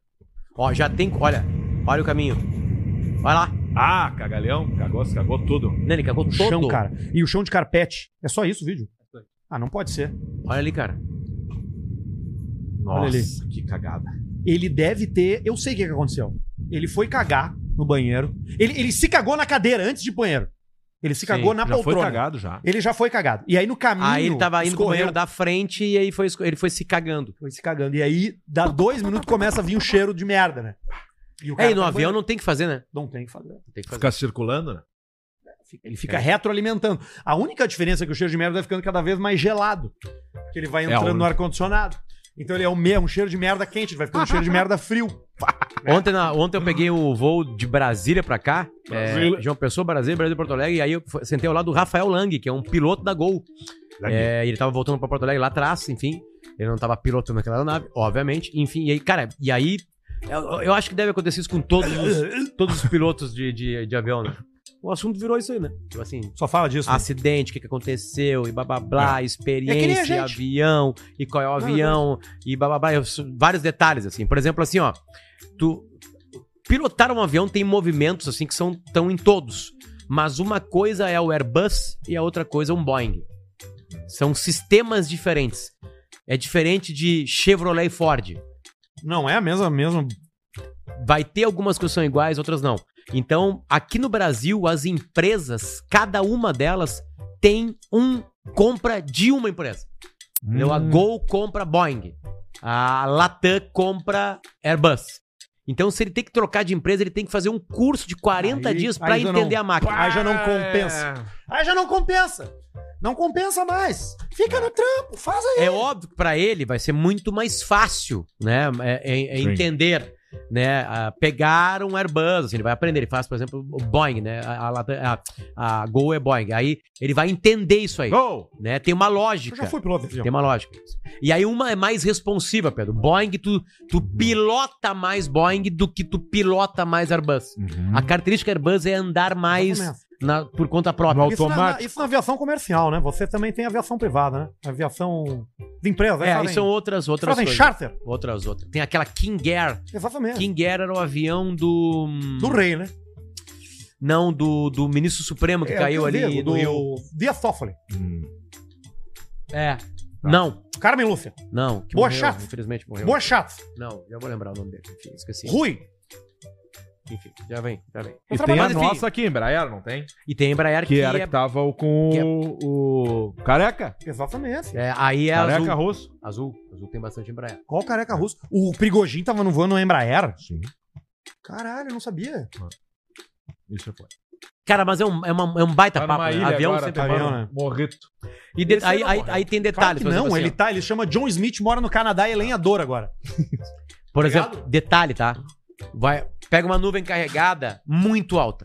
Speaker 3: Ó, já tem. Olha, olha o caminho. Vai lá.
Speaker 2: Ah, cagalhão, cagou, se cagou tudo.
Speaker 3: Não, ele cagou
Speaker 1: O
Speaker 3: todo.
Speaker 1: chão, cara. E o chão de carpete. É só isso o vídeo? Ah, não pode ser.
Speaker 3: Olha ali, cara.
Speaker 1: Olha ali.
Speaker 2: Nossa, que cagada.
Speaker 1: Ele deve ter. Eu sei o que, que aconteceu. Ele foi cagar no banheiro. Ele, ele se cagou na cadeira antes de ir pro banheiro. Ele se
Speaker 3: Sim,
Speaker 1: cagou na
Speaker 2: Já foi
Speaker 1: poltrona.
Speaker 2: cagado já.
Speaker 1: Ele já foi cagado. E aí no caminho.
Speaker 3: Aí ele tava indo pro
Speaker 1: escorreu,
Speaker 3: banheiro da frente e aí foi, esco- ele foi se cagando.
Speaker 1: Foi se cagando. E aí, dá dois minutos, começa a vir o cheiro de merda, né? E o
Speaker 3: É, e no
Speaker 1: tá
Speaker 3: avião
Speaker 1: banheiro.
Speaker 3: não tem o que fazer, né?
Speaker 1: não tem o que fazer.
Speaker 3: Não tem o que fazer.
Speaker 2: Ficar circulando, né?
Speaker 1: Fica- Ele fica retroalimentando. A única diferença é que o cheiro de merda vai ficando cada vez mais gelado. Porque ele vai
Speaker 2: É a
Speaker 1: entrando no
Speaker 2: única.
Speaker 1: ar-condicionado. Então ele é o mesmo, um cheiro de merda quente, ele vai ficando um cheiro de merda frio.
Speaker 3: É. Ontem, na- ontem eu peguei o voo de Brasília pra cá. é,
Speaker 2: Brasília.
Speaker 3: João Pessoa, Brasília, Brasília, Porto Alegre. E aí eu f- sentei ao lado do Rafael Lang, que é um piloto da Gol. É, e ele tava voltando pra Porto Alegre lá atrás, enfim. Ele não tava pilotando aquela aeronave, obviamente. Enfim, e aí, cara, e aí. Eu, eu acho que deve acontecer isso com todos os, todos os pilotos de, de, de avião, né? O assunto virou isso aí, né? Tipo assim,
Speaker 1: Só fala disso. né?
Speaker 3: acidente, o que, que aconteceu, e blá blá blá,
Speaker 1: É que nem a
Speaker 3: experiência,
Speaker 1: gente.
Speaker 3: avião, e qual é o
Speaker 1: Não,
Speaker 3: avião, e blá blá blá, eu sou- vários detalhes, assim. Por exemplo, assim, ó, tu pilotar um avião tem movimentos, assim, que são tão em todos, mas uma coisa é o Airbus e a outra coisa é um Boeing. São sistemas diferentes. É diferente de Chevrolet e Ford.
Speaker 1: Não é a mesma, mesmo.
Speaker 3: Vai ter algumas que são iguais, outras não. Então, aqui no Brasil, as empresas, cada uma delas tem um compra de uma empresa.
Speaker 2: Hum.
Speaker 3: Entendeu? A
Speaker 1: Hum.
Speaker 3: Gol compra Boeing. A Latam compra Airbus. Então, se ele tem que trocar de empresa, ele tem que fazer um curso de 40
Speaker 1: Aí-
Speaker 3: dias
Speaker 1: aí
Speaker 3: para
Speaker 1: já não-
Speaker 3: entender a máquina.
Speaker 1: Aí já não compensa. Aí já não compensa. Não compensa mais. Fica no trampo, faz aí.
Speaker 3: É óbvio que pra ele vai ser muito mais fácil, né? é- é- é
Speaker 2: Sim.
Speaker 3: entender, né? a pegar um Airbus, assim, ele vai aprender. Ele faz, por exemplo, o Boeing, né? A, a, Latam- a- a Gol é Boeing. Aí ele vai entender isso aí,
Speaker 2: É. Gol!
Speaker 3: né? Tem uma
Speaker 1: Eu
Speaker 3: lógica.
Speaker 1: já fui piloto de avião.
Speaker 3: Tem uma lógica. E aí uma é mais responsiva, Pedro. Boeing, tu, tu pilota mais Boeing do que tu pilota mais Airbus.
Speaker 2: Uhum.
Speaker 3: A característica Airbus é andar mais
Speaker 1: começa.
Speaker 3: na- por conta própria.
Speaker 1: Isso na, na-
Speaker 2: Automático.
Speaker 1: isso na aviação comercial, né? Você também tem aviação privada, né? Aviação de empresa. né?
Speaker 3: É, aí
Speaker 1: Fazem-
Speaker 3: são outras, outras
Speaker 1: fazem
Speaker 3: coisas.
Speaker 1: charter.
Speaker 3: Outras, outras. Tem aquela King Air,
Speaker 1: Exatamente.
Speaker 3: É. King Air era o avião do.
Speaker 1: Do rei, né?
Speaker 3: Não, do, do ministro Supremo que
Speaker 1: É,
Speaker 3: caiu
Speaker 1: eu
Speaker 3: ali
Speaker 1: digo,
Speaker 3: do.
Speaker 1: do Dias Toffoli.
Speaker 2: uhum.
Speaker 3: É. Não,
Speaker 1: Carmen Lúcia.
Speaker 3: não. que
Speaker 1: Tá. Boa
Speaker 3: morreu,
Speaker 1: Chata.
Speaker 3: Infelizmente morreu.
Speaker 1: Boa chato.
Speaker 3: Não, já vou lembrar o nome dele. Enfim, esqueci.
Speaker 1: Rui.
Speaker 3: Enfim, já vem, já vem.
Speaker 2: E
Speaker 1: Eu
Speaker 2: tem a
Speaker 3: trabalho-
Speaker 2: nossa aqui, Embraer, não tem?
Speaker 3: E tem a Embraer que,
Speaker 2: Que era
Speaker 3: é,
Speaker 2: que tava o- com
Speaker 3: que é-
Speaker 2: o... o Careca.
Speaker 1: Exatamente.
Speaker 3: é, Aí é
Speaker 2: Careca
Speaker 3: azul.
Speaker 2: Russo.
Speaker 3: Azul. Azul tem bastante Embraer.
Speaker 1: Qual careca russo? O Prigogin tava no voando no Embraer?
Speaker 2: Sim,
Speaker 1: Caralho, eu não sabia.
Speaker 2: isso foi.
Speaker 3: Cara, mas é um, é uma- é um baita
Speaker 2: Tá
Speaker 3: papo.
Speaker 2: numa é
Speaker 3: né?
Speaker 2: ilha
Speaker 3: Avião
Speaker 2: agora,
Speaker 3: sempre
Speaker 2: tá
Speaker 1: avião,
Speaker 3: bom.
Speaker 1: né?
Speaker 2: vendo? Morrito.
Speaker 3: E de-
Speaker 1: Esse
Speaker 3: aí,
Speaker 1: não
Speaker 3: aí,
Speaker 2: né?
Speaker 1: morreu.
Speaker 3: aí tem
Speaker 1: Claro
Speaker 3: detalhes.
Speaker 1: que
Speaker 3: por exemplo,
Speaker 1: não,
Speaker 3: assim,
Speaker 1: ele
Speaker 3: ó.
Speaker 1: tá, ele chama John Smith, mora no Canadá e é lenhador agora.
Speaker 3: Por
Speaker 1: Obrigado.
Speaker 3: exemplo, detalhe, tá? Vai, pega uma nuvem carregada muito alta.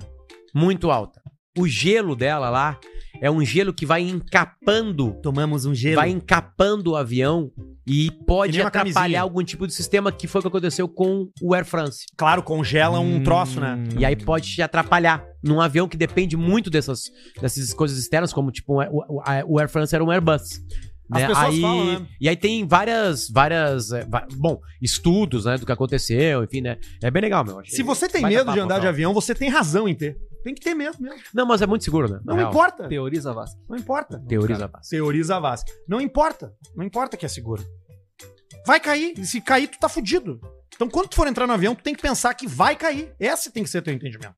Speaker 3: Muito alta. O gelo dela lá é um gelo que vai encapando,
Speaker 1: Tomamos um gelo.
Speaker 3: vai encapando o avião e
Speaker 1: Que
Speaker 3: pode
Speaker 1: nem uma
Speaker 3: atrapalhar
Speaker 1: camisinha.
Speaker 3: algum tipo de sistema que foi o que aconteceu com o Air France.
Speaker 1: Claro, congela um troço, né?
Speaker 3: E aí pode te atrapalhar num avião que depende muito dessas, dessas coisas externas, como tipo um Air- o, a- o Air France era um Airbus.
Speaker 1: As
Speaker 3: né?
Speaker 1: pessoas
Speaker 3: aí,
Speaker 1: falam, né?
Speaker 3: E aí tem várias, várias, é, va- bom, estudos, né, do que aconteceu, enfim, né, é bem legal, meu. achei-
Speaker 1: Se você tem
Speaker 3: Vai
Speaker 1: medo
Speaker 3: tapar,
Speaker 1: de andar de
Speaker 3: Portal.
Speaker 1: avião, você tem razão em ter. Tem que ter medo mesmo.
Speaker 3: Não, mas é muito seguro, né? na
Speaker 1: Não
Speaker 3: real.
Speaker 1: importa.
Speaker 8: Teoriza Vasco.
Speaker 1: Não importa.
Speaker 3: Teoriza a base.
Speaker 1: Teoriza a Vasque. Não importa. Não importa que é seguro. Vai cair. E se cair, tu tá fudido. Então, quando tu for entrar no avião, tu tem que pensar que vai cair. Esse tem que ser teu entendimento.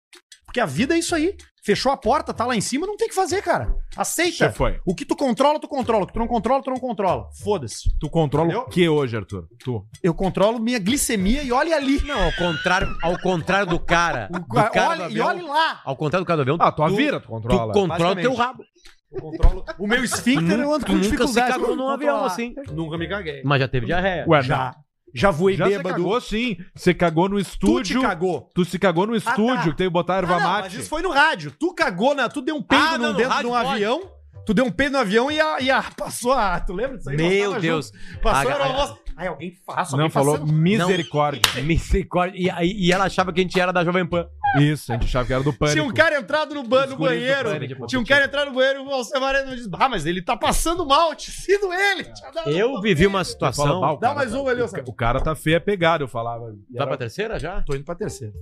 Speaker 1: Porque a vida é isso aí. Fechou a porta, tá lá em cima, não tem o que fazer, cara. Aceita.
Speaker 2: Você foi.
Speaker 1: O que tu controla, tu controla. O que tu não controla, tu não controla. Foda-se.
Speaker 2: Tu controla
Speaker 1: Entendeu?
Speaker 2: o que hoje, Arthur? Tu.
Speaker 1: Eu controlo minha glicemia e olha ali.
Speaker 3: Não, ao contrário, ao contrário do cara, do
Speaker 1: Olha-
Speaker 3: cara do
Speaker 1: e
Speaker 3: avião,
Speaker 1: olha lá.
Speaker 3: ao contrário do cara do avião,
Speaker 2: Ah, tua
Speaker 3: tu-
Speaker 2: vira tu
Speaker 3: tu
Speaker 2: controla.
Speaker 3: controla o teu
Speaker 1: Basicamente.
Speaker 3: rabo.
Speaker 1: Eu controlo o meu esfíncter, é eu ando
Speaker 3: Tu
Speaker 1: com
Speaker 3: nunca se
Speaker 1: dificuldade.
Speaker 3: cagou num avião
Speaker 1: Controlar.
Speaker 3: assim.
Speaker 1: Nunca me caguei.
Speaker 3: Mas já teve diarreia.
Speaker 2: Ué,
Speaker 1: Já. Já voei
Speaker 2: Já se
Speaker 1: bêbado.
Speaker 2: cagou sim. Você cagou no
Speaker 1: tu te
Speaker 2: estúdio.
Speaker 1: cagou.
Speaker 2: Tu se cagou no estúdio,
Speaker 1: tá.
Speaker 2: que tem que botar erva
Speaker 1: Ah, não, mas
Speaker 2: mate.
Speaker 1: isso foi no rádio. Tu cagou na. Tu deu um peido
Speaker 3: Ah,
Speaker 1: num
Speaker 3: não, no
Speaker 1: dentro de
Speaker 3: rádio
Speaker 1: um
Speaker 3: pode.
Speaker 1: avião. Tu deu um peido no avião e a. E a passou a. Tu lembra disso aí? Nós
Speaker 3: Meu
Speaker 1: tava
Speaker 3: Deus.
Speaker 1: junto. Passou
Speaker 3: A-
Speaker 1: a,
Speaker 3: a-
Speaker 1: aeromoça. Ai, alguém faça.
Speaker 2: Não,
Speaker 1: alguém
Speaker 2: falou
Speaker 1: passando.
Speaker 2: misericórdia.
Speaker 3: Misericórdia. E, aí- e ela achava que a gente era da Jovem Pan.
Speaker 2: Isso, a gente achava que era do pânico.
Speaker 1: Tinha um cara entrado no, ban no
Speaker 2: Escolhido
Speaker 1: banheiro.
Speaker 2: pra ele, tipo,
Speaker 1: Tinha um cara entrado no banheiro e o Alcemarino disse: Ah, mas ele tá passando mal, te sido ele. Tinha dado-
Speaker 3: Eu vivi uma
Speaker 2: Você fala, "Bah,
Speaker 3: situação.
Speaker 2: o
Speaker 1: Dá
Speaker 2: cara
Speaker 1: mais
Speaker 2: tá-
Speaker 1: uma ali,
Speaker 2: o
Speaker 1: Alcemar.
Speaker 2: ca- O cara tá feio, é pegado, eu falava. E
Speaker 3: Vai
Speaker 2: era-
Speaker 3: pra terceira já?
Speaker 1: Tô indo pra terceira.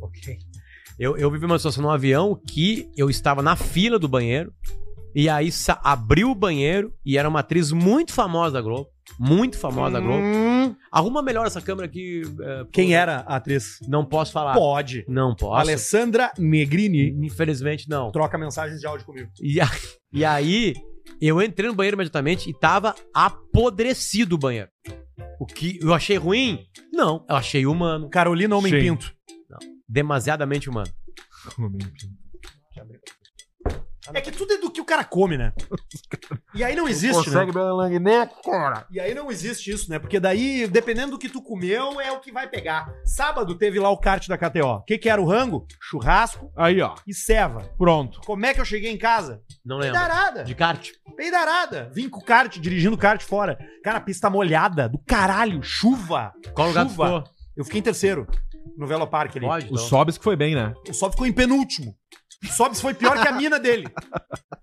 Speaker 3: Eu, eu vivi uma situação no avião que eu estava na fila do banheiro e aí sa- abriu o banheiro e era uma atriz muito famosa da Globo. Muito famosa
Speaker 1: Hum.
Speaker 3: da Globo. Arruma melhor essa câmera aqui. é,
Speaker 1: Quem era a atriz?
Speaker 3: Não posso falar.
Speaker 1: Pode.
Speaker 3: Não posso.
Speaker 1: Alessandra Negrini.
Speaker 3: Infelizmente não.
Speaker 1: Troca mensagens de áudio comigo.
Speaker 3: E, a- e aí, eu entrei no banheiro imediatamente e tava apodrecido o banheiro. O que eu achei ruim? Não, eu achei humano.
Speaker 1: Carolina Homem
Speaker 2: Sim.
Speaker 1: Pinto.
Speaker 3: Demasiadamente humano.
Speaker 1: É que tudo é do que o cara come, né? E aí não existe, né?
Speaker 2: Consegue ver a Langné, cara?
Speaker 1: E aí não existe isso, né? Porque daí, dependendo do que tu comeu, é o que vai pegar. Sábado teve lá o kart da KTO. O que, que era o rango? Churrasco
Speaker 2: Aí, ó,
Speaker 1: e ceva.
Speaker 2: pronto.
Speaker 1: Como é que eu cheguei em casa?
Speaker 3: Não lembro.
Speaker 1: Peidarada.
Speaker 3: De kart.
Speaker 1: Peidarada. Vim com o kart, dirigindo o kart fora. Cara, pista molhada, do caralho, chuva.
Speaker 3: Qual lugar tu
Speaker 1: Chuva.
Speaker 3: ficou?
Speaker 1: Eu fiquei em terceiro no Velo Parque ali.
Speaker 3: Pode,
Speaker 2: O
Speaker 3: então.
Speaker 2: Sobis que foi bem, né?
Speaker 1: O Sob ficou em penúltimo. O Sobs foi pior que a mina dele.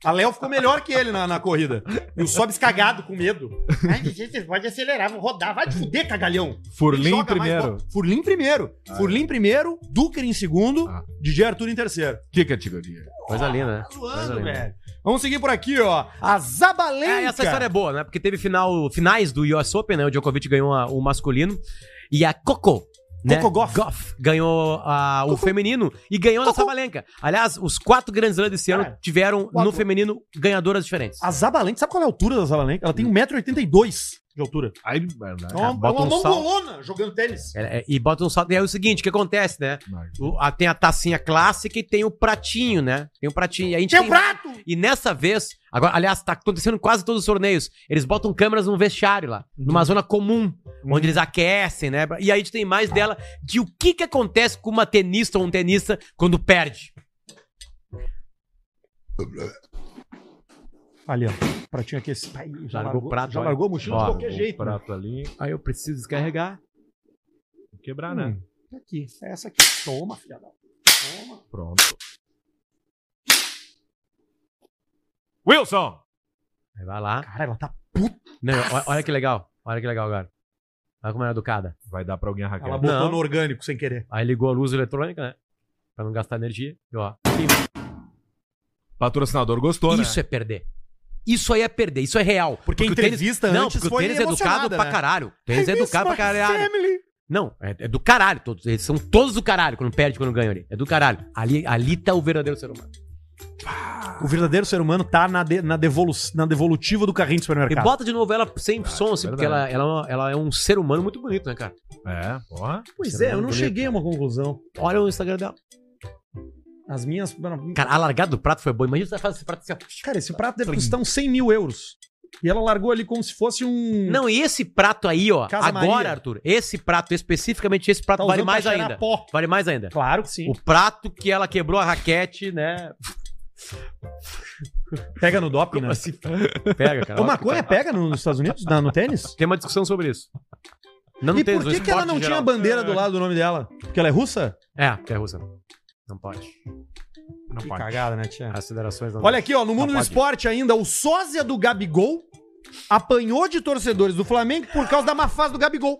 Speaker 1: A Léo ficou melhor que ele na, na corrida. E o Sobs cagado, com medo. Ai, gente, vocês podem acelerar, vão rodar. Vai te fuder, cagalhão.
Speaker 2: Furlim
Speaker 1: Joga mais
Speaker 2: primeiro.
Speaker 1: bola. Furlim primeiro.
Speaker 3: Ah, é.
Speaker 1: Furlim primeiro, Duker em segundo,
Speaker 2: Ah.
Speaker 1: DJ Arthur em terceiro.
Speaker 2: Dica, dica, dica.
Speaker 3: Coisa linda, né?
Speaker 1: Tá
Speaker 3: Coisa
Speaker 1: zoando,
Speaker 3: linda.
Speaker 1: velho. Vamos seguir por aqui, ó. A Zabalenka.
Speaker 3: É, essa história é boa, né? Porque teve final, finais do US Open, né? O Djokovic ganhou a- o masculino. E a Coco. Né?
Speaker 1: Coco Gauff.
Speaker 3: ganhou a- o feminino e ganhou na Sabalenka. Aliás, os quatro grandes lãs desse ano
Speaker 1: Cara,
Speaker 3: tiveram
Speaker 1: quatro.
Speaker 3: no feminino ganhadoras diferentes.
Speaker 1: A Zabalenka, sabe qual é a altura da Zabalenka? Ela tem 1,82m de altura.
Speaker 2: Aí,
Speaker 1: É uma, é
Speaker 3: bota
Speaker 1: uma
Speaker 3: um salto.
Speaker 1: mongolona jogando tênis.
Speaker 3: É, é, e bota um salto. E aí é o seguinte, o que acontece, né? O- a- tem a tacinha clássica e tem o pratinho, né? Tem o pratinho. E a gente
Speaker 1: Tem
Speaker 3: tem
Speaker 1: um prato!
Speaker 3: E nessa vez, agora, aliás, tá acontecendo em quase todos os torneios. Eles botam câmeras no vestiário lá, numa zona comum, onde eles aquecem, né? E aí a gente tem mais dela de o que que acontece com uma tenista ou um tenista quando perde.
Speaker 1: Ali, ó. Pratinho aqui. Esse... Ai, já
Speaker 3: Largou
Speaker 1: largou,
Speaker 3: o prato,
Speaker 1: já
Speaker 3: olha.
Speaker 1: largou a mochila de
Speaker 3: Ó,
Speaker 1: qualquer jeito. né?
Speaker 2: prato ali,
Speaker 3: Aí eu preciso descarregar.
Speaker 2: quebrar, né?
Speaker 1: Hum, Aqui, é essa aqui. Toma, filha da... Toma.
Speaker 2: Pronto. Wilson!
Speaker 3: Aí vai lá.
Speaker 1: Cara, ela tá...
Speaker 3: Não, olha, olha que legal. Olha que legal agora. Olha como ela é educada.
Speaker 2: Vai dar pra alguém a Raquel.
Speaker 1: Ela botou
Speaker 3: Não.
Speaker 1: no orgânico sem querer.
Speaker 3: Aí ligou a luz eletrônica, né? Pra não gastar energia. E ó,
Speaker 2: Patrocinador gostou, né?
Speaker 3: isso é perder. Isso aí é perder. Isso é real.
Speaker 1: Porque, a
Speaker 3: o tênis-
Speaker 1: entrevista
Speaker 3: Não,
Speaker 1: antes
Speaker 3: porque o
Speaker 1: foi
Speaker 3: tênis é educado
Speaker 1: emocionada,
Speaker 3: pra
Speaker 1: né?
Speaker 3: caralho. O tênis é
Speaker 1: I miss
Speaker 3: educado pra
Speaker 1: my
Speaker 3: caralho.
Speaker 1: family.
Speaker 3: Não, é, é do caralho todos. Eles são todos do caralho quando perde, quando ganha ali. É do caralho. Ali, ali tá o verdadeiro ser humano.
Speaker 1: O verdadeiro ser humano tá na, de- na, devolu- na devolutiva do carrinho de
Speaker 3: E
Speaker 1: supermercado.
Speaker 3: bota de novo ela sem som, assim, porque ela,
Speaker 2: verdade.
Speaker 3: ela, é uma- ela é um ser humano muito bonito, né, cara?
Speaker 2: É, porra.
Speaker 1: Pois
Speaker 3: Ser
Speaker 1: é, eu
Speaker 3: humano
Speaker 1: não
Speaker 3: bonito.
Speaker 1: cheguei a uma conclusão.
Speaker 3: Olha o Instagram dela.
Speaker 1: As minhas.
Speaker 3: Cara, a largada do prato foi boa. Imagina você faz esse prato assim, ó.
Speaker 1: Cara, esse prato deve custar uns 100 mil euros. E ela largou ali como se fosse um.
Speaker 3: Não, e esse prato aí, ó.
Speaker 1: Casa
Speaker 3: agora,
Speaker 1: Maria.
Speaker 3: Arthur, esse prato, especificamente esse prato,
Speaker 1: Tá
Speaker 3: vale
Speaker 1: usando pra
Speaker 3: mais
Speaker 1: cheirar
Speaker 3: ainda.
Speaker 1: Pó.
Speaker 3: Vale mais ainda.
Speaker 1: Claro que sim.
Speaker 3: O prato que ela quebrou a raquete, né?
Speaker 1: Pega tá. no doping, né?
Speaker 3: Como assim? Pega, cara.
Speaker 1: Ô, maconha pega no- nos Estados Unidos? na- no tênis?
Speaker 3: Tem uma discussão sobre isso. Não
Speaker 1: e
Speaker 3: tem
Speaker 1: por
Speaker 3: no
Speaker 1: que, que ela
Speaker 3: esporte
Speaker 1: não
Speaker 3: em
Speaker 1: tinha a
Speaker 3: geral.
Speaker 1: bandeira do lado do nome dela? Porque ela é russa?
Speaker 3: É, porque é russa. Não pode.
Speaker 1: Não pode. cagada, né, tia?
Speaker 3: Acelerações não
Speaker 1: Olha aqui, ó, no mundo do
Speaker 3: pode.
Speaker 1: esporte ainda, o sósia do Gabigol apanhou de torcedores do Flamengo por causa da má fase do Gabigol.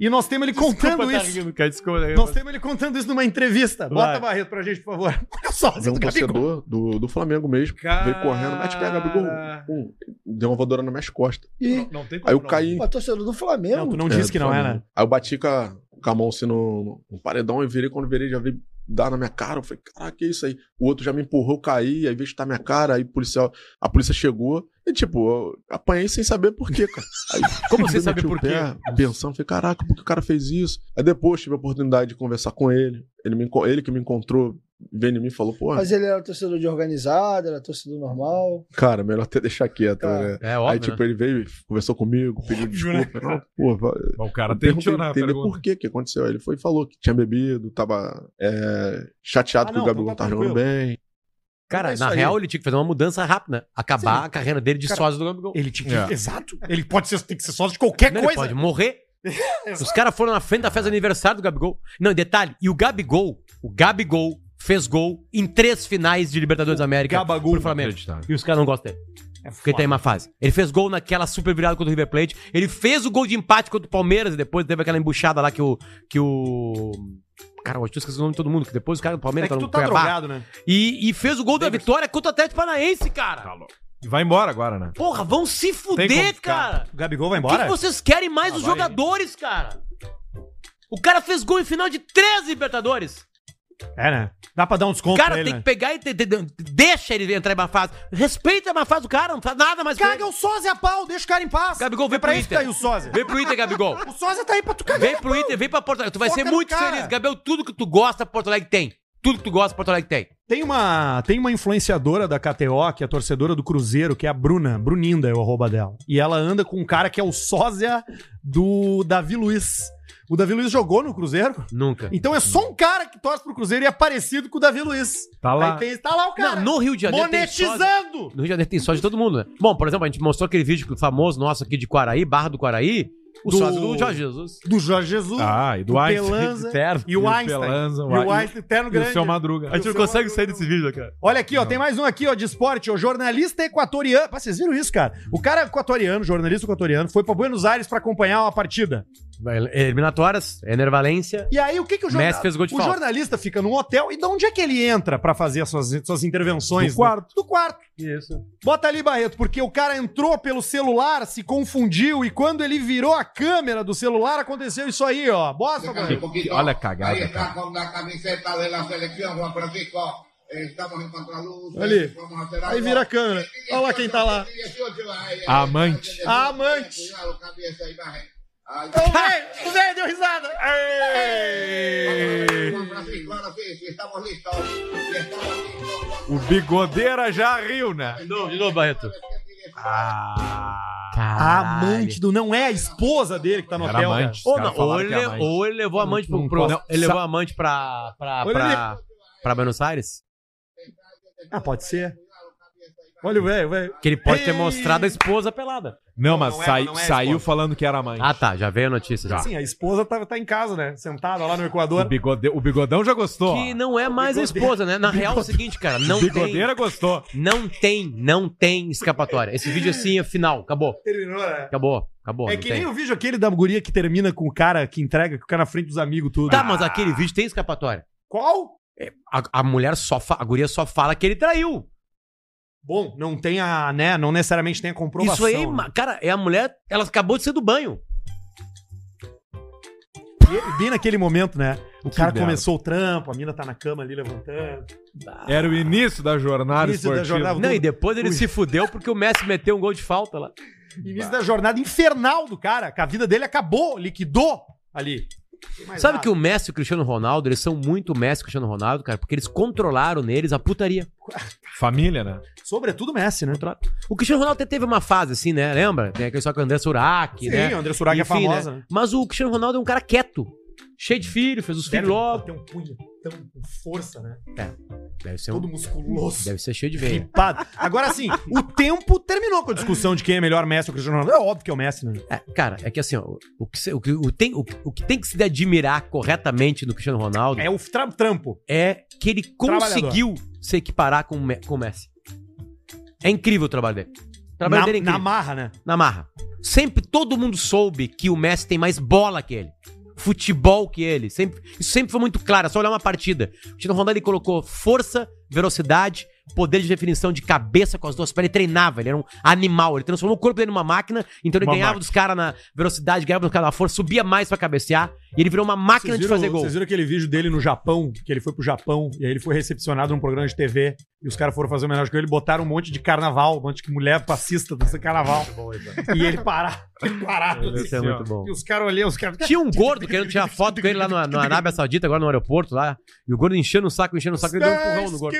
Speaker 1: E nós temos ele
Speaker 2: tá
Speaker 1: contando
Speaker 3: tá
Speaker 1: isso. Nós temos ele contando isso numa entrevista. Bota,
Speaker 3: Vai.
Speaker 1: Barreto, pra gente, por favor. Olha o sósia
Speaker 8: Veio um
Speaker 1: do Gabigol.
Speaker 8: torcedor do, do Flamengo mesmo. Veio correndo, mas pega, Gabigol. Pum, deu uma voadora nas minhas costas.
Speaker 3: é
Speaker 8: E
Speaker 2: Não tem
Speaker 8: aí eu caí.
Speaker 9: Pô, torcedor do Flamengo.
Speaker 1: é Não, tu não
Speaker 8: É,
Speaker 1: disse
Speaker 8: do
Speaker 1: que não é,
Speaker 8: Flamengo.
Speaker 1: né?
Speaker 8: Aí eu bati com a, com a mão assim no, no paredão e virei. Quando virei, já veio dar na minha cara. Eu falei, caraca, que isso aí? O outro já me empurrou, eu caí, aí veio chutar minha cara. Aí o policial, a polícia chegou. E tipo, eu apanhei sem saber por quê, cara. Aí,
Speaker 3: Como você
Speaker 8: eu
Speaker 3: sabe
Speaker 8: meti o
Speaker 3: por quê?
Speaker 8: pé, Pensando, falei, caraca, por que o cara fez isso? Aí depois tive a oportunidade de conversar com ele. Ele, me, enco- ele que me encontrou, vendo em mim e falou, pô,
Speaker 9: Mas ele era torcedor de organizada, era torcedor normal.
Speaker 8: Cara, melhor até deixar quieto,
Speaker 9: Claro.
Speaker 8: né?
Speaker 3: É
Speaker 8: aí,
Speaker 3: óbvio.
Speaker 8: tipo, ele veio, conversou comigo, pediu desculpa. Não, Pô, va-
Speaker 2: né? O cara
Speaker 8: eu
Speaker 2: tentou né?
Speaker 8: perguntei
Speaker 2: na
Speaker 8: entender
Speaker 2: pergunta.
Speaker 8: por que que aconteceu. Aí Ele foi e falou que tinha bebido, tava é, chateado
Speaker 1: Ah,
Speaker 8: que
Speaker 1: não,
Speaker 8: o Gabigol
Speaker 1: então tá
Speaker 8: tava jogando bem.
Speaker 3: Cara,
Speaker 1: isso
Speaker 3: na
Speaker 1: aí.
Speaker 3: real, ele tinha que fazer uma mudança rápida. né? Acabar a carreira dele de
Speaker 1: Cara,
Speaker 3: sósia do Gabigol.
Speaker 1: Ele tinha que.
Speaker 2: É.
Speaker 1: Exato. Ele pode ser, tem que ser sócio de qualquer
Speaker 3: Não, ele
Speaker 1: coisa.
Speaker 3: pode morrer. Os caras foram na frente da festa de aniversário do Gabigol. Não, e detalhe, e o Gabigol, o Gabigol fez gol em três finais de Libertadores da América
Speaker 1: Gabagol.
Speaker 3: pro Flamengo. E os caras não gostam dele.
Speaker 1: É
Speaker 3: Porque ele
Speaker 1: foda.
Speaker 3: tá em uma fase. Ele fez gol naquela super virada contra o River Plate. Ele fez o gol de empate contra o Palmeiras e depois teve aquela embuchada lá que o. Que o... Cara, eu esqueci o nome de todo mundo, que depois o cara do Palmeiras
Speaker 1: É que
Speaker 3: tá
Speaker 1: tu
Speaker 3: no
Speaker 1: tá
Speaker 3: Cuiabá.
Speaker 1: drogado, né?
Speaker 3: E, e fez o gol da vitória contra o Atlético
Speaker 1: Tá
Speaker 3: Paranaense, cara.
Speaker 2: E vai embora agora, né?
Speaker 3: Porra, vão se
Speaker 2: como
Speaker 3: fuder,
Speaker 2: ficar.
Speaker 3: cara.
Speaker 1: O Gabigol vai
Speaker 3: O que, que
Speaker 1: embora?
Speaker 3: vocês querem mais
Speaker 1: Ah,
Speaker 3: dos
Speaker 1: vai.
Speaker 3: jogadores, cara? O cara fez gol em final de três Libertadores.
Speaker 1: É, né? Dá pra dar um
Speaker 3: O
Speaker 1: desconto
Speaker 3: cara
Speaker 1: pra ele,
Speaker 3: tem
Speaker 1: né?
Speaker 3: que pegar e te- te- deixa ele entrar em uma fase. Respeita a fase do cara, não faz nada mais. pra ele.
Speaker 1: Caga o sósia a pau, deixa o cara em paz.
Speaker 3: Gabigol, vem
Speaker 1: é pra
Speaker 3: pro
Speaker 1: isso que
Speaker 3: Inter.
Speaker 1: tá aí o sósia.
Speaker 3: Vem pro Inter, Gabigol.
Speaker 1: O sósia tá aí pra tu cagar.
Speaker 3: Vem pro Inter, vem pra Porto Alegre. Tu vai
Speaker 1: Foca
Speaker 3: ser
Speaker 1: no
Speaker 3: muito
Speaker 1: cara.
Speaker 3: feliz, Gabriel. Tudo que tu gosta, Porto Alegre tem. Tudo que tu gosta, Porto Alegre tem.
Speaker 1: Tem uma, tem uma influenciadora da KTO, que é torcedora do Cruzeiro, que é a Bruna, Bruninda é o arroba dela. E ela anda com um cara que é o sósia do Davi Luiz. O Davi Luiz jogou no Cruzeiro.
Speaker 3: Nunca.
Speaker 1: Então é só um cara que torce pro Cruzeiro e é parecido com o Davi Luiz.
Speaker 2: Tá lá.
Speaker 1: Aí tem, tá lá o cara.
Speaker 3: Não, no Rio de Janeiro tem sósia.
Speaker 1: monetizando!
Speaker 3: No Rio de Janeiro tem sósia de todo mundo, né? Bom, por exemplo, a gente mostrou aquele vídeo famoso nosso aqui de Quaraí, Barra do Quaraí. O
Speaker 1: Do-
Speaker 3: sósia do Jorge Jesus.
Speaker 1: Do Jorge Jesus.
Speaker 2: Ah, e do
Speaker 1: Pelanza.
Speaker 2: Einstein.
Speaker 3: Terno.
Speaker 1: E o Einstein. E
Speaker 2: Pelanza,
Speaker 1: o Einstein, terno
Speaker 2: E o
Speaker 1: grande.
Speaker 2: seu Madruga.
Speaker 3: A gente não consegue sair desse vídeo, né, cara.
Speaker 1: Olha aqui, ó, tem mais um aqui, ó, de esporte, ó, jornalista equatoriano. Pá, vocês viram isso, cara? O cara equatoriano, jornalista equatoriano, foi pra Buenos Aires pra acompanhar uma partida.
Speaker 3: Vai, Eliminatórias, Enervalência.
Speaker 1: E aí, o que que o jornalista...
Speaker 3: Messi fez gol de
Speaker 1: O
Speaker 3: falta.
Speaker 1: jornalista fica num hotel e de onde é que ele entra pra fazer as suas, suas intervenções?
Speaker 2: Do quarto.
Speaker 1: Do quarto.
Speaker 3: Isso.
Speaker 1: Bota ali, Barreto, porque o cara entrou pelo celular, se confundiu e quando ele virou a câmera do celular, aconteceu isso aí, ó. Bota, Barreto.
Speaker 2: Olha a cagada, cara.
Speaker 4: con la camiseta de la selección, Juan Francisco. Estamos en contraluz.
Speaker 1: Ali.
Speaker 4: Vamos a hacer
Speaker 1: Aí vira a câmera. Olha lá quem tá lá.
Speaker 2: A amante.
Speaker 1: A amante.
Speaker 4: Cuidado, cambie esa imagen. Ahí
Speaker 1: Então, vem, vem, deu risada. Ei!
Speaker 4: Juan Francisco, ahora sí, sí, estamos listos. Sí, estamos listos.
Speaker 2: O bigodeira já riu, né?
Speaker 3: De novo, de novo, Barreto.
Speaker 2: Ah.
Speaker 1: A amante do. Não é a esposa dele que tá no
Speaker 2: Era
Speaker 1: hotel.
Speaker 2: amante.
Speaker 3: Ou,
Speaker 2: Os caras
Speaker 3: não, ou,
Speaker 2: falaram
Speaker 3: ele,
Speaker 2: que é amante.
Speaker 3: ou ele levou a amante pro. pro
Speaker 2: posso-
Speaker 3: ele levou a amante pra. pra.
Speaker 1: Ou ele
Speaker 3: pra, pra Buenos Aires?
Speaker 1: cara. Ah, pode ser. Olha o velho, velho.
Speaker 3: Que ele pode ter
Speaker 1: Ei.
Speaker 3: mostrado a esposa pelada.
Speaker 2: Não, mas
Speaker 1: Não, não é,
Speaker 2: sai-
Speaker 1: não é a
Speaker 2: saiu
Speaker 1: esposa.
Speaker 2: falando que era amante.
Speaker 3: Ah, tá, já veio a notícia já.
Speaker 1: Sim, a esposa tá, tá em casa, né? Sentada lá no
Speaker 2: O,
Speaker 1: Equador.
Speaker 2: bigode... o bigodão já gostou.
Speaker 3: Que
Speaker 2: ó.
Speaker 3: não é mais a esposa, né? Na real é o seguinte, cara, não tem.
Speaker 2: Bigodeira gostou.
Speaker 3: Não tem, não tem escapatória. Esse vídeo assim é final, acabou.
Speaker 1: Terminou, né?
Speaker 3: Acabou, acabou.
Speaker 1: É
Speaker 3: não
Speaker 1: que
Speaker 3: tem.
Speaker 1: nem o vídeo aquele da guria que termina com o cara que entrega, que o cara na frente dos amigos, tudo.
Speaker 3: Tá, mas aquele vídeo tem escapatória.
Speaker 1: Qual?
Speaker 3: A, a mulher só fa... a guria só fala que ele traiu.
Speaker 1: Bom, não tem a, né? Não necessariamente tem a comprovação.
Speaker 3: Isso aí,
Speaker 1: né?
Speaker 3: ma- cara, é a mulher, ela acabou de ser do banho.
Speaker 1: E- Bem naquele momento, né? O
Speaker 2: Que
Speaker 1: cara
Speaker 2: merda.
Speaker 1: começou o trampo, a mina tá na cama ali levantando.
Speaker 2: Era o início da jornada
Speaker 1: Início da
Speaker 2: esportiva.
Speaker 1: jornada.
Speaker 3: Não, e depois ele se fudeu porque o Messi meteu um gol de falta lá.
Speaker 1: Início da jornada infernal do cara, que a vida dele acabou, liquidou ali.
Speaker 3: Sabe que o Messi e o Cristiano Ronaldo, eles são muito Messi e Cristiano Ronaldo, cara, porque eles controlaram neles a putaria.
Speaker 2: Família, né?
Speaker 1: Sobretudo Messi, né?
Speaker 3: O Cristiano Ronaldo até teve uma fase assim, né? Lembra? Tem aquele só com o André Surak,
Speaker 1: Sim,
Speaker 3: né?
Speaker 1: o André Surak é
Speaker 3: Enfim,
Speaker 1: famosa.
Speaker 3: né?
Speaker 1: Né?
Speaker 3: Mas o Cristiano Ronaldo é um cara quieto. Cheio de filho, fez os filhos logo.
Speaker 1: Tem um punho tão com força, né?
Speaker 3: Deve ser,
Speaker 1: Todo
Speaker 3: um,
Speaker 1: musculoso.
Speaker 3: deve ser cheio de veia.
Speaker 1: Ripado. Agora sim, o tempo terminou com a discussão de quem é melhor Messi ou Cristiano Ronaldo. É óbvio que é o Messi, né?
Speaker 3: É, cara, é que assim, ó, o, que, se- o, que, o, tem, o, que- o que tem que se admirar corretamente no Cristiano Ronaldo é,
Speaker 1: É o tra- trampo.
Speaker 3: que ele conseguiu se equiparar com, o Me- com o Messi. É incrível o trabalho dele. O trabalho
Speaker 1: Na,
Speaker 3: dele é incrível.
Speaker 1: na marra, né?
Speaker 3: na marra. Sempre todo mundo soube que o Messi tem mais bola que ele. Futebol que ele. Sempre, isso sempre foi muito claro, é só olhar uma partida. O Cristiano Ronaldo ele colocou força, velocidade, poder de definição de cabeça com as duas pernas. Ele treinava, ele era um animal. Ele transformou o corpo dele numa máquina, então ele
Speaker 2: Uma
Speaker 3: ganhava
Speaker 2: máquina.
Speaker 3: dos caras na velocidade, ganhava dos caras na força, subia mais pra cabecear. E ele virou uma máquina
Speaker 1: Vocês
Speaker 3: de
Speaker 1: viram-
Speaker 3: fazer gol.
Speaker 1: Vocês viram aquele vídeo dele no Japão, que ele foi pro Japão, e aí ele foi recepcionado num programa de TV, e os caras foram fazer homenagem com ele, botaram um monte de carnaval, um monte de mulher passista dançando carnaval. e ele parar, ele parado.
Speaker 3: Isso é
Speaker 1: assim,
Speaker 3: muito
Speaker 1: ó.
Speaker 3: bom.
Speaker 1: E os caras olharam, os caras.
Speaker 3: Tinha um gordo querendo tirar foto com ele lá na, na Arábia Saudita, agora no aeroporto lá. E o gordo enchendo o saco, enchendo o saco, ele deu um empurrão no gordo.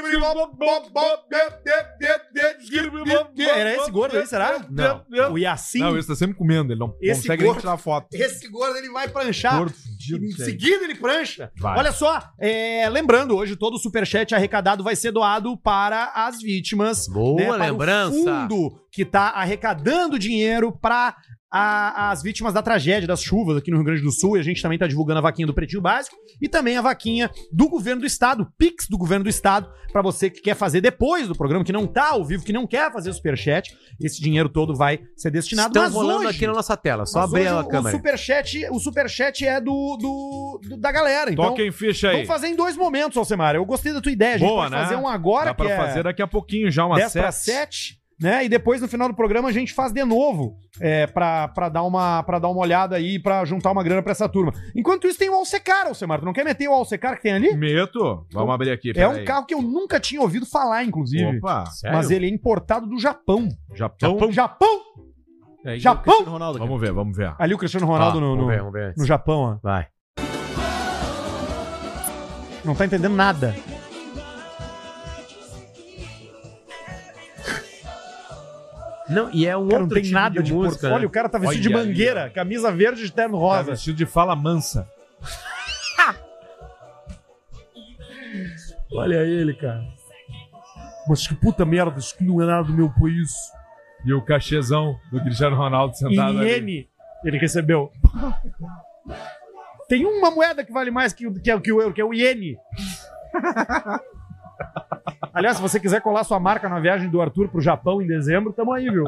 Speaker 1: Era esse gordo aí, será?
Speaker 2: Não.
Speaker 1: O Yassin.
Speaker 2: Não, ele tá sempre comendo, ele não
Speaker 1: Esse
Speaker 2: consegue
Speaker 1: gordo-
Speaker 2: nem tirar foto.
Speaker 1: Esse gordo ele vai pranchar.
Speaker 2: Gordo fudido,
Speaker 1: Em
Speaker 2: gente.
Speaker 1: seguida ele prancha.
Speaker 2: Vai.
Speaker 1: Olha só, é, lembrando, hoje todo o superchat arrecadado vai ser doado para as vítimas.
Speaker 3: Boa
Speaker 1: né, para o
Speaker 3: lembrança.
Speaker 1: fundo que está arrecadando dinheiro para as vítimas da tragédia das chuvas aqui no Rio Grande do Sul. E a gente também está divulgando a vaquinha do Pretinho Básico e também a vaquinha do governo do estado, Pix do governo do estado, para você que quer fazer depois do programa, que não tá ao vivo, que não quer fazer o superchat. Esse dinheiro todo vai ser destinado.
Speaker 3: Estão
Speaker 1: Mas
Speaker 3: rolando
Speaker 1: hoje-
Speaker 3: aqui na nossa tela, só
Speaker 1: mas
Speaker 3: abrir
Speaker 1: hoje
Speaker 3: a
Speaker 1: o-
Speaker 3: câmera.
Speaker 1: O superchat, o superchat é do, do- do- da galera. Então,
Speaker 2: Toquem ficha aí.
Speaker 1: vamos fazer em dois momentos, Alcemar. Eu gostei da tua ideia. A gente
Speaker 2: Boa,
Speaker 1: pode
Speaker 2: né?
Speaker 1: fazer um agora,
Speaker 2: Dá pra
Speaker 1: que é
Speaker 2: fazer daqui a pouquinho já uma
Speaker 1: 10
Speaker 2: sete.
Speaker 1: para 7. Né? E depois, no final do programa, a gente faz de novo é, pra, pra, dar uma, pra dar uma olhada aí, pra juntar uma grana pra essa turma. Enquanto isso, tem o Alcecar, Alcemar. Tu não quer meter o Alcecar que tem ali?
Speaker 2: Meto. Vamos abrir aqui.
Speaker 1: É
Speaker 2: pera
Speaker 1: um
Speaker 2: aí.
Speaker 1: carro que eu nunca tinha ouvido falar, inclusive.
Speaker 2: Opa. é,
Speaker 3: Sério?
Speaker 1: Mas ele é importado do Japão.
Speaker 2: Japão.
Speaker 1: Japão! Japão!
Speaker 3: Aí,
Speaker 1: Japão!
Speaker 3: Cristiano Ronaldo, cara.
Speaker 2: Vamos ver, vamos ver.
Speaker 1: Ali o Cristiano Ronaldo
Speaker 3: Ah,
Speaker 1: no, no,
Speaker 3: Vamos ver, vamos ver.
Speaker 1: no Japão, ó.
Speaker 3: Vai.
Speaker 1: Não tá entendendo nada.
Speaker 3: Não, e é um
Speaker 1: Cara, não
Speaker 3: outro
Speaker 1: tem
Speaker 3: tipo
Speaker 1: nada
Speaker 3: de,
Speaker 1: de,
Speaker 3: música.
Speaker 1: portfólio.
Speaker 3: né?
Speaker 1: O cara tá vestido
Speaker 3: Olha
Speaker 1: de mangueira, camisa verde de terno
Speaker 2: Tá
Speaker 1: rosa.
Speaker 2: vestido de fala mansa.
Speaker 1: Olha ele, cara. Mas que puta merda, isso que não é nada do meu país.
Speaker 2: E o cachezão do Cristiano Ronaldo sentado ali.
Speaker 1: Iene, ele recebeu. Tem uma moeda que vale mais que, o- que, é- que o euro, que é o iene. Aliás, se você quiser colar sua marca na viagem do Arthur pro Japão em dezembro, tamo aí, viu?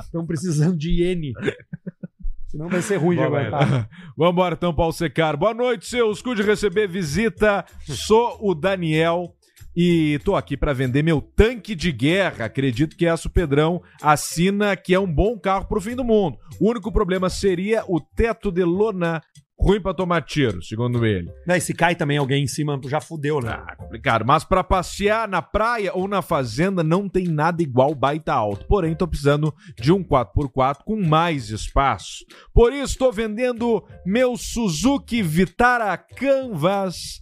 Speaker 1: Estamos precisando de iene. Senão vai ser ruim de
Speaker 2: Bom,
Speaker 1: aguentar.
Speaker 2: velho. Vamos embora então, Paulo Secar. Boa noite, seus. Cuide receber visita. Sou o Daniel e tô aqui pra vender meu tanque de guerra. Acredito que essa o Pedrão assina que é um bom carro pro fim do mundo. O único problema seria o teto de lona ruim pra tomar tiro, segundo ele.
Speaker 1: Não, e se cai também alguém em cima, já fudeu, né?
Speaker 2: Ah, complicado. Mas pra passear na praia ou na fazenda não tem nada igual baita alto. Porém, tô precisando de um 4x4 com mais espaço. Por isso, tô vendendo meu Suzuki Vitara Canvas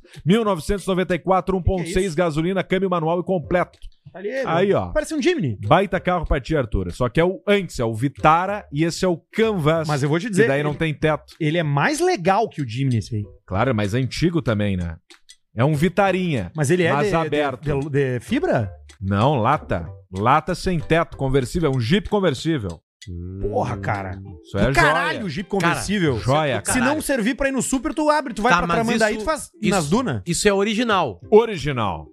Speaker 2: 1994
Speaker 1: Que é
Speaker 2: 1.6
Speaker 1: isso?
Speaker 2: gasolina, câmbio manual e completo.
Speaker 1: Tá ali, meu.
Speaker 2: Aí, ó.
Speaker 1: Parece um Jimny.
Speaker 2: Baita carro pra ti, Arthur. Só que é o antes, é o Vitara e esse é o Canvas.
Speaker 1: Mas eu vou te
Speaker 2: e
Speaker 1: dizer,
Speaker 2: daí não
Speaker 1: ele,
Speaker 2: tem teto.
Speaker 1: ele é mais legal que o Jimny esse aí.
Speaker 2: Claro, mas é antigo também, né? É um Vitarinha.
Speaker 1: Mas ele é
Speaker 2: Mas
Speaker 1: de, de-
Speaker 2: aberto.
Speaker 1: de- de fibra?
Speaker 2: Não, lata. Lata sem teto, conversível. É um Jeep conversível.
Speaker 1: Porra, cara.
Speaker 2: Isso é
Speaker 1: Que caralho, o Jeep
Speaker 3: é
Speaker 1: conversível.
Speaker 2: joia. Joia,
Speaker 1: Se
Speaker 2: cara.
Speaker 1: não servir pra ir no super, tu abre, tu vai
Speaker 3: Tá,
Speaker 1: pra
Speaker 3: mas
Speaker 1: Tramandaí,
Speaker 3: isso-
Speaker 1: tu faz
Speaker 3: isso-
Speaker 1: nas dunas.
Speaker 3: Isso é original.
Speaker 2: Original.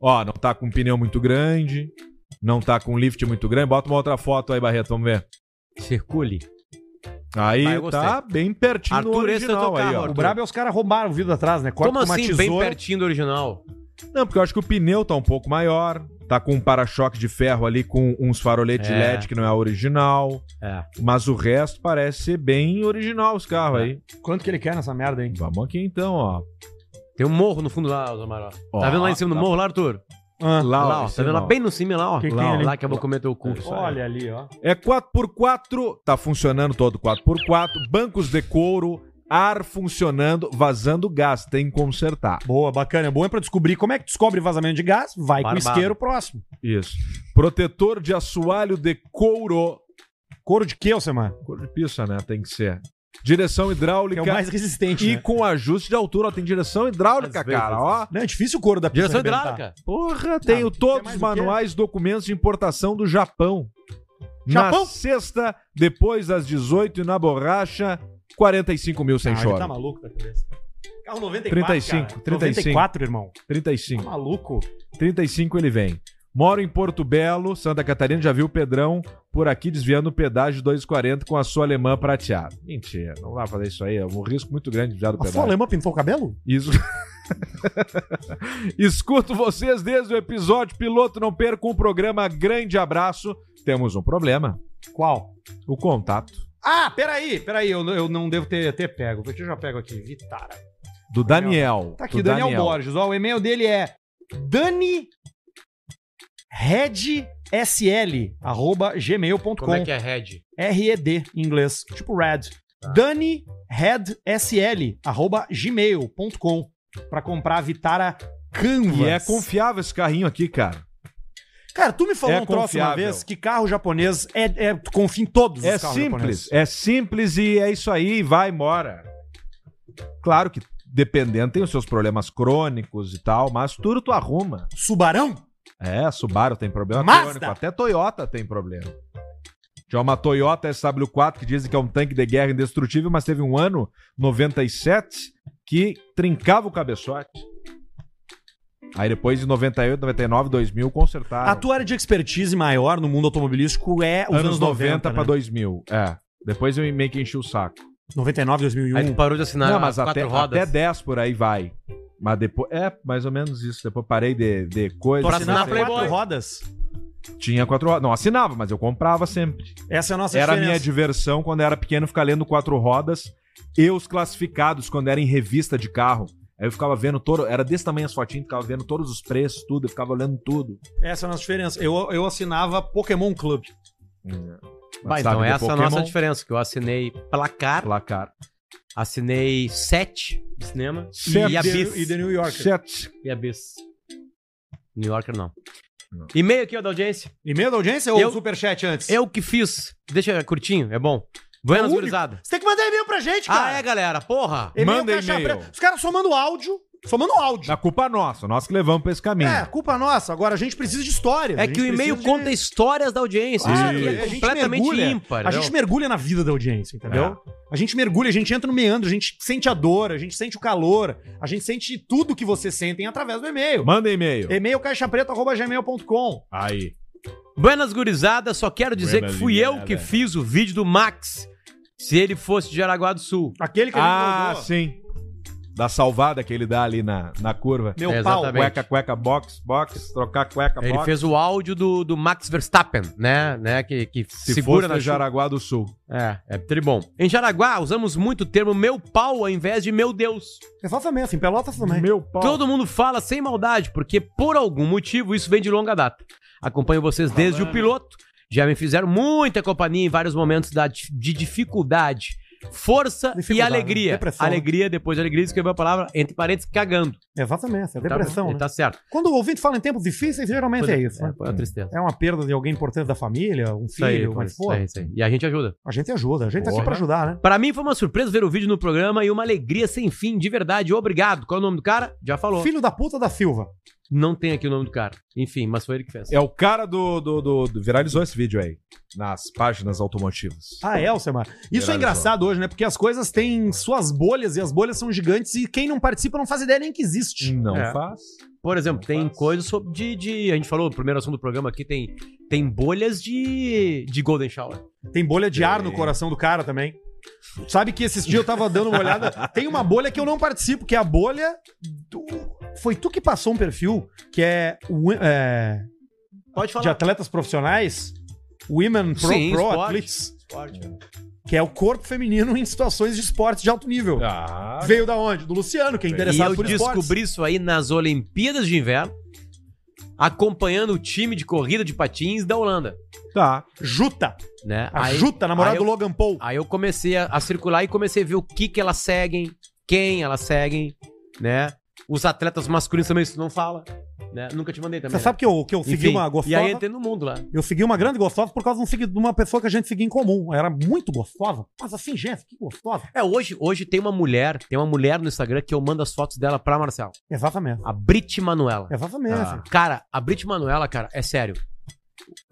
Speaker 2: Ó, não tá com pneu muito grande. Não tá com lift muito grande. Bota uma outra foto aí, Barreto, vamos ver.
Speaker 3: Circule.
Speaker 2: Aí
Speaker 3: Ah, eu gostei.
Speaker 2: tá bem pertinho do
Speaker 3: Arthur, esse é o teu
Speaker 2: original aí,
Speaker 3: carro,
Speaker 2: ó.
Speaker 1: O brabo é os caras roubaram o vidro atrás, né? Corta
Speaker 3: Como
Speaker 1: com uma
Speaker 3: assim, bem
Speaker 1: tesoura.
Speaker 3: pertinho do original?
Speaker 2: Não, porque eu acho que o pneu tá um pouco maior. Tá com um para-choque de ferro ali com uns faroletes
Speaker 3: É.
Speaker 2: LED que não é original.
Speaker 3: É.
Speaker 2: Mas o resto parece ser bem original os carros aí.
Speaker 1: Quanto que ele quer nessa merda,
Speaker 3: É.
Speaker 1: hein?
Speaker 2: Vamos aqui então, ó.
Speaker 3: Tem um morro no fundo lá, Osmar. ó.
Speaker 2: Ó,
Speaker 3: Tá vendo lá em cima do
Speaker 2: tá-
Speaker 3: morro lá, Arthur?
Speaker 1: Ah,
Speaker 2: Lá,
Speaker 3: lá, ó.
Speaker 2: esse
Speaker 3: Tá vendo lá
Speaker 2: não.
Speaker 3: bem no cima lá, ó.
Speaker 1: Que que
Speaker 3: lá,
Speaker 1: tem
Speaker 3: ó,
Speaker 1: ali?
Speaker 3: lá que eu vou comer teu cu.
Speaker 1: olha ali, ó.
Speaker 2: É 4x4, tá funcionando todo 4x4, bancos de couro, ar funcionando, vazando gás, tem que consertar.
Speaker 1: Boa, bacana. Bom é pra descobrir como é que descobre vazamento de gás. Vai
Speaker 3: Barbado.
Speaker 1: com o isqueiro próximo.
Speaker 2: Isso. Protetor de assoalho de couro.
Speaker 1: Couro de que, é Alcemar?
Speaker 2: Couro de pista, né? Tem que ser. Direção
Speaker 1: Que é
Speaker 2: hidráulica
Speaker 1: o mais resistente,
Speaker 2: e
Speaker 1: né?
Speaker 2: com ajuste de altura. Ó, tem direção hidráulica,
Speaker 3: Às vezes.
Speaker 2: cara, ó.
Speaker 1: Não, é difícil o couro da
Speaker 3: Direção
Speaker 1: arrebentar.
Speaker 3: hidráulica.
Speaker 2: Porra, tenho
Speaker 1: tem
Speaker 2: todos
Speaker 1: mais
Speaker 2: os
Speaker 1: Ah, o quê?
Speaker 2: manuais, documentos de importação do Japão.
Speaker 1: Japão?
Speaker 2: Na sexta, depois das 18 e na borracha, 45 mil sem
Speaker 1: Ah, ele
Speaker 2: choro.
Speaker 1: tá maluco da cabeça. Carro 94,
Speaker 2: 35,
Speaker 1: cara.
Speaker 2: 35.
Speaker 1: 94, irmão.
Speaker 2: 35.
Speaker 1: Tá maluco?
Speaker 2: 35 ele vem. Moro em Porto Belo, Santa Catarina, já viu o Pedrão por aqui desviando o pedágio 240 com a sua alemã prateada. Mentira, não vai fazer isso aí, é um risco muito grande de desviar do
Speaker 1: A sua
Speaker 2: pedágio.
Speaker 1: alemã pintou o cabelo?
Speaker 2: Isso. Escuto vocês desde o episódio piloto, não percam o programa. Grande abraço. Temos um problema,
Speaker 1: Qual?
Speaker 2: o contato
Speaker 1: Ah, peraí, peraí, eu, eu não devo ter, ter pego. Deixa eu já pego aqui, Vitara.
Speaker 2: do Daniel.
Speaker 1: Tá aqui,
Speaker 2: do
Speaker 1: Daniel, Borges. Ó, o e-mail dele é dani redsl, arroba
Speaker 3: Como é
Speaker 1: gmail.com.
Speaker 3: que é Red?
Speaker 1: R-E-D, em inglês, tipo red. dani redsl, arroba gmail.com. Pra comprar a Vitara Canvas.
Speaker 2: E é confiável esse carrinho aqui, cara.
Speaker 1: Cara, tu me falou
Speaker 2: é
Speaker 1: um troço uma
Speaker 2: confiável.
Speaker 1: vez que carro japonês é, é- tu confia em todos
Speaker 2: É
Speaker 1: os carros
Speaker 2: simples, é simples e é isso aí, vai embora. Claro que dependendo tem os seus problemas crônicos e tal, mas tudo tu arruma.
Speaker 1: Subarão?
Speaker 2: É, Subaru tem problema
Speaker 1: Mazda!
Speaker 2: crônico, até Toyota tem problema. Tinha uma Toyota SW4 que dizem que é um tanque de guerra indestrutível, mas teve um ano, 97, que trincava o cabeçote. Aí depois, em 98, 99, 2000, consertaram.
Speaker 1: A tua área de expertise maior no mundo automobilístico é os anos, 90,
Speaker 2: pra
Speaker 1: né?
Speaker 2: 2000. É. Depois eu meio que enchi o saco.
Speaker 1: 99, 2001.
Speaker 3: Aí tu parou de assinar
Speaker 2: Não, mas
Speaker 3: quatro
Speaker 2: até,
Speaker 3: rodas.
Speaker 2: até 10 por aí vai. Mas depois. É, mais ou menos isso. Depois parei de, de coisa.
Speaker 3: Por
Speaker 1: assinar
Speaker 3: assinar
Speaker 2: Assinava-
Speaker 1: quatro
Speaker 3: Playboy.
Speaker 1: rodas.
Speaker 2: Tinha quatro rodas. Não, assinava, mas eu comprava sempre.
Speaker 1: Essa é a nossa
Speaker 2: era a
Speaker 1: diferença.
Speaker 2: minha diversão quando eu era pequeno ficar lendo quatro rodas e os classificados quando era em revista de carro. Aí eu ficava vendo todo. Era desse tamanho as fotinhas, ficava vendo todos os preços, tudo, eu ficava olhando tudo.
Speaker 1: Essa é a nossa diferença. Eu, eu assinava Pokémon Club.
Speaker 3: Bah, então essa é a nossa diferença, que eu assinei placar,
Speaker 2: Placar.
Speaker 3: assinei sete de cinema
Speaker 2: Sete.
Speaker 3: e a bis.
Speaker 1: E The New Yorker.
Speaker 2: Sete.
Speaker 3: E a bis. New Yorker não.
Speaker 2: Não.
Speaker 3: E-mail aqui, ó, da audiência.
Speaker 1: E-mail da audiência ou
Speaker 3: Eu-
Speaker 1: superchat antes?
Speaker 3: Eu que fiz. Deixa curtinho, é bom. Buenas,
Speaker 1: único.
Speaker 3: gurizada.
Speaker 1: Você tem que mandar e-mail pra gente,
Speaker 3: Ah,
Speaker 1: cara.
Speaker 3: é, galera, porra.
Speaker 2: Manda
Speaker 1: caixa
Speaker 2: e-mail.
Speaker 1: preta. Os caras somando áudio. Somando áudio.
Speaker 2: A culpa é nossa, nós que levamos pra esse caminho.
Speaker 1: É, culpa nossa. Agora a gente precisa de história.
Speaker 3: É que o e-mail conta histórias da audiência.
Speaker 1: Claro,
Speaker 3: isso aqui
Speaker 1: Ah, a
Speaker 3: é
Speaker 1: gente
Speaker 3: completamente
Speaker 1: mergulha.
Speaker 3: ímpar. né? É.
Speaker 1: A gente mergulha na vida da audiência, entendeu? A gente mergulha, a gente entra no meandro, a gente sente a dor, a gente sente o calor, a gente sente tudo que vocês sentem através do e-mail.
Speaker 2: Manda e-mail.
Speaker 1: E-mail caixapreta.gmail.com.
Speaker 2: Aí.
Speaker 3: Buenas gurizadas, só quero dizer
Speaker 2: Buenas,
Speaker 3: que fui eu
Speaker 2: gurizada.
Speaker 3: que fiz o vídeo do Max. Se ele fosse de Jaraguá do Sul.
Speaker 1: Aquele que
Speaker 2: Ah,
Speaker 1: ele
Speaker 2: sim. Da salvada que ele dá ali na, na curva.
Speaker 1: Meu
Speaker 3: É,
Speaker 1: pau.
Speaker 3: exatamente.
Speaker 2: Cueca, cueca, box, box, trocar cueca,
Speaker 3: Ele
Speaker 2: box.
Speaker 3: fez o áudio do, do Max Verstappen, né? né? Que, que
Speaker 2: Se
Speaker 3: segura
Speaker 2: fosse
Speaker 3: na
Speaker 2: do
Speaker 3: Jaraguá.
Speaker 2: Jaraguá do Sul.
Speaker 3: É, é tribom. Em Jaraguá, usamos muito o termo meu pau ao invés de meu Deus.
Speaker 1: É Flamengo, assim, Pelota Flamengo.
Speaker 2: Meu pau.
Speaker 3: Todo mundo fala sem maldade, porque por algum motivo isso vem de longa data. Acompanho vocês
Speaker 1: Tá
Speaker 3: desde o piloto. Já me fizeram muita companhia em vários momentos da- de dificuldade. Força e
Speaker 1: Dificuldade,
Speaker 3: alegria.
Speaker 1: depressão, né?
Speaker 3: Alegria, depois de alegria, escreveu a palavra, entre parênteses, cagando.
Speaker 1: Exatamente, é
Speaker 3: Tá-
Speaker 1: depressão.
Speaker 3: ele
Speaker 1: né?
Speaker 3: Tá certo.
Speaker 1: Quando o ouvinte fala em tempos difíceis, geralmente é isso.
Speaker 3: É,
Speaker 1: né?
Speaker 3: foi uma tristeza.
Speaker 1: É uma perda de alguém importante da família, um
Speaker 3: Isso aí,
Speaker 1: filho, mas
Speaker 3: isso
Speaker 1: pô,
Speaker 3: aí, isso aí. E a gente ajuda.
Speaker 1: a gente ajuda, a gente tá aqui
Speaker 3: Porra.
Speaker 1: pra ajudar, né?
Speaker 3: Pra mim foi uma surpresa ver o vídeo no programa e uma alegria sem fim, de verdade. Obrigado. Qual é o nome do cara? Já falou.
Speaker 1: Filho da puta da Silva.
Speaker 3: Não tem aqui o nome do cara. Enfim, mas foi ele que fez.
Speaker 2: É o cara do, do, do- do- Viralizou esse vídeo aí. Nas páginas automotivas.
Speaker 1: Ah, é, Alcemar. Isso é
Speaker 2: Viralizou.
Speaker 1: engraçado hoje, né? Porque as coisas têm suas bolhas e as bolhas são gigantes e quem não participa não faz ideia nem que existe.
Speaker 2: Não
Speaker 3: É.
Speaker 2: faz.
Speaker 3: Por exemplo, tem coisas sobre de, de- A gente falou, o primeiro assunto do programa aqui tem, tem bolhas de, de Golden Shower.
Speaker 1: Tem bolha de ar no coração do cara também. Sabe que esses dias eu tava dando uma olhada. Tem uma bolha que eu não participo, que é a bolha do. Foi tu que passou um perfil que é. o- é,
Speaker 3: Pode
Speaker 1: de atletas profissionais, Women Pro,
Speaker 3: Sim,
Speaker 1: pro
Speaker 3: esporte.
Speaker 1: Athletes,
Speaker 3: Esporte.
Speaker 1: que é o corpo feminino em situações de esporte de alto nível.
Speaker 2: Ah,
Speaker 1: Veio da onde? Do Luciano, que é
Speaker 3: E
Speaker 1: interessado
Speaker 3: eu
Speaker 1: por
Speaker 3: descobri isso aí nas Olimpíadas de Inverno, acompanhando o time de corrida de patins da Holanda.
Speaker 2: tá.
Speaker 1: esportes. Juta.
Speaker 3: Né?
Speaker 1: A Juta, namorada
Speaker 3: aí eu-
Speaker 1: do Logan Paul.
Speaker 3: Aí eu comecei a, a circular e comecei a ver o que que elas seguem, quem elas seguem, né? Os atletas masculinos também isso não fala, né? Nunca te mandei também.
Speaker 1: Você sabe que eu, que eu
Speaker 3: né?
Speaker 1: segui
Speaker 3: Enfim,
Speaker 1: uma
Speaker 3: E
Speaker 1: gostosa?
Speaker 3: aí entrei no mundo lá.
Speaker 1: Eu segui uma grande gostosa por causa de, um segui- de uma pessoa que a gente seguia em comum. Era muito gostosa. Mas assim, gente, que gostosa.
Speaker 3: É, hoje, hoje tem uma mulher, tem uma mulher no Instagram que eu mando as fotos dela pra Marcel,
Speaker 1: Exatamente.
Speaker 3: a Brit Manuela.
Speaker 1: Exatamente.
Speaker 2: Ah.
Speaker 3: Cara, a Brit Manuela, cara, é sério.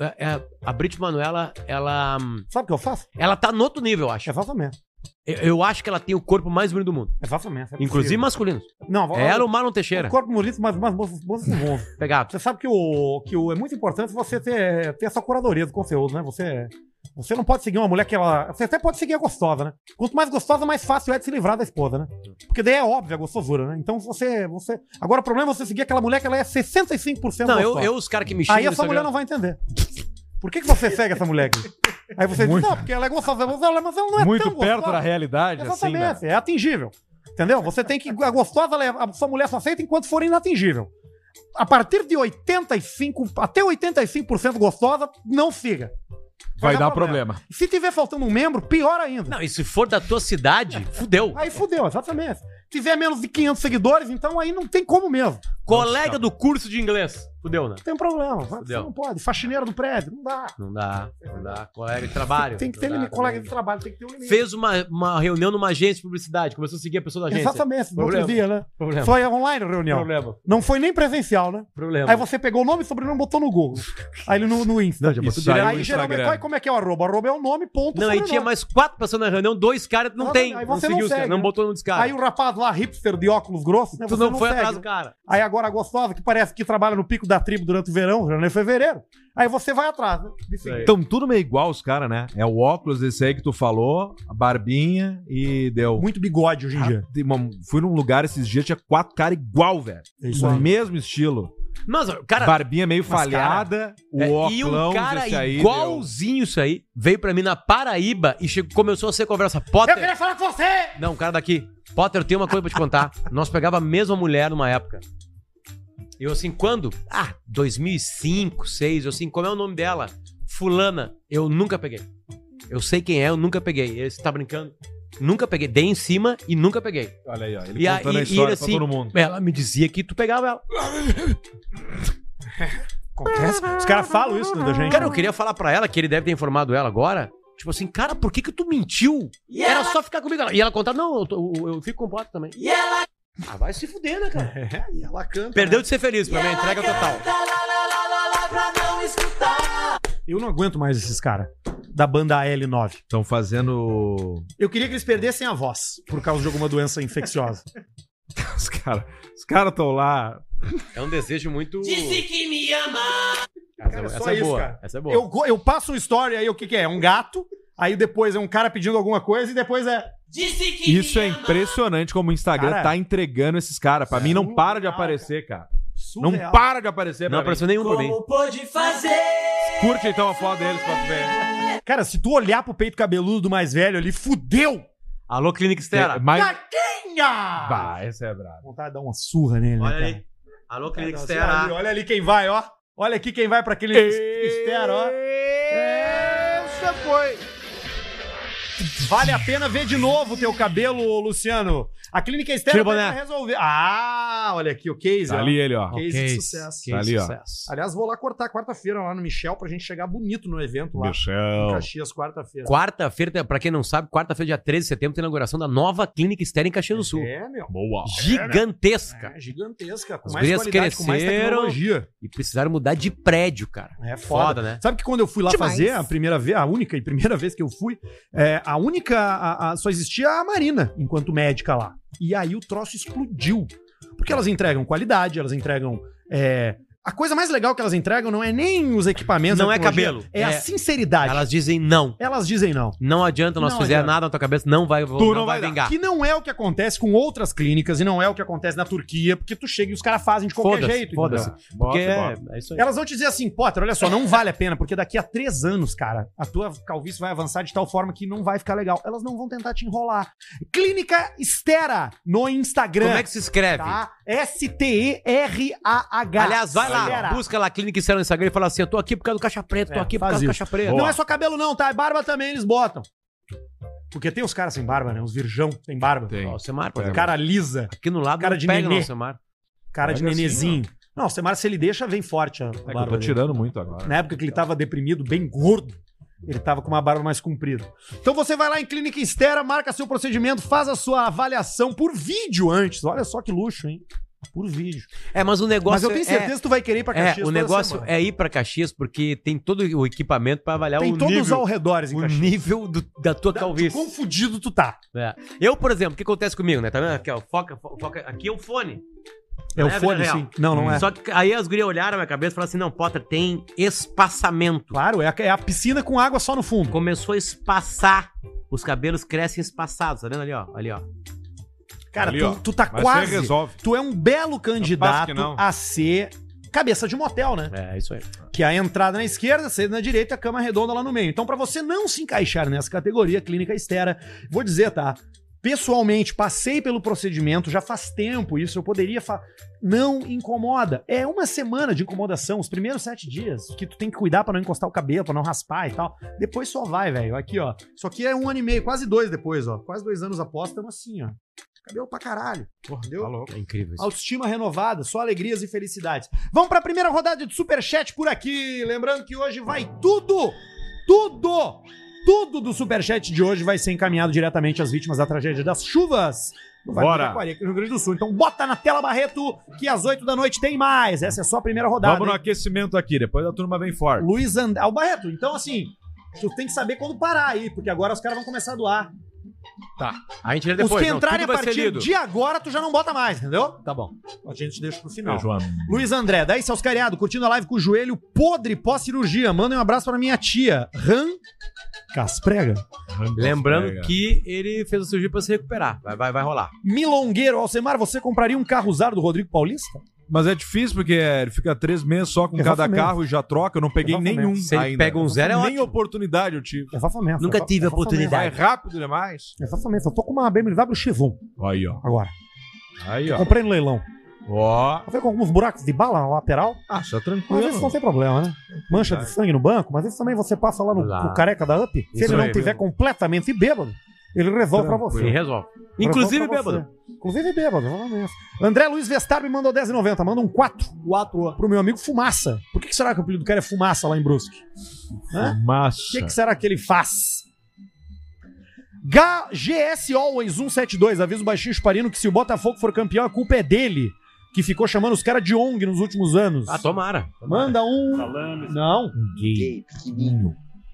Speaker 3: É- é- a Brit Manuela, ela,
Speaker 1: Sabe o que eu faço?
Speaker 3: ela tá no outro nível, eu acho.
Speaker 1: Exatamente.
Speaker 3: Eu, eu acho que ela tem o corpo mais bonito do mundo,
Speaker 1: Exatamente. É
Speaker 3: inclusive
Speaker 1: possível.
Speaker 3: masculino.
Speaker 1: Não,
Speaker 3: É ela
Speaker 1: o
Speaker 3: ou Marlon Teixeira?
Speaker 1: corpo bonito, mas mas moças moças não vão.
Speaker 3: Pegado.
Speaker 1: Você sabe que, o, que o, é muito importante você ter, ter essa curadoria do conteúdo, né? Você, você não pode seguir uma mulher que ela. Você até pode seguir a gostosa, né? Quanto mais gostosa, mais fácil é de se livrar da esposa, né? Porque daí é óbvio a gostosura, né? Então você. você agora o problema é você seguir aquela mulher que ela é 65%
Speaker 3: Não,
Speaker 1: gostosa.
Speaker 3: eu, eu os caras que me xingam.
Speaker 1: Aí
Speaker 3: no
Speaker 1: essa mulher
Speaker 3: Instagram-
Speaker 1: não vai entender. Por que, que você segue essa mulher aqui? Aí você
Speaker 2: Muito.
Speaker 1: diz, não, porque ela é gostosa, mas ela, mas ela não é
Speaker 2: Muito
Speaker 1: tão
Speaker 2: perto
Speaker 1: gostosa.
Speaker 2: da realidade, assim,
Speaker 1: Exatamente,
Speaker 2: né?
Speaker 1: é atingível. Entendeu? Você tem que. A gostosa, ela é- a sua mulher só aceita enquanto for inatingível. A partir de 85%, até 85% gostosa, não siga.
Speaker 2: Vai, dar problema.
Speaker 1: Se tiver faltando um membro, pior ainda.
Speaker 3: Não, e se for da tua cidade, fudeu.
Speaker 1: Aí fudeu, exatamente. Se tiver menos de 500 seguidores, então aí não tem como mesmo.
Speaker 3: Colega do curso de inglês. Fudeu, né?
Speaker 1: Tem um problema. Você
Speaker 3: Fudeu.
Speaker 1: não pode. Faxineiro do prédio, não dá.
Speaker 3: Não dá, não dá. Colega de trabalho.
Speaker 1: Tem que
Speaker 3: não
Speaker 1: ter
Speaker 3: dá
Speaker 1: limite. Colega de
Speaker 3: também.
Speaker 1: trabalho, tem que ter um limite.
Speaker 3: Fez uma, uma reunião numa agência de publicidade, começou a seguir a pessoa da agência.
Speaker 1: Exatamente, no outro
Speaker 3: Problema.
Speaker 1: dia, né?
Speaker 3: Problema.
Speaker 1: Foi online a reunião.
Speaker 3: Problema.
Speaker 1: Não foi nem presencial, né?
Speaker 3: Problema.
Speaker 1: Aí você pegou o nome e sobrenome e botou no Google. Aí ele no, no Insta.
Speaker 2: já
Speaker 1: Isso
Speaker 2: botou direto
Speaker 1: aí
Speaker 2: no
Speaker 1: geralmente,
Speaker 2: Instagram.
Speaker 1: qual- como é que é o arroba? Arroba é o nome, ponto,
Speaker 3: Não, aí
Speaker 1: sobrenome.
Speaker 3: tinha mais quatro pessoas na reunião, dois caras, não
Speaker 1: Não,
Speaker 3: tem.
Speaker 1: aí você não
Speaker 3: seguiu
Speaker 1: segue,
Speaker 3: os caras, não
Speaker 1: né?
Speaker 3: botou no descarte.
Speaker 1: Aí o rapaz lá, hipster de óculos grossos, né?
Speaker 3: tu
Speaker 1: você
Speaker 3: não, foi
Speaker 1: segue,
Speaker 3: atrás do
Speaker 1: né?
Speaker 3: cara.
Speaker 1: Aí agora a gostosa, que parece que trabalha no pico da tribo durante o verão, janeiro e fevereiro. Aí você vai atrás, né? De seguir.
Speaker 2: Então, tudo meio igual os caras, né? É o óculos desse aí que tu falou, a barbinha e deu. Ah,
Speaker 1: Muito bigode hoje em dia.
Speaker 2: Tem uma- Fui num lugar esses dias, tinha quatro caras igual, velho.
Speaker 1: É
Speaker 2: Isso mesmo estilo.
Speaker 3: Mas, cara,
Speaker 2: Barbinha meio
Speaker 3: mas,
Speaker 2: falhada, o
Speaker 3: É,
Speaker 2: óculos
Speaker 3: e um cara
Speaker 2: desse aí.
Speaker 3: igualzinho isso aí veio pra mim na Paraíba e chegou, começou a ser conversa.
Speaker 1: Eu
Speaker 3: Potter.
Speaker 1: queria falar com você!
Speaker 3: Não, o cara daqui. Potter, eu tenho uma coisa pra te contar. Nós pegava a mesma mulher numa época. Eu assim, quando? Ah, 2005, 2006. Eu assim, como é o nome dela? Fulana. Eu nunca peguei. Eu sei quem é, eu nunca peguei. Ele "Você tá brincando. Nunca peguei. Dei em cima e nunca peguei.
Speaker 2: Deu. Olha aí, ó. Ele
Speaker 3: E aí,
Speaker 2: contando
Speaker 3: e
Speaker 2: a história
Speaker 3: ele assim-
Speaker 2: pra todo mundo.
Speaker 3: Ela me dizia que tu pegava ela.
Speaker 1: Acontece. Os caras falam isso né, da gente.
Speaker 3: Cara, eu queria falar pra ela que ele deve ter informado ela agora. Tipo assim, cara, por que que tu mentiu? Era só ficar comigo. E ela contar, não, eu, tô- eu- eu fico com o Potter também. E ela... Ah, vai se fuder, né, cara?
Speaker 1: E ela canta.
Speaker 3: Uhum. Perdeu de ser feliz pra mim, entrega total.
Speaker 1: Eu não aguento mais esses caras da banda L9.
Speaker 2: Estão fazendo.
Speaker 1: Eu queria que eles perdessem a voz por causa de alguma doença infecciosa.
Speaker 2: Os caras os caras estão lá.
Speaker 3: É um desejo muito.
Speaker 6: que me ama.
Speaker 3: Essa,
Speaker 1: Cara,
Speaker 3: essa
Speaker 1: só
Speaker 3: é
Speaker 1: isso,
Speaker 3: boa.
Speaker 1: cara.
Speaker 3: Essa é boa.
Speaker 1: Eu, go- eu passo um story aí, o que, que é? É Um gato, aí depois é um cara pedindo alguma coisa e depois é.
Speaker 6: Disse que
Speaker 2: Isso é impressionante como o Instagram
Speaker 1: Cara,
Speaker 2: tá entregando esses caras. Pra mim, não
Speaker 1: é surreal,
Speaker 2: para de aparecer, cara. Não
Speaker 1: surreal.
Speaker 2: para de aparecer,
Speaker 3: Não
Speaker 2: pra mim.
Speaker 3: apareceu nenhum pra mim.
Speaker 6: pôde fazer.
Speaker 2: Curte então a foto deles pra tu ver.
Speaker 1: Cara, se tu olhar pro peito cabeludo do mais velho ali, fudeu!
Speaker 3: Alô, Clínica Estera.
Speaker 2: É, Mas...
Speaker 3: Ah.
Speaker 1: Gatinha!
Speaker 2: Bah, essa é brava.
Speaker 1: Vontade de dar uma surra nele, né,
Speaker 3: Olha
Speaker 1: cara?
Speaker 3: ali. Alô, Clínica
Speaker 1: Cara, olha, ali,
Speaker 3: Estera.
Speaker 1: olha ali quem vai, ó. Olha aqui quem vai pra aquele estero, ó.
Speaker 2: Essa foi.
Speaker 1: Vale a pena ver de novo o teu cabelo, Luciano. A clínica
Speaker 3: Tira
Speaker 1: Estéreo
Speaker 3: o boné.
Speaker 1: vai resolver. Ah, olha aqui o case.
Speaker 2: Tá
Speaker 1: ó.
Speaker 2: ali ele, ó.
Speaker 1: Case de sucesso.
Speaker 2: Tá ali, ó.
Speaker 3: sucesso.
Speaker 1: Aliás, vou lá cortar quarta-feira lá no Michel pra gente chegar bonito no evento lá. Em
Speaker 2: Bichão.
Speaker 1: Caxias, quarta-feira.
Speaker 3: Quarta-feira, pra quem não sabe, quarta-feira, dia 13 de setembro, tem a inauguração da nova Clínica Estera em Caxias do Sul.
Speaker 1: É, meu.
Speaker 2: Boa.
Speaker 3: né? Gigantesca.
Speaker 1: É gigantesca. Com
Speaker 3: Os
Speaker 1: mais
Speaker 3: gurias
Speaker 1: qualidade, com mais
Speaker 3: cresceram.
Speaker 1: tecnologia.
Speaker 3: E precisaram mudar de prédio, cara.
Speaker 1: É
Speaker 3: Foda, né?
Speaker 1: Sabe que quando eu fui lá fazer a primeira vez, a única e primeira vez que eu fui, é, a única. a- a- só existia a Marina enquanto médica lá. E aí o troço explodiu. Porque elas entregam qualidade, elas entregam. é, a coisa mais legal que elas entregam não é nem os equipamentos.
Speaker 3: Não
Speaker 1: a
Speaker 3: é
Speaker 1: tecnologia,
Speaker 3: cabelo.
Speaker 1: É, a
Speaker 3: É-
Speaker 1: sinceridade. Elas...
Speaker 3: Elas dizem não.
Speaker 1: dizem não.
Speaker 3: Não adianta nós
Speaker 1: Não
Speaker 3: fizer
Speaker 1: adianta.
Speaker 3: nada na tua cabeça, não vai,
Speaker 2: Tu não vai dar.
Speaker 3: vingar.
Speaker 1: Que não é o que acontece com outras clínicas e não é o que acontece na Turquia, porque tu chega e os caras fazem de qualquer
Speaker 3: Foda-se,
Speaker 1: jeito.
Speaker 3: foda-se.
Speaker 1: entendeu?
Speaker 2: Bota,
Speaker 3: Porque é,
Speaker 2: bota.
Speaker 3: é isso aí.
Speaker 1: Elas vão te dizer assim, Potter, olha só, não vale a pena, porque daqui a três anos, cara, a tua calvície vai avançar de tal forma que não vai ficar legal. Elas não vão tentar te enrolar. Clínica Estera no Instagram.
Speaker 3: Como é que se escreve?
Speaker 1: tá? S-T-E-R-A-H.
Speaker 3: Aliás, vai lá,
Speaker 1: Estera.
Speaker 3: busca lá a Clínica Estera no Instagram e fala assim: eu tô aqui por causa do Caixa Preta, tô
Speaker 1: É,
Speaker 3: aqui por
Speaker 1: faz
Speaker 3: causa do
Speaker 1: isso.
Speaker 3: Caixa Preta.
Speaker 1: Não é só cabelo não, tá? É barba também eles botam. Porque tem os caras sem barba, né? Os virgão sem barba.
Speaker 2: Tem.
Speaker 3: Ó, o Semar, por
Speaker 2: Pega.
Speaker 3: exemplo.
Speaker 1: Cara lisa,
Speaker 3: Aqui no lado,
Speaker 1: cara
Speaker 3: não
Speaker 1: de
Speaker 3: pega
Speaker 1: nenê.
Speaker 3: não, Semar.
Speaker 1: cara de
Speaker 2: Olha assim,
Speaker 1: nenezinho. não, o Semar, se ele deixa, vem forte a a
Speaker 2: É que eu
Speaker 1: barba
Speaker 2: tô
Speaker 1: dele.
Speaker 2: tirando muito agora.
Speaker 1: Na época que ele tava deprimido, bem gordo, ele tava com uma barba mais comprida. Então você vai lá em Clínica Estera, marca seu procedimento, faz a sua avaliação por vídeo antes. Olha só que luxo, hein? Por vídeo.
Speaker 3: É, mas o negócio.
Speaker 1: Mas eu tenho certeza que tu vai querer ir pra
Speaker 3: É,
Speaker 1: Caxias
Speaker 3: é, o
Speaker 1: toda
Speaker 3: negócio
Speaker 1: semana.
Speaker 3: é ir pra Caxias porque tem todo o equipamento pra avaliar
Speaker 1: Tem
Speaker 3: o
Speaker 1: todos os
Speaker 3: nível,
Speaker 1: alredores em
Speaker 3: o
Speaker 1: Caxias.
Speaker 3: nível do- da tua
Speaker 1: Da- de
Speaker 3: calvície.
Speaker 1: quão fudido tu tá.
Speaker 3: É. Eu, por exemplo, o que acontece comigo, né? Tá vendo? Aqui, ó, foca, fo- foca. Aqui é o fone.
Speaker 1: É
Speaker 3: Não
Speaker 1: o
Speaker 3: é a
Speaker 1: fone,
Speaker 3: vida
Speaker 1: sim.
Speaker 3: real.
Speaker 1: Não, não é.
Speaker 3: Só que aí as gurias olharam na minha cabeça e falaram assim: não, Potter, tem espaçamento.
Speaker 1: Claro, é a, é a piscina com água só no fundo.
Speaker 3: Começou a espaçar. Os cabelos crescem espaçados, tá vendo ali, ó? Ali, ó.
Speaker 1: Cara,
Speaker 2: Ali,
Speaker 1: tu,
Speaker 2: ó.
Speaker 1: tu tá
Speaker 2: Mas você
Speaker 1: quase.
Speaker 2: resolve.
Speaker 1: Tu é um belo candidato
Speaker 2: que não.
Speaker 1: a ser cabeça de motel, né?
Speaker 3: É, isso aí.
Speaker 1: que é a entrada na esquerda, a saída na direita, a cama redonda lá no meio. Então, pra você não se encaixar nessa categoria, clínica estera, vou dizer, tá? Pessoalmente, passei pelo procedimento, já faz tempo isso, eu poderia fa... Não incomoda. É uma semana de incomodação, os primeiros sete dias, que tu tem que cuidar pra não encostar o cabelo, pra não raspar e tal. Depois só vai, velho. Aqui, ó. Isso aqui é um ano e meio, quase dois depois, ó. Quase dois anos após, estamos é assim, ó. Cabelo pra caralho. entendeu?
Speaker 2: Tá louco.
Speaker 3: É incrível isso.
Speaker 1: Autoestima renovada, só alegrias e felicidades. Vamos pra primeira rodada de Superchat por aqui. Lembrando que hoje vai tudo, tudo, tudo do Superchat de hoje vai ser encaminhado diretamente às vítimas da tragédia das chuvas. do Vale
Speaker 2: Bora.
Speaker 1: do Taquari, aqui no Rio Grande do Sul. Então bota na tela, Barreto, que às 8 da noite tem mais. Essa é só a primeira rodada.
Speaker 2: Vamos no
Speaker 1: hein?
Speaker 2: aquecimento aqui, depois a turma vem forte.
Speaker 1: Luiz André. Ah, o Barreto, então assim, tu tem que saber quando parar aí, porque agora os caras vão começar a doar.
Speaker 3: A gente lê
Speaker 1: Os
Speaker 3: depois.
Speaker 1: que
Speaker 3: não,
Speaker 1: entrarem a
Speaker 3: tudo vai ser
Speaker 1: partir
Speaker 3: lido.
Speaker 1: de agora, tu já não bota mais, entendeu? Tá bom. A gente deixa pro final.
Speaker 2: Beijo, amigo.
Speaker 1: Luiz André, daí seus cariados, curtindo a live com o joelho podre pós-cirurgia. Mandem um abraço pra minha tia, Ran Casprega.
Speaker 3: Lembrando que ele fez a cirurgia pra se recuperar. Vai, vai, vai rolar.
Speaker 1: Milongueiro, Alcemar, você compraria um carro usado do Rodrigo Paulista?
Speaker 2: Mas é difícil porque ele fica três meses só com cada
Speaker 1: Exatamente.
Speaker 2: carro e já troca. Eu não peguei
Speaker 1: Exatamente.
Speaker 2: nenhum.
Speaker 3: Se ele
Speaker 2: ainda.
Speaker 3: pega um zero, é
Speaker 2: Nem
Speaker 3: ótimo.
Speaker 2: oportunidade eu tive.
Speaker 1: É Fafamento.
Speaker 3: Nunca
Speaker 1: é fa-
Speaker 3: tive
Speaker 1: é Fafamento.
Speaker 2: Vai
Speaker 3: oportunidade.
Speaker 2: rápido demais.
Speaker 1: Exatamente, eu tô com uma BMW Chevron
Speaker 2: Aí, ó.
Speaker 1: um agora.
Speaker 2: Aí, ó.
Speaker 1: Comprei no leilão.
Speaker 2: Ó.
Speaker 1: Ela veio com alguns buracos de bala na lateral.
Speaker 3: tá
Speaker 2: Ah, isso é
Speaker 1: Mas
Speaker 3: Hum.
Speaker 1: isso não
Speaker 2: tranquilo.
Speaker 1: tem problema, né? Mancha de sangue no banco, mas isso também você passa lá no,
Speaker 3: Lá.
Speaker 1: no careca da UP. Se ele
Speaker 3: Isso
Speaker 1: não
Speaker 3: aí,
Speaker 1: tiver
Speaker 3: mesmo.
Speaker 1: completamente bêbado, ele resolve pra você.
Speaker 3: Ele resolve.
Speaker 1: Pra-
Speaker 3: Inclusive,
Speaker 1: pra
Speaker 3: bêbado.
Speaker 1: você. Inclusive bêbado, vamos lá mesmo. André Luiz Vestar me mandou 10,90. Manda um 4 pro meu amigo Fumaça. Por que, que será que o apelido do cara é Fumaça lá em Brusque? Hã?
Speaker 2: Massa.
Speaker 1: O que, que será que ele faz? Ga- GS Always 172, avisa o baixinho chuparino que se o Botafogo for campeão, a culpa é dele, que ficou chamando os caras de ONG nos últimos anos.
Speaker 3: Ah, tomara.
Speaker 1: Manda um. Não.
Speaker 2: Ninguém.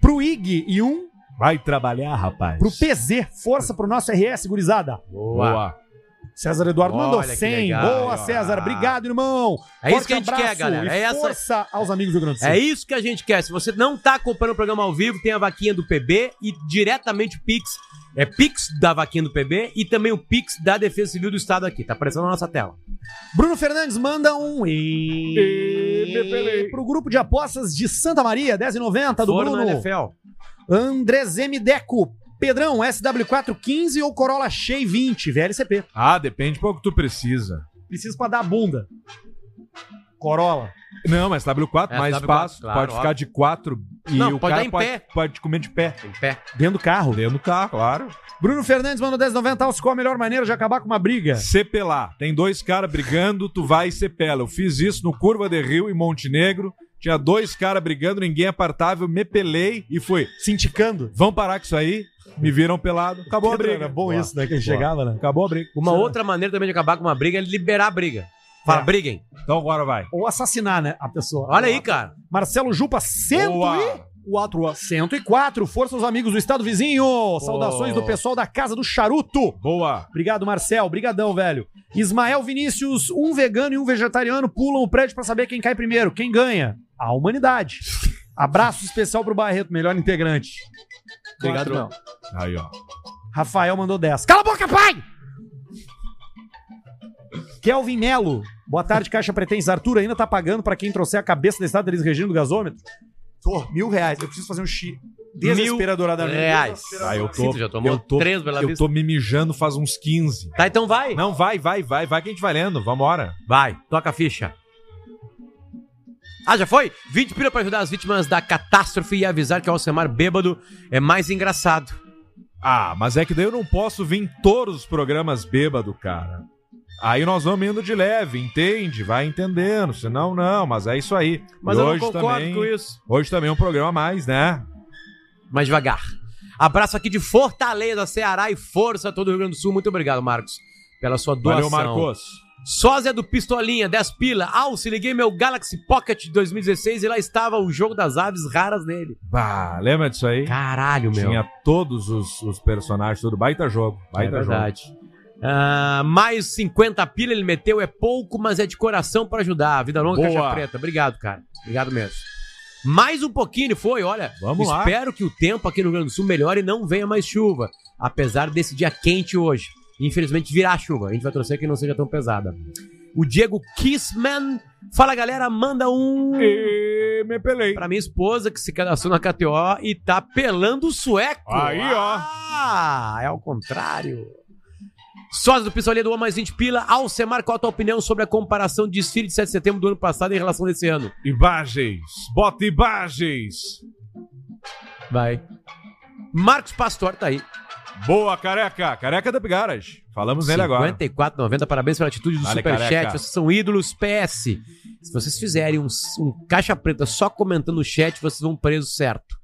Speaker 1: Pro IG e um
Speaker 2: Vai trabalhar, rapaz.
Speaker 1: pro PZ. Força pro nosso RS, gurizada.
Speaker 3: Boa.
Speaker 2: Boa.
Speaker 1: César Eduardo
Speaker 3: Olha
Speaker 1: mandou
Speaker 3: que
Speaker 1: 100.
Speaker 3: legal.
Speaker 1: Boa, César. Obrigado, irmão.
Speaker 3: É isso
Speaker 1: Forte
Speaker 3: que a gente
Speaker 1: abraço
Speaker 3: quer, galera.
Speaker 1: e
Speaker 3: É essa,
Speaker 1: Força aos amigos do Rio Grande do Sul.
Speaker 3: é isso que a gente quer. Se você não tá acompanhando o programa ao vivo, tem a vaquinha do PB e diretamente o Pix. É Pix da vaquinha do PB e também o Pix da Defesa Civil do Estado aqui. Tá aparecendo na nossa tela.
Speaker 1: Bruno Fernandes manda um e... pro grupo de apostas de Santa Maria, 10,90 do
Speaker 3: Foram
Speaker 1: Bruno.
Speaker 3: na NFL.
Speaker 1: Andrés M. Deco. Pedrão, SW415 ou Corolla Shea 20, VLCP.
Speaker 2: Ah, depende do que tu precisa.
Speaker 1: Preciso pra dar a bunda. Corolla.
Speaker 2: Não, mas W4,
Speaker 3: É,
Speaker 2: mais
Speaker 3: W4,
Speaker 2: espaço.
Speaker 3: claro,
Speaker 2: pode ficar
Speaker 3: óbvio.
Speaker 2: de 4 e
Speaker 3: Não,
Speaker 2: o
Speaker 3: pode
Speaker 2: cara
Speaker 3: dar em
Speaker 2: pode,
Speaker 3: pé.
Speaker 2: pode comer de pé.
Speaker 3: Em pé.
Speaker 1: Dentro do carro.
Speaker 2: Dentro do carro, tá, claro.
Speaker 1: Bruno Fernandes manda 10,90. Alce, qual a melhor maneira de acabar com uma
Speaker 2: É.
Speaker 1: briga?
Speaker 2: Cepelar. Tem dois caras brigando, tu vai e cepela. Eu fiz isso no Curva de Rio e Montenegro. Tinha dois caras brigando, ninguém é apartável, me pelei e fui.
Speaker 1: Sinticando.
Speaker 2: Vão parar com isso aí? Me viram pelado. Acabou a
Speaker 1: Pedro,
Speaker 2: briga.
Speaker 1: Era bom
Speaker 2: Boa.
Speaker 1: isso, né? Que ele
Speaker 2: Boa.
Speaker 1: chegava, né?
Speaker 2: Acabou a briga.
Speaker 3: Uma outra maneira também de acabar com uma briga é liberar a briga. Fala,
Speaker 1: É.
Speaker 3: briguem.
Speaker 2: Então agora vai.
Speaker 1: Ou assassinar, né? A pessoa.
Speaker 3: Olha aí, cara.
Speaker 1: Marcelo Jupa, 104.
Speaker 2: Boa.
Speaker 1: 104. Força aos amigos do estado vizinho. Saudações do pessoal da Casa do Charuto.
Speaker 2: Boa.
Speaker 1: Obrigado, Marcel. Obrigadão, velho. Ismael Vinícius, um vegano e um vegetariano pulam o prédio pra saber quem cai primeiro. Quem ganha? A humanidade. Abraço especial pro Barreto, melhor integrante.
Speaker 9: Obrigado, não.
Speaker 2: Aí, ó.
Speaker 1: Rafael mandou 10. Cala a boca, pai! Kelvin Melo. Boa tarde, Caixa Pretensa. Arthur ainda tá pagando pra quem trouxer a cabeça da estátua deles regindo o gasômetro? Tô, mil reais. Eu preciso fazer um xixi. Desesperadoramente.
Speaker 3: Reais.
Speaker 2: Ah, eu tô-
Speaker 3: Sim, tu né? já tomou
Speaker 2: eu tô-
Speaker 3: três pela
Speaker 2: Eu
Speaker 3: vista.
Speaker 2: tô me mijando faz uns 15.
Speaker 3: Tá, então vai.
Speaker 2: Não, vai, vai, vai, vai que a gente vai lendo. Vambora.
Speaker 3: Vai, toca a ficha. Ah, já foi? 20 pila pra ajudar as vítimas da catástrofe e avisar que o Alcemar bêbado é mais engraçado.
Speaker 2: Ah, mas é que daí eu não posso vir em todos os programas bêbado, cara. Aí nós vamos indo de leve, entende? Vai entendendo, senão não, mas é isso aí.
Speaker 3: Mas
Speaker 2: E
Speaker 3: eu não
Speaker 2: hoje
Speaker 3: concordo
Speaker 2: também,
Speaker 3: com isso.
Speaker 2: Hoje também é um programa a mais, né?
Speaker 3: Mais devagar. Abraço aqui de Fortaleza, Ceará e força a todo o Rio Grande do Sul. Muito obrigado, Marcos, pela sua doação.
Speaker 2: Valeu, Marcos.
Speaker 3: Sósia do Pistolinha, 10 pila. Ah, se liguei meu Galaxy Pocket de 2016 e lá estava o jogo das aves raras nele.
Speaker 2: Bah, lembra disso aí?
Speaker 3: Caralho, meu.
Speaker 2: Tinha todos os, os personagens, tudo. Baita jogo.
Speaker 3: É
Speaker 2: Baita jogo.
Speaker 3: verdade. Ah, mais 50 pila ele meteu, é pouco, mas é de coração pra ajudar. Vida longa,
Speaker 2: Boa.
Speaker 3: caixa preta. Obrigado, cara. Obrigado mesmo. Mais um pouquinho foi, olha.
Speaker 2: Vamos lá.
Speaker 3: Espero que o tempo aqui no Rio Grande do Sul melhore e não venha mais chuva. Apesar desse dia quente hoje. Infelizmente virá chuva. A gente vai torcer que não seja tão pesada. O Diego Kissman. Fala galera, manda um.
Speaker 2: E me pelei.
Speaker 3: Pra minha esposa que se cadastrou na KTO e tá pelando o sueco.
Speaker 2: Aí, ó.
Speaker 3: Ah, é ao contrário. Sócio do Pistolinha doou mais 20 pila. Alcemar, qual a tua opinião sobre a comparação de desfile de 7 de setembro do ano passado em relação a desse ano?
Speaker 2: Imagens. Bota imagens.
Speaker 3: Vai. Marcos Pastor tá aí.
Speaker 2: Boa, careca. Careca é da Pigaras. Falamos nele agora.
Speaker 3: 54,90. Parabéns pela atitude do
Speaker 2: Vale,
Speaker 3: Superchat.
Speaker 2: careca.
Speaker 3: Vocês são ídolos. PS. Se vocês fizerem um, um caixa preta só comentando o chat, vocês vão preso certo.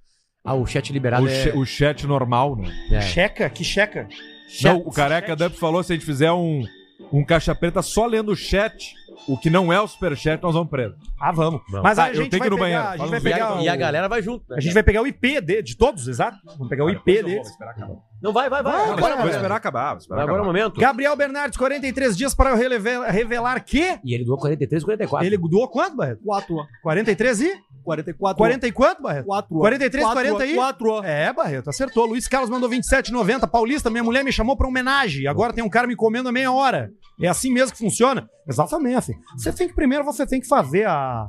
Speaker 3: Ah, o chat liberado
Speaker 2: O,
Speaker 3: é-
Speaker 2: che- o chat normal, né?
Speaker 3: é.
Speaker 1: Checa? Que checa?
Speaker 3: Chat.
Speaker 2: Não, o careca Dump falou: se a gente fizer um, um caixa preta só lendo o chat, o que não é o superchat, nós vamos preso.
Speaker 1: Ah, vamos.
Speaker 3: Vamos.
Speaker 1: Mas
Speaker 2: Tá,
Speaker 1: a
Speaker 2: eu
Speaker 1: gente
Speaker 2: tenho
Speaker 1: vai
Speaker 2: que ir no banheiro.
Speaker 1: pegar, a gente
Speaker 2: Vamos
Speaker 1: vai
Speaker 3: E,
Speaker 1: pegar
Speaker 3: a, e a
Speaker 1: o-
Speaker 3: galera vai junto, né?
Speaker 1: A gente vai pegar o IP de, de todos, exato? Vamos pegar o IP
Speaker 2: Depois eu vou, vou
Speaker 1: deles.
Speaker 2: esperar acabar.
Speaker 3: Não, vai, vai, vai.
Speaker 1: Vai,
Speaker 3: agora,
Speaker 2: Vou
Speaker 3: vai,
Speaker 2: esperar acabar. Vou esperar
Speaker 3: agora é o
Speaker 2: acabar.
Speaker 3: momento.
Speaker 1: Gabriel Bernardes, 43 dias para eu relever- revelar que
Speaker 3: E ele doou 43, 44.
Speaker 1: ele doou quanto, Barreto?
Speaker 5: 4
Speaker 1: 43 e?
Speaker 5: 44
Speaker 1: 40 e quanto, Barreto?
Speaker 5: 4
Speaker 1: 43, 40 aí?
Speaker 5: 4
Speaker 1: É, Barreto, acertou. Luiz Carlos mandou 27,90. Paulista, minha mulher me chamou pra homenagem. Agora tem um cara me comendo a meia hora. É assim mesmo que funciona? Exatamente. assim. Você tem que primeiro você tem que fazer a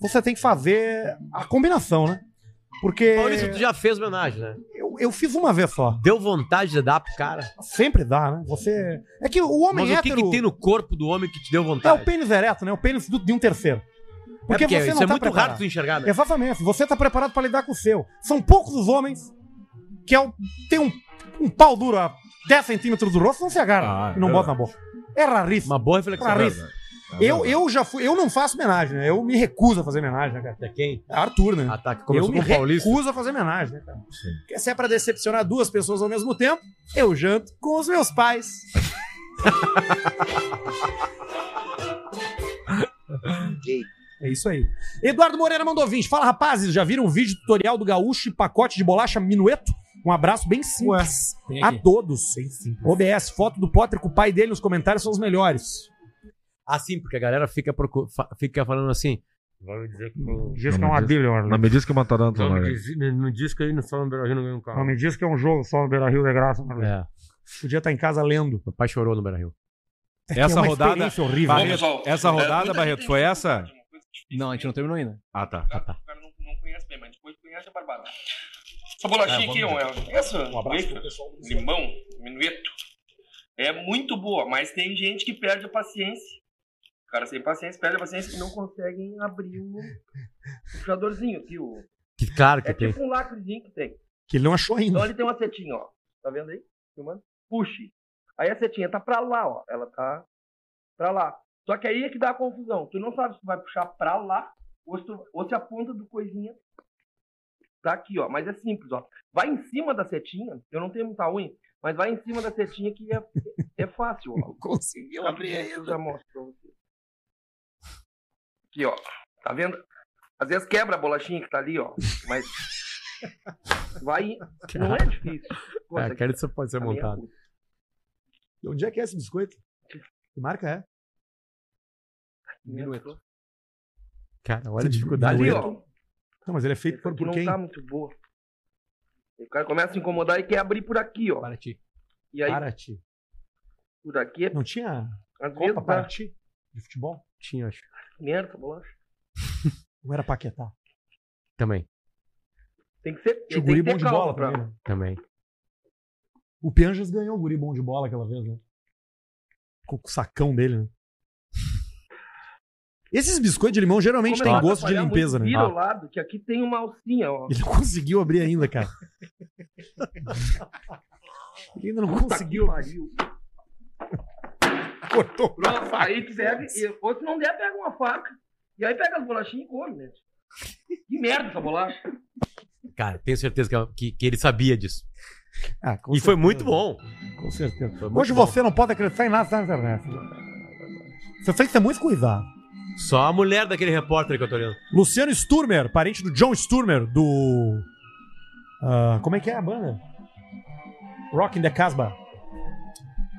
Speaker 1: você tem que fazer a combinação, né? Porque
Speaker 3: Maurício, tu já fez homenagem, né?
Speaker 1: eu, eu fiz uma vez só.
Speaker 3: Deu vontade de dar pro cara.
Speaker 1: Sempre dá, né? Você é que o homem
Speaker 3: Mas o que,
Speaker 1: hétero
Speaker 3: que tem no corpo do homem que te deu
Speaker 1: é o
Speaker 3: vontade?
Speaker 1: pênis ereto, né? O pênis do- de um terceiro.
Speaker 3: É
Speaker 1: Porque, você
Speaker 3: isso
Speaker 1: não
Speaker 3: é
Speaker 1: tá
Speaker 3: muito raro
Speaker 1: preparado.
Speaker 3: tu enxergar, né?
Speaker 1: Exatamente. Você tá preparado pra lidar com o seu. São poucos os homens que é o- tem um, um pau duro a 10 centímetros do rosto, não se agarra
Speaker 2: Ah, é
Speaker 1: e não bota na
Speaker 2: verdade.
Speaker 1: boca. É raríssimo.
Speaker 3: Uma boa reflexão.
Speaker 1: raríssimo. Eu, eu já fui, eu não faço homenagem, né? Eu me recuso a fazer homenagem, né, cara?
Speaker 3: É quem?
Speaker 1: É Arthur, né?
Speaker 3: Ataque.
Speaker 1: eu
Speaker 3: Começou
Speaker 1: me
Speaker 3: com o Paulista.
Speaker 1: recuso a fazer homenagem, né, cara? Porque se é pra decepcionar duas pessoas ao mesmo tempo, eu janto com os meus pais. É isso aí. Eduardo Moreira mandou 20. Fala, rapazes, já viram o vídeo tutorial do gaúcho e pacote de bolacha minueto? Um abraço bem simples a todos. OBS, foto do Potter com o pai dele nos comentários são os melhores.
Speaker 3: Assim, porque a galera fica, procu- fa- fica falando assim. Vai dizer que não.
Speaker 1: Diz
Speaker 2: que é uma
Speaker 1: bilhão,
Speaker 2: me diz que eu matar tanto,
Speaker 3: No disco aí, não fala no ganhou um carro.
Speaker 1: me diz que é um jogo só no Beira Rio de graça. Né?
Speaker 3: É,
Speaker 1: Podia estar em casa lendo.
Speaker 3: meu pai chorou no Beira Rio.
Speaker 2: Essa rodada.
Speaker 1: experiência horrível.
Speaker 2: Barreto, essa rodada, Barreto, foi essa?
Speaker 5: Não, a gente não terminou ainda.
Speaker 2: Ah, tá.
Speaker 3: Ah, tá.
Speaker 10: O cara não, não conhece bem, mas depois conhece a barbada. Essa bolachinha aqui, ó, é- essa, bacon, limão, minueto, é muito boa, mas tem gente que perde a paciência. O cara sem paciência, perde a paciência e não conseguem abrir o o puxadorzinho aqui. O...
Speaker 3: Que claro que
Speaker 10: É
Speaker 3: tem.
Speaker 10: tipo um lacrezinho que tem.
Speaker 1: Que ele não achou ainda.
Speaker 10: Então ali tem uma setinha, ó. Tá vendo aí? Filmando? Puxe. Aí a setinha tá pra lá, ó. Ela tá pra lá. Só que aí é que dá a confusão. Tu não sabe se tu vai puxar pra lá ou se, tu- ou se a ponta do coisinha tá aqui, ó. Mas é simples, ó. Vai em cima da setinha. Eu não tenho muita unha, mas vai em cima da setinha que é, é fácil, ó. Não conseguiu abrir aí. Eu já mostro pra você. Aqui, ó. Tá vendo? Às vezes quebra a bolachinha que tá ali, ó. Mas. Vai. em- Não é difícil. Pô,
Speaker 3: É,
Speaker 10: essa aqui
Speaker 3: cara, isso pode ser
Speaker 10: tá meio
Speaker 3: montado.
Speaker 10: curta.
Speaker 1: Onde é que é esse biscoito? Que marca é?
Speaker 10: Minueto.
Speaker 3: Cara, olha a dificuldade.
Speaker 10: Ali,
Speaker 3: dele.
Speaker 10: ó.
Speaker 1: Não, mas ele é feito
Speaker 10: Essa
Speaker 1: por,
Speaker 10: aqui
Speaker 1: por
Speaker 10: não
Speaker 1: quem?
Speaker 10: tá muito boa. O cara começa a se incomodar e quer abrir por aqui, ó.
Speaker 3: Paraty.
Speaker 10: E aí,
Speaker 1: Paraty.
Speaker 10: por aqui,
Speaker 1: Não tinha
Speaker 10: às vezes,
Speaker 1: Copa
Speaker 10: dá
Speaker 1: Paraty de futebol?
Speaker 3: Tinha, acho.
Speaker 10: merda, tá bolacha.
Speaker 1: Não era Paquetá.
Speaker 3: Também,
Speaker 10: Tem que ser,
Speaker 1: Tinha
Speaker 10: tem
Speaker 1: o guri
Speaker 10: que
Speaker 1: bom
Speaker 10: ter
Speaker 1: de
Speaker 10: calma
Speaker 1: bola
Speaker 10: pra...
Speaker 1: pra mim. né?
Speaker 3: também.
Speaker 1: O Pianjas ganhou o guri bom de bola aquela vez, né? Com o sacão dele, né? Esses biscoitos de limão geralmente
Speaker 10: Começar
Speaker 1: têm
Speaker 10: a
Speaker 1: gosto de
Speaker 10: atrapalhar é muito,
Speaker 1: limpeza, né?
Speaker 10: Vira ao lado, que aqui tem uma alcinha, ó.
Speaker 1: Ele não conseguiu abrir ainda, cara. Ele ainda não
Speaker 10: Puta que
Speaker 1: conseguiu.
Speaker 10: pariu.
Speaker 1: Cortou.
Speaker 10: Pronto, aí tu pega, e- ou se não der, pega uma faca. E aí pega as bolachinhas e come, né? Que merda essa bolacha.
Speaker 3: Cara, tenho certeza que, que, que ele sabia disso.
Speaker 1: Ah, com
Speaker 3: E foi
Speaker 1: certeza.
Speaker 3: muito bom.
Speaker 1: Com certeza.
Speaker 3: Foi muito
Speaker 1: Hoje
Speaker 3: bom.
Speaker 1: você não pode acreditar em nada na internet. Você tem que ter muito cuidado.
Speaker 3: Só a mulher daquele repórter que eu tô olhando.
Speaker 1: Luciano Sturmer, parente do John Sturmer, do. ah, como é que é a banda? Rock in the Casbah.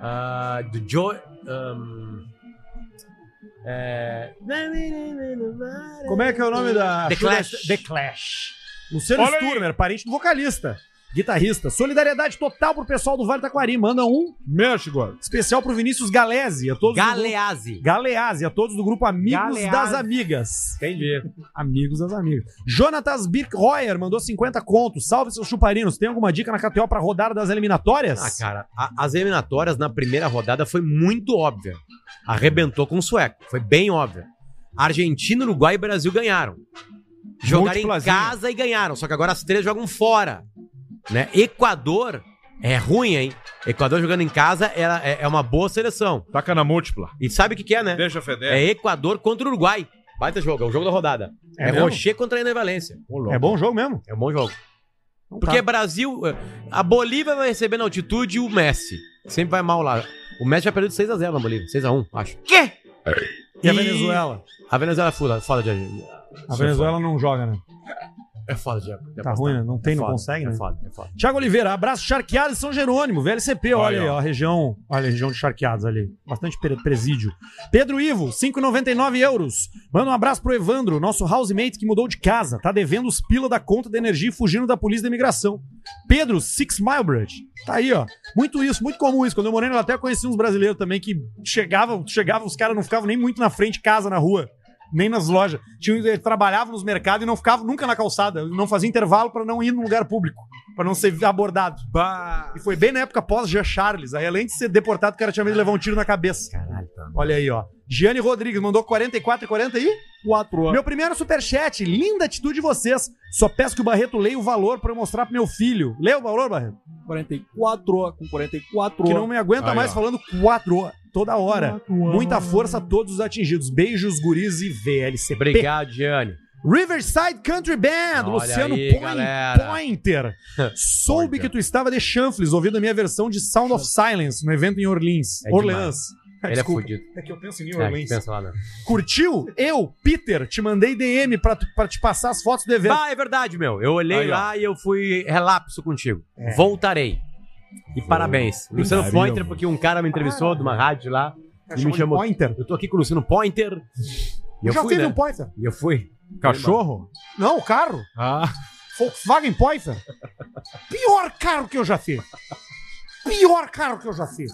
Speaker 3: Ah, do Joe. ahn, é...
Speaker 1: Como é que é o nome da.
Speaker 3: The Clash.
Speaker 1: The Clash. Luciano
Speaker 2: Olha aí.
Speaker 1: Sturmer, parente do vocalista, guitarrista. Solidariedade total pro pessoal do Vale Taquari. Manda um
Speaker 2: Mexe, agora.
Speaker 1: especial pro Vinícius Galese. A todos do grupo-
Speaker 3: Galeazzi.
Speaker 1: Galeazzi, a todos do grupo Amigos
Speaker 3: Galeazzi.
Speaker 1: das Amigas. Entendi. Amigos das Amigas. Jonatas Birkroyer mandou 50 contos. Salve seus chuparinos. Tem alguma dica na KTO pra rodada das eliminatórias?
Speaker 3: Ah, cara, a- as eliminatórias na primeira rodada foi muito óbvia. Arrebentou com o sueco, foi bem óbvia. Argentina, Uruguai e Brasil ganharam. Jogaram em
Speaker 2: Multiplazinha.
Speaker 3: casa e ganharam, só que agora as três jogam fora. Né? Equador É ruim, hein? Equador jogando em casa era- é, é uma boa seleção.
Speaker 2: Taca na múltipla.
Speaker 3: E sabe o que, que é, né?
Speaker 2: Deixa feder.
Speaker 3: É Equador contra o Uruguai. Baita jogo, é o jogo da rodada.
Speaker 1: É
Speaker 3: É,
Speaker 1: mesmo?
Speaker 3: Rocher contra a Ener Valência.
Speaker 1: É bom jogo mesmo.
Speaker 3: É um bom jogo.
Speaker 1: Então tá.
Speaker 3: Porque Brasil. A Bolívia vai receber na altitude o Messi. Sempre vai mal lá. O Messi já perdeu de 6x0 na Bolívia. 6x1, acho. Quê?
Speaker 1: E a Venezuela?
Speaker 3: A Venezuela é foda, foda de.
Speaker 1: A Venezuela não joga, né?
Speaker 3: É foda de. de
Speaker 1: Tá
Speaker 3: apostar.
Speaker 1: ruim, né? Não tem,
Speaker 3: é
Speaker 1: não
Speaker 3: foda,
Speaker 1: consegue,
Speaker 3: é
Speaker 1: né?
Speaker 3: Foda, é foda.
Speaker 1: Tiago Oliveira, abraço Charqueados e São Jerônimo, VLCP, olha aí, ó, a região, olha a região de Charqueados ali, bastante pre- presídio. Pedro Ivo, 5,99 euros. Manda um abraço pro Evandro, nosso housemate que mudou de casa, tá devendo os pila da conta da energia e fugindo da polícia da imigração. Pedro, Six Mile Bridge, tá aí, ó. Muito isso, muito comum isso. Quando eu morei na Inglaterra, eu conheci uns brasileiros também que chegavam, chegavam, os caras não ficavam nem muito na frente de casa, na rua. Nem nas lojas. Tinha, ele trabalhava nos mercados e não ficava nunca na calçada. Não fazia intervalo pra não ir num lugar público. Pra não ser abordado. E foi bem na época pós Jean Charles. Aí, além de ser deportado, o cara tinha medo de levar um tiro na cabeça. Caralho, Olha aí, ó. Gianni Rodrigues mandou 44 e 40 aí.
Speaker 2: Quatro
Speaker 1: Meu primeiro superchat. Linda atitude de vocês. Só peço que o Barreto leia o valor pra eu mostrar pro meu filho. Leu o valor, Barreto?
Speaker 11: 44 com 44
Speaker 1: Que não me aguenta
Speaker 11: Aí,
Speaker 1: mais
Speaker 11: ó.
Speaker 1: falando 4 toda hora. Muita força a todos os atingidos. Beijos, guris e VLC.
Speaker 3: Obrigado, Gianni.
Speaker 1: Riverside Country Band,
Speaker 3: Olha
Speaker 1: Luciano
Speaker 3: aí,
Speaker 1: Point-
Speaker 3: galera.
Speaker 1: Pointer. Soube que tu estava de chanfles ouvindo a minha versão de Sound of Silence no evento em Orleans.
Speaker 3: É
Speaker 1: Orleans.
Speaker 3: demais. Ele é
Speaker 1: Desculpa.
Speaker 3: fudido.
Speaker 1: É que eu penso em New
Speaker 3: É, que
Speaker 1: Orleans.
Speaker 3: pensa lá, né?
Speaker 1: Curtiu? Eu, Peter, te mandei DM pra, tu- pra te passar as fotos do evento.
Speaker 3: Ah, é verdade, meu. Eu olhei
Speaker 1: Aí, ó. É.
Speaker 3: lá e eu fui relapso contigo. Voltarei. E parabéns. Luciano
Speaker 1: Voltaria,
Speaker 3: Pointer, porque um cara me entrevistou de uma rádio lá
Speaker 1: Cara,
Speaker 3: e
Speaker 1: chamou
Speaker 3: me
Speaker 1: de
Speaker 3: chamou.
Speaker 1: Pointer?
Speaker 3: Eu tô aqui com o Luciano Pointer. E
Speaker 1: Eu
Speaker 3: eu
Speaker 1: já
Speaker 3: fui,
Speaker 1: tive
Speaker 3: né?
Speaker 1: um Pointer.
Speaker 3: E eu fui.
Speaker 2: Cachorro?
Speaker 1: Não, carro.
Speaker 2: Ah.
Speaker 1: Volkswagen Pointer. Pior carro que eu já fiz. Pior carro que eu já fiz.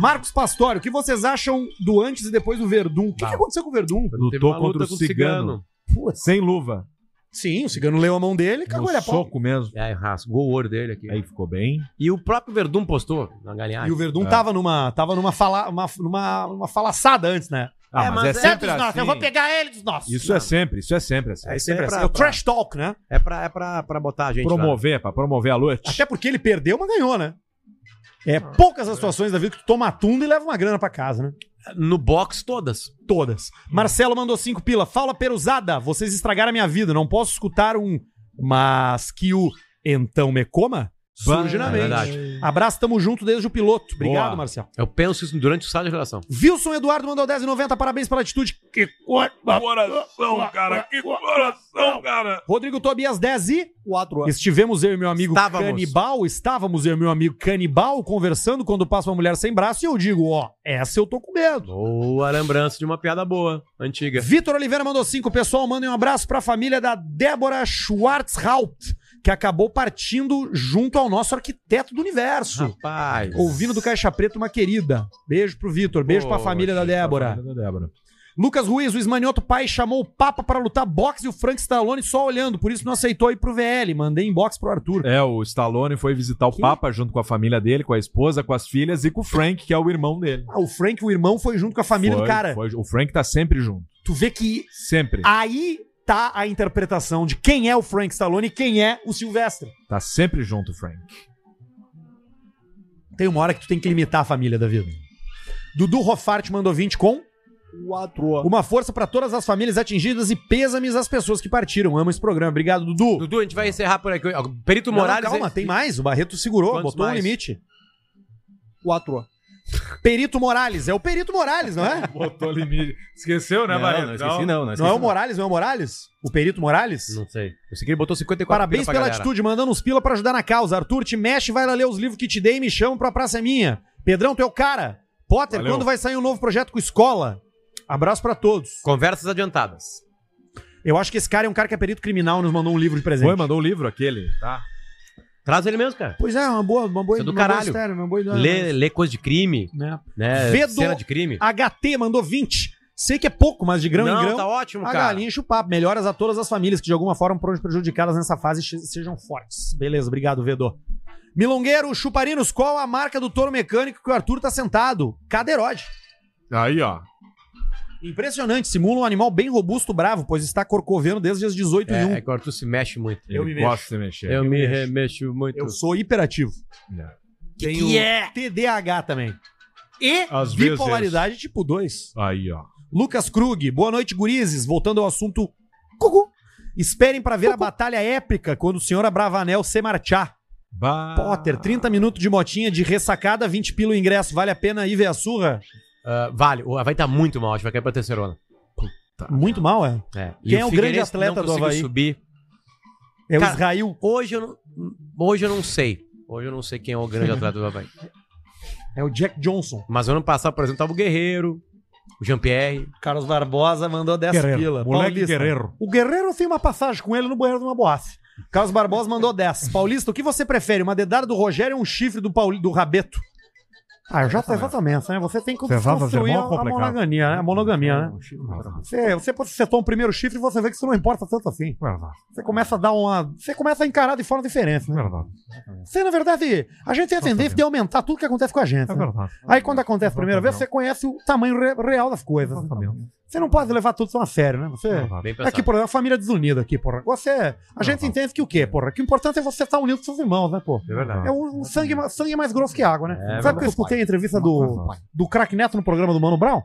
Speaker 1: Marcos Pastório, o que vocês acham do antes e depois do Verdun? O que, que aconteceu com o Verdun?
Speaker 2: Lutou contra o cigano. Sem luva.
Speaker 1: Sim, o cigano leu a mão dele e
Speaker 2: No
Speaker 1: cagou ele a pau.
Speaker 2: soco mesmo.
Speaker 3: É, rasgou o ouro dele aqui.
Speaker 2: Aí ficou bem.
Speaker 3: E o próprio Verdun postou na galinhagem.
Speaker 1: E o Verdun
Speaker 2: É.
Speaker 1: tava numa, tava numa, fala, uma, numa, uma falaçada antes, né?
Speaker 2: Ah, mas é sempre
Speaker 1: dos nossos,
Speaker 2: assim.
Speaker 1: eu vou pegar ele dos nossos.
Speaker 2: Isso é sempre, isso é sempre assim.
Speaker 1: É, sempre
Speaker 3: é pra-
Speaker 1: assim. É o
Speaker 3: pra-
Speaker 1: trash talk, né?
Speaker 3: É pra, é pra, pra botar a gente lá.
Speaker 2: Promover, pra promover a luta.
Speaker 1: Até porque ele perdeu, mas ganhou, né? É poucas as situações da vida que tu toma a tunda e leva uma grana pra casa, né?
Speaker 3: No box todas.
Speaker 1: Todas. Marcelo mandou cinco pila. Fala, perusada, vocês estragaram a minha vida. Não posso escutar um... Mas que o então me coma surge na
Speaker 3: É
Speaker 1: mente.
Speaker 3: verdade.
Speaker 1: Abraço, tamo junto desde o piloto. Obrigado,
Speaker 2: Boa.
Speaker 1: Marcelo.
Speaker 3: Eu penso isso durante o sala de relação.
Speaker 1: Wilson Eduardo mandou 10,90. Parabéns pela atitude. Que coração, cara. Que coração, cara. Rodrigo Tobias 10 e...
Speaker 11: 4
Speaker 1: Estivemos eu e meu amigo
Speaker 3: Estávamos.
Speaker 1: canibal, estávamos eu e meu amigo canibal conversando quando passa uma mulher sem braço e eu digo, ó, essa eu tô com medo.
Speaker 3: Boa lembrança de uma piada boa, antiga.
Speaker 1: Vitor Oliveira mandou cinco, pessoal, mandem um abraço pra família da Débora Schwarzhaupt, que acabou partindo junto ao nosso arquiteto do universo.
Speaker 3: Rapaz.
Speaker 1: Ouvindo do Caixa Preto, uma querida. Beijo pro Vitor, beijo pra
Speaker 3: Poxa,
Speaker 1: família da Débora.
Speaker 2: Família da Débora.
Speaker 1: Lucas Ruiz, o esmanhoto pai, chamou o Papa pra lutar boxe e o Frank Stallone só olhando, por isso não aceitou ir pro VL. Mandei inbox pro Arthur.
Speaker 2: É, o Stallone foi visitar o Papa junto com a família dele, com a esposa, com as filhas e com o Frank, que é o irmão dele.
Speaker 1: Ah, o Frank, o irmão, foi junto com a família
Speaker 2: Foi,
Speaker 1: do cara.
Speaker 2: foi- o Frank tá sempre junto.
Speaker 1: Tu vê que
Speaker 2: Sempre.
Speaker 1: aí tá a interpretação de quem é o Frank Stallone e quem é o Sylvester.
Speaker 2: Tá sempre junto, o Frank.
Speaker 1: Tem uma hora que tu tem que limitar a família da vida. Dudu Rofart mandou 20 com
Speaker 11: 4
Speaker 1: uma força pra todas as famílias atingidas e pêsames às pessoas que partiram. Amo esse programa. Obrigado, Dudu.
Speaker 3: Dudu, a gente vai encerrar por aqui. O Perito
Speaker 1: Não,
Speaker 3: Morales.
Speaker 1: calma, tem mais. O Barreto segurou,
Speaker 3: Quantos
Speaker 1: botou um
Speaker 3: mais?
Speaker 1: limite.
Speaker 11: 4
Speaker 1: Perito Morales, é o Perito Morales, não é?
Speaker 2: Botou limite. Esqueceu, né,
Speaker 5: Não,
Speaker 2: Barreto?
Speaker 5: não esqueci não, não esqueci
Speaker 1: Não é o
Speaker 5: não.
Speaker 1: Morales, não é o Morales? O Perito Morales?
Speaker 3: Não sei. Eu sei que ele botou 54
Speaker 1: Parabéns
Speaker 3: pila pra
Speaker 1: pela
Speaker 3: galera.
Speaker 1: atitude, mandando uns pila pra ajudar na causa. Arthur, te mexe, vai lá ler os livros que te dei e me chama pra Praça é Minha. Pedrão, tu é o cara. Potter,
Speaker 2: Valeu.
Speaker 1: quando vai sair um novo projeto com escola? Abraço pra todos.
Speaker 3: Conversas adiantadas.
Speaker 1: Eu acho que esse cara é um cara que é perito criminal e nos mandou um livro de presente.
Speaker 2: Foi, mandou o livro aquele, tá?
Speaker 3: Traz ele mesmo, cara.
Speaker 1: Pois é, uma boa, uma boa,
Speaker 3: Isso é do
Speaker 1: uma boa
Speaker 3: caralho.
Speaker 1: história, uma boa ideia.
Speaker 3: Lê, lê coisa de crime,
Speaker 1: Né?
Speaker 3: né?
Speaker 1: Vedo-
Speaker 3: Cena de crime.
Speaker 1: HT mandou 20. Sei que é pouco, mas de grão
Speaker 3: Não,
Speaker 1: em grão.
Speaker 3: tá ótimo,
Speaker 1: a
Speaker 3: cara.
Speaker 1: galinha enche o papo. Melhoras a todas as famílias que de alguma forma foram prejudicadas nessa fase e sejam fortes. Beleza, obrigado, Vedor. Milongueiro, Chuparinos, qual a marca do touro mecânico que o Arthur tá sentado? Caderode.
Speaker 2: Aí, ó.
Speaker 1: Impressionante, simula um animal bem robusto, bravo, pois está corcovendo desde as 18
Speaker 3: É,
Speaker 1: e 1.
Speaker 3: é que o Arthur se mexe muito.
Speaker 1: Eu me
Speaker 3: Ele
Speaker 1: mexo.
Speaker 3: gosta de mexer. Eu,
Speaker 1: Eu
Speaker 3: me
Speaker 1: me
Speaker 3: remexo muito.
Speaker 1: Eu sou hiperativo. Tenho
Speaker 3: que é?
Speaker 1: TDAH também. E
Speaker 2: Às vezes.
Speaker 1: bipolaridade tipo 2.
Speaker 2: Aí, ó.
Speaker 1: Lucas Krug, boa noite, gurizes. Voltando ao assunto. Cucu. Esperem pra ver a batalha épica quando o senhor Abravanel se marchar.
Speaker 2: Bah.
Speaker 1: Potter, 30 minutos de motinha de ressacada, 20 pila o ingresso. Vale a pena ir ver a surra?
Speaker 3: Ah, vale, o Havaí tá muito mal, acho que vai cair pra terceirona.
Speaker 1: Muito mal, é.
Speaker 3: É.
Speaker 1: Quem é o grande
Speaker 3: Figueirense
Speaker 1: atleta
Speaker 3: não
Speaker 1: do
Speaker 3: conseguiu
Speaker 1: Havaí?
Speaker 3: subir.
Speaker 1: É o
Speaker 3: Cara,
Speaker 1: Israel.
Speaker 3: Hoje eu, não, hoje eu não sei. Hoje eu não sei quem é o grande atleta do Havaí.
Speaker 1: É o Jack Johnson.
Speaker 3: Mas ano passado, por exemplo, tava o Guerreiro, o Jean-Pierre.
Speaker 1: Carlos Barbosa mandou 10
Speaker 2: Guerreiro.
Speaker 1: pila.
Speaker 2: Moleque
Speaker 1: Paulista.
Speaker 2: guerreiro.
Speaker 1: O Guerreiro eu fiz uma passagem com ele no banheiro de uma boate. Carlos Barbosa mandou 10. Paulista, o que você prefere? Uma dedada do Rogério ou um chifre do, Pauli, do Rabeto? Ah, eu já sei exatamente, né? Você tem que
Speaker 2: Exato,
Speaker 1: construir
Speaker 2: é
Speaker 1: a,
Speaker 2: mó
Speaker 1: a
Speaker 2: complicado.
Speaker 1: monogamia, né? A monogamia, né? Você,
Speaker 2: É
Speaker 1: você pode setar um primeiro chifre e você vê que isso não importa tanto assim.
Speaker 2: é
Speaker 1: Você começa a dar uma. Você começa a encarar de forma diferente, né? Você, na verdade, a gente tem a tendência de aumentar tudo que acontece com a gente. né? Aí quando acontece a primeira vez, você conhece o tamanho re- real das coisas. né? Você não pode levar tudo tão a sério, né? Você.
Speaker 3: Bem pensado.
Speaker 1: Aqui, porra, é uma família desunida aqui, porra. Você. A gente entende que o quê, porra? Que o importante é você estar unido com seus irmãos, né, pô?
Speaker 3: É verdade.
Speaker 1: É o, o sangue, ma- sangue é mais grosso que água, né?
Speaker 3: É
Speaker 1: Sabe que
Speaker 3: verdade.
Speaker 1: eu escutei a entrevista do, do craque Neto no programa do Mano Brown?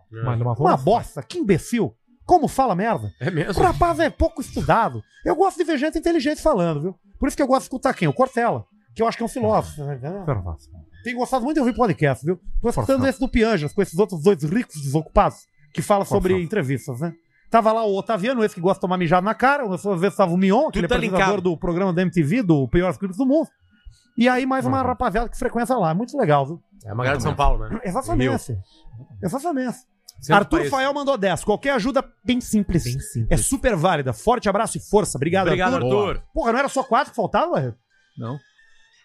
Speaker 1: Uma bosta, que imbecil. Como fala merda?
Speaker 3: É mesmo?
Speaker 1: O rapaz é pouco estudado. Eu gosto de ver gente inteligente falando, viu? Por isso que eu gosto de escutar quem? O Cortella, que eu acho que é um filósofo. né? Tenho gostado muito de ouvir podcast, viu? Tô escutando esse do Pianjas com esses outros dois ricos desocupados que fala sobre entrevistas, né? Tava lá o Otaviano, esse que gosta de tomar mijado na cara. Às vezes tava o Mion, aquele
Speaker 3: tá
Speaker 1: apresentador
Speaker 3: linkado.
Speaker 1: do programa da MTV, do Piores Clips do Mundo. E aí mais
Speaker 3: Uhum.
Speaker 1: uma rapaziada que frequenta lá. Muito legal, viu?
Speaker 3: É uma galera de São Paulo, né?
Speaker 1: Exatamente. Exatamente.
Speaker 3: Centro do
Speaker 1: Arthur
Speaker 3: país.
Speaker 1: Fael mandou 10. Qualquer ajuda bem simples.
Speaker 3: Bem simples.
Speaker 1: É super válida. Forte abraço e força. Obrigado,
Speaker 3: Obrigado, Arthur.
Speaker 1: Porra, não era só quatro que faltava? Barreto?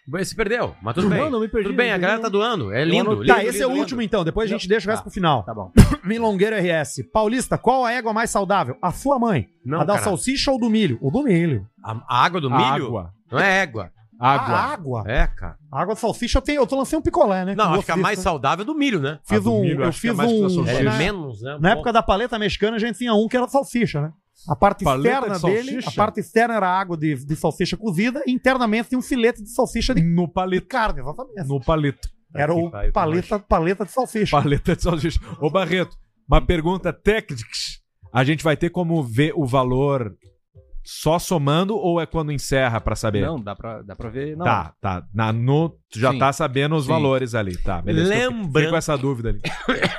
Speaker 3: Bem, Se perdeu, mas tudo bem.
Speaker 11: Não, não me perdi,
Speaker 3: tudo bem,
Speaker 11: não
Speaker 3: a
Speaker 11: me
Speaker 3: galera
Speaker 11: perdi,
Speaker 3: tá
Speaker 11: não.
Speaker 3: doando. É lindo. lindo
Speaker 1: tá, esse
Speaker 3: lindo,
Speaker 1: é o
Speaker 3: lindo.
Speaker 1: último então. Depois a gente deixa o resto pro final.
Speaker 11: Tá bom.
Speaker 1: Milongueiro RS. Paulista, qual a égua mais saudável? A sua mãe.
Speaker 3: Não,
Speaker 1: a da
Speaker 3: caralho.
Speaker 1: salsicha ou do milho? O do milho.
Speaker 3: A, a água do milho?
Speaker 2: Água.
Speaker 3: Não é égua.
Speaker 1: A
Speaker 2: Água.
Speaker 1: água.
Speaker 3: É, cara.
Speaker 1: A água de salsicha eu tenho. Eu tô lancei um picolé, né?
Speaker 3: Não,
Speaker 1: Com
Speaker 3: acho que a
Speaker 1: gosto
Speaker 3: mais
Speaker 1: disso,
Speaker 3: saudável é do milho, né?
Speaker 1: né? Fiz
Speaker 2: do
Speaker 1: um.
Speaker 2: milho,
Speaker 1: eu
Speaker 2: acho que é
Speaker 1: fiz
Speaker 2: mais que da
Speaker 1: um.
Speaker 2: salsicha.
Speaker 3: É
Speaker 1: na-
Speaker 3: menos, né? um
Speaker 1: Na
Speaker 3: pouco.
Speaker 1: época da paleta mexicana, a gente tinha um que era salsicha, né? A parte
Speaker 2: Paleta
Speaker 1: externa
Speaker 2: de
Speaker 1: dele,
Speaker 2: salsicha?
Speaker 1: a parte externa era água de, de salsicha cozida, e internamente tinha um filete de salsicha de
Speaker 2: No
Speaker 1: de
Speaker 2: palito.
Speaker 1: carne, exatamente.
Speaker 2: No palito.
Speaker 1: era
Speaker 3: que
Speaker 1: o
Speaker 3: pariu,
Speaker 1: paleta, paleta de salsicha.
Speaker 2: Paleta de salsicha. Ô, Barreto, uma pergunta técnica. A gente vai ter como ver o valor só somando ou é quando encerra pra saber?
Speaker 5: Não, dá pra, dá pra ver. Não.
Speaker 2: Tá, tá. Na, no, tu já
Speaker 5: Sim.
Speaker 2: tá sabendo os
Speaker 5: Sim.
Speaker 2: valores ali, tá. Beleza. Eu fiquei- Fiquei
Speaker 3: Lembrando-
Speaker 2: com essa dúvida ali.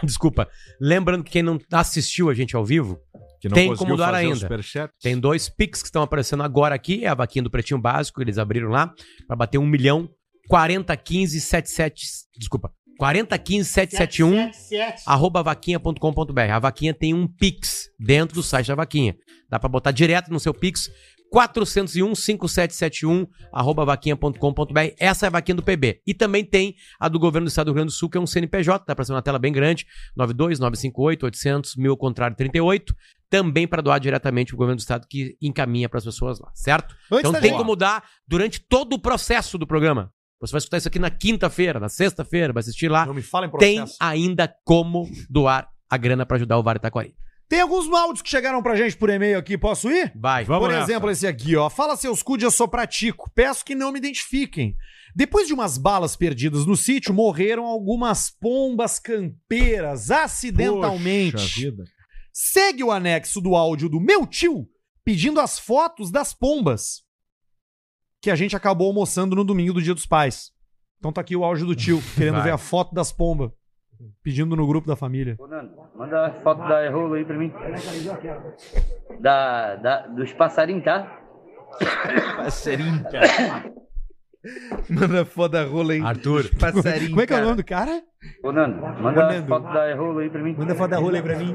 Speaker 3: Desculpa. Lembrando que quem não assistiu a gente ao vivo,
Speaker 2: Que não
Speaker 3: Tem
Speaker 2: conseguiu
Speaker 3: como doar
Speaker 2: fazer o
Speaker 3: ainda.
Speaker 2: superchat.
Speaker 3: tem dois Pix que estão aparecendo agora aqui. É a vaquinha do Pretinho Básico, eles abriram lá pra bater um milhão. 401577. Desculpa. 40157771.
Speaker 2: Ah,
Speaker 3: arroba vaquinha.com.br. A vaquinha tem um Pix dentro do site da vaquinha. Dá pra botar direto no seu Pix. 401-5771, arroba vaquinha.com.br. Essa é a vaquinha do PB. E também tem a do governo do estado do Rio Grande do Sul, que é um CNPJ, dá pra ser uma tela bem grande, 92 958 800 mil ao contrário 38. Também para doar diretamente o governo do estado que encaminha para as pessoas lá, certo?
Speaker 1: Antes
Speaker 3: Então
Speaker 1: da
Speaker 3: tem
Speaker 1: tá, gente-
Speaker 3: como dar durante todo o processo do programa. Você vai escutar isso aqui na quinta-feira, na sexta-feira, vai assistir lá
Speaker 1: Não me fala em
Speaker 3: tem
Speaker 1: processo.
Speaker 3: ainda como doar a grana pra ajudar o Vale Taquari.
Speaker 1: Tem alguns áudios que chegaram pra gente por e-mail aqui, posso ir?
Speaker 3: Vai.
Speaker 2: Vamos
Speaker 1: Por
Speaker 2: nessa.
Speaker 1: exemplo, esse aqui, ó. Fala seus cude, eu sou pratico. Peço que não me identifiquem. Depois de umas balas perdidas no sítio, morreram algumas pombas campeiras
Speaker 2: Poxa
Speaker 1: acidentalmente.
Speaker 2: vida.
Speaker 1: Segue o anexo do áudio do meu tio pedindo as fotos das pombas que a gente acabou almoçando no domingo do Dia dos Pais. Então tá aqui o áudio do tio querendo
Speaker 3: Vai.
Speaker 1: ver a foto das pombas, pedindo no grupo da família.
Speaker 12: Manda a foto da rolo aí pra mim. Da, da- dos passarinhos, tá?
Speaker 5: Passarinho, cara. Manda foda rola aí.
Speaker 3: Arthur.
Speaker 5: Passarinho.
Speaker 1: Como é que é o
Speaker 5: cara.
Speaker 1: nome do cara?
Speaker 12: Ô, Nando, manda
Speaker 1: Ô, Nando.
Speaker 12: a foto da rolo aí pra mim.
Speaker 1: Manda a foto da rola aí pra mim.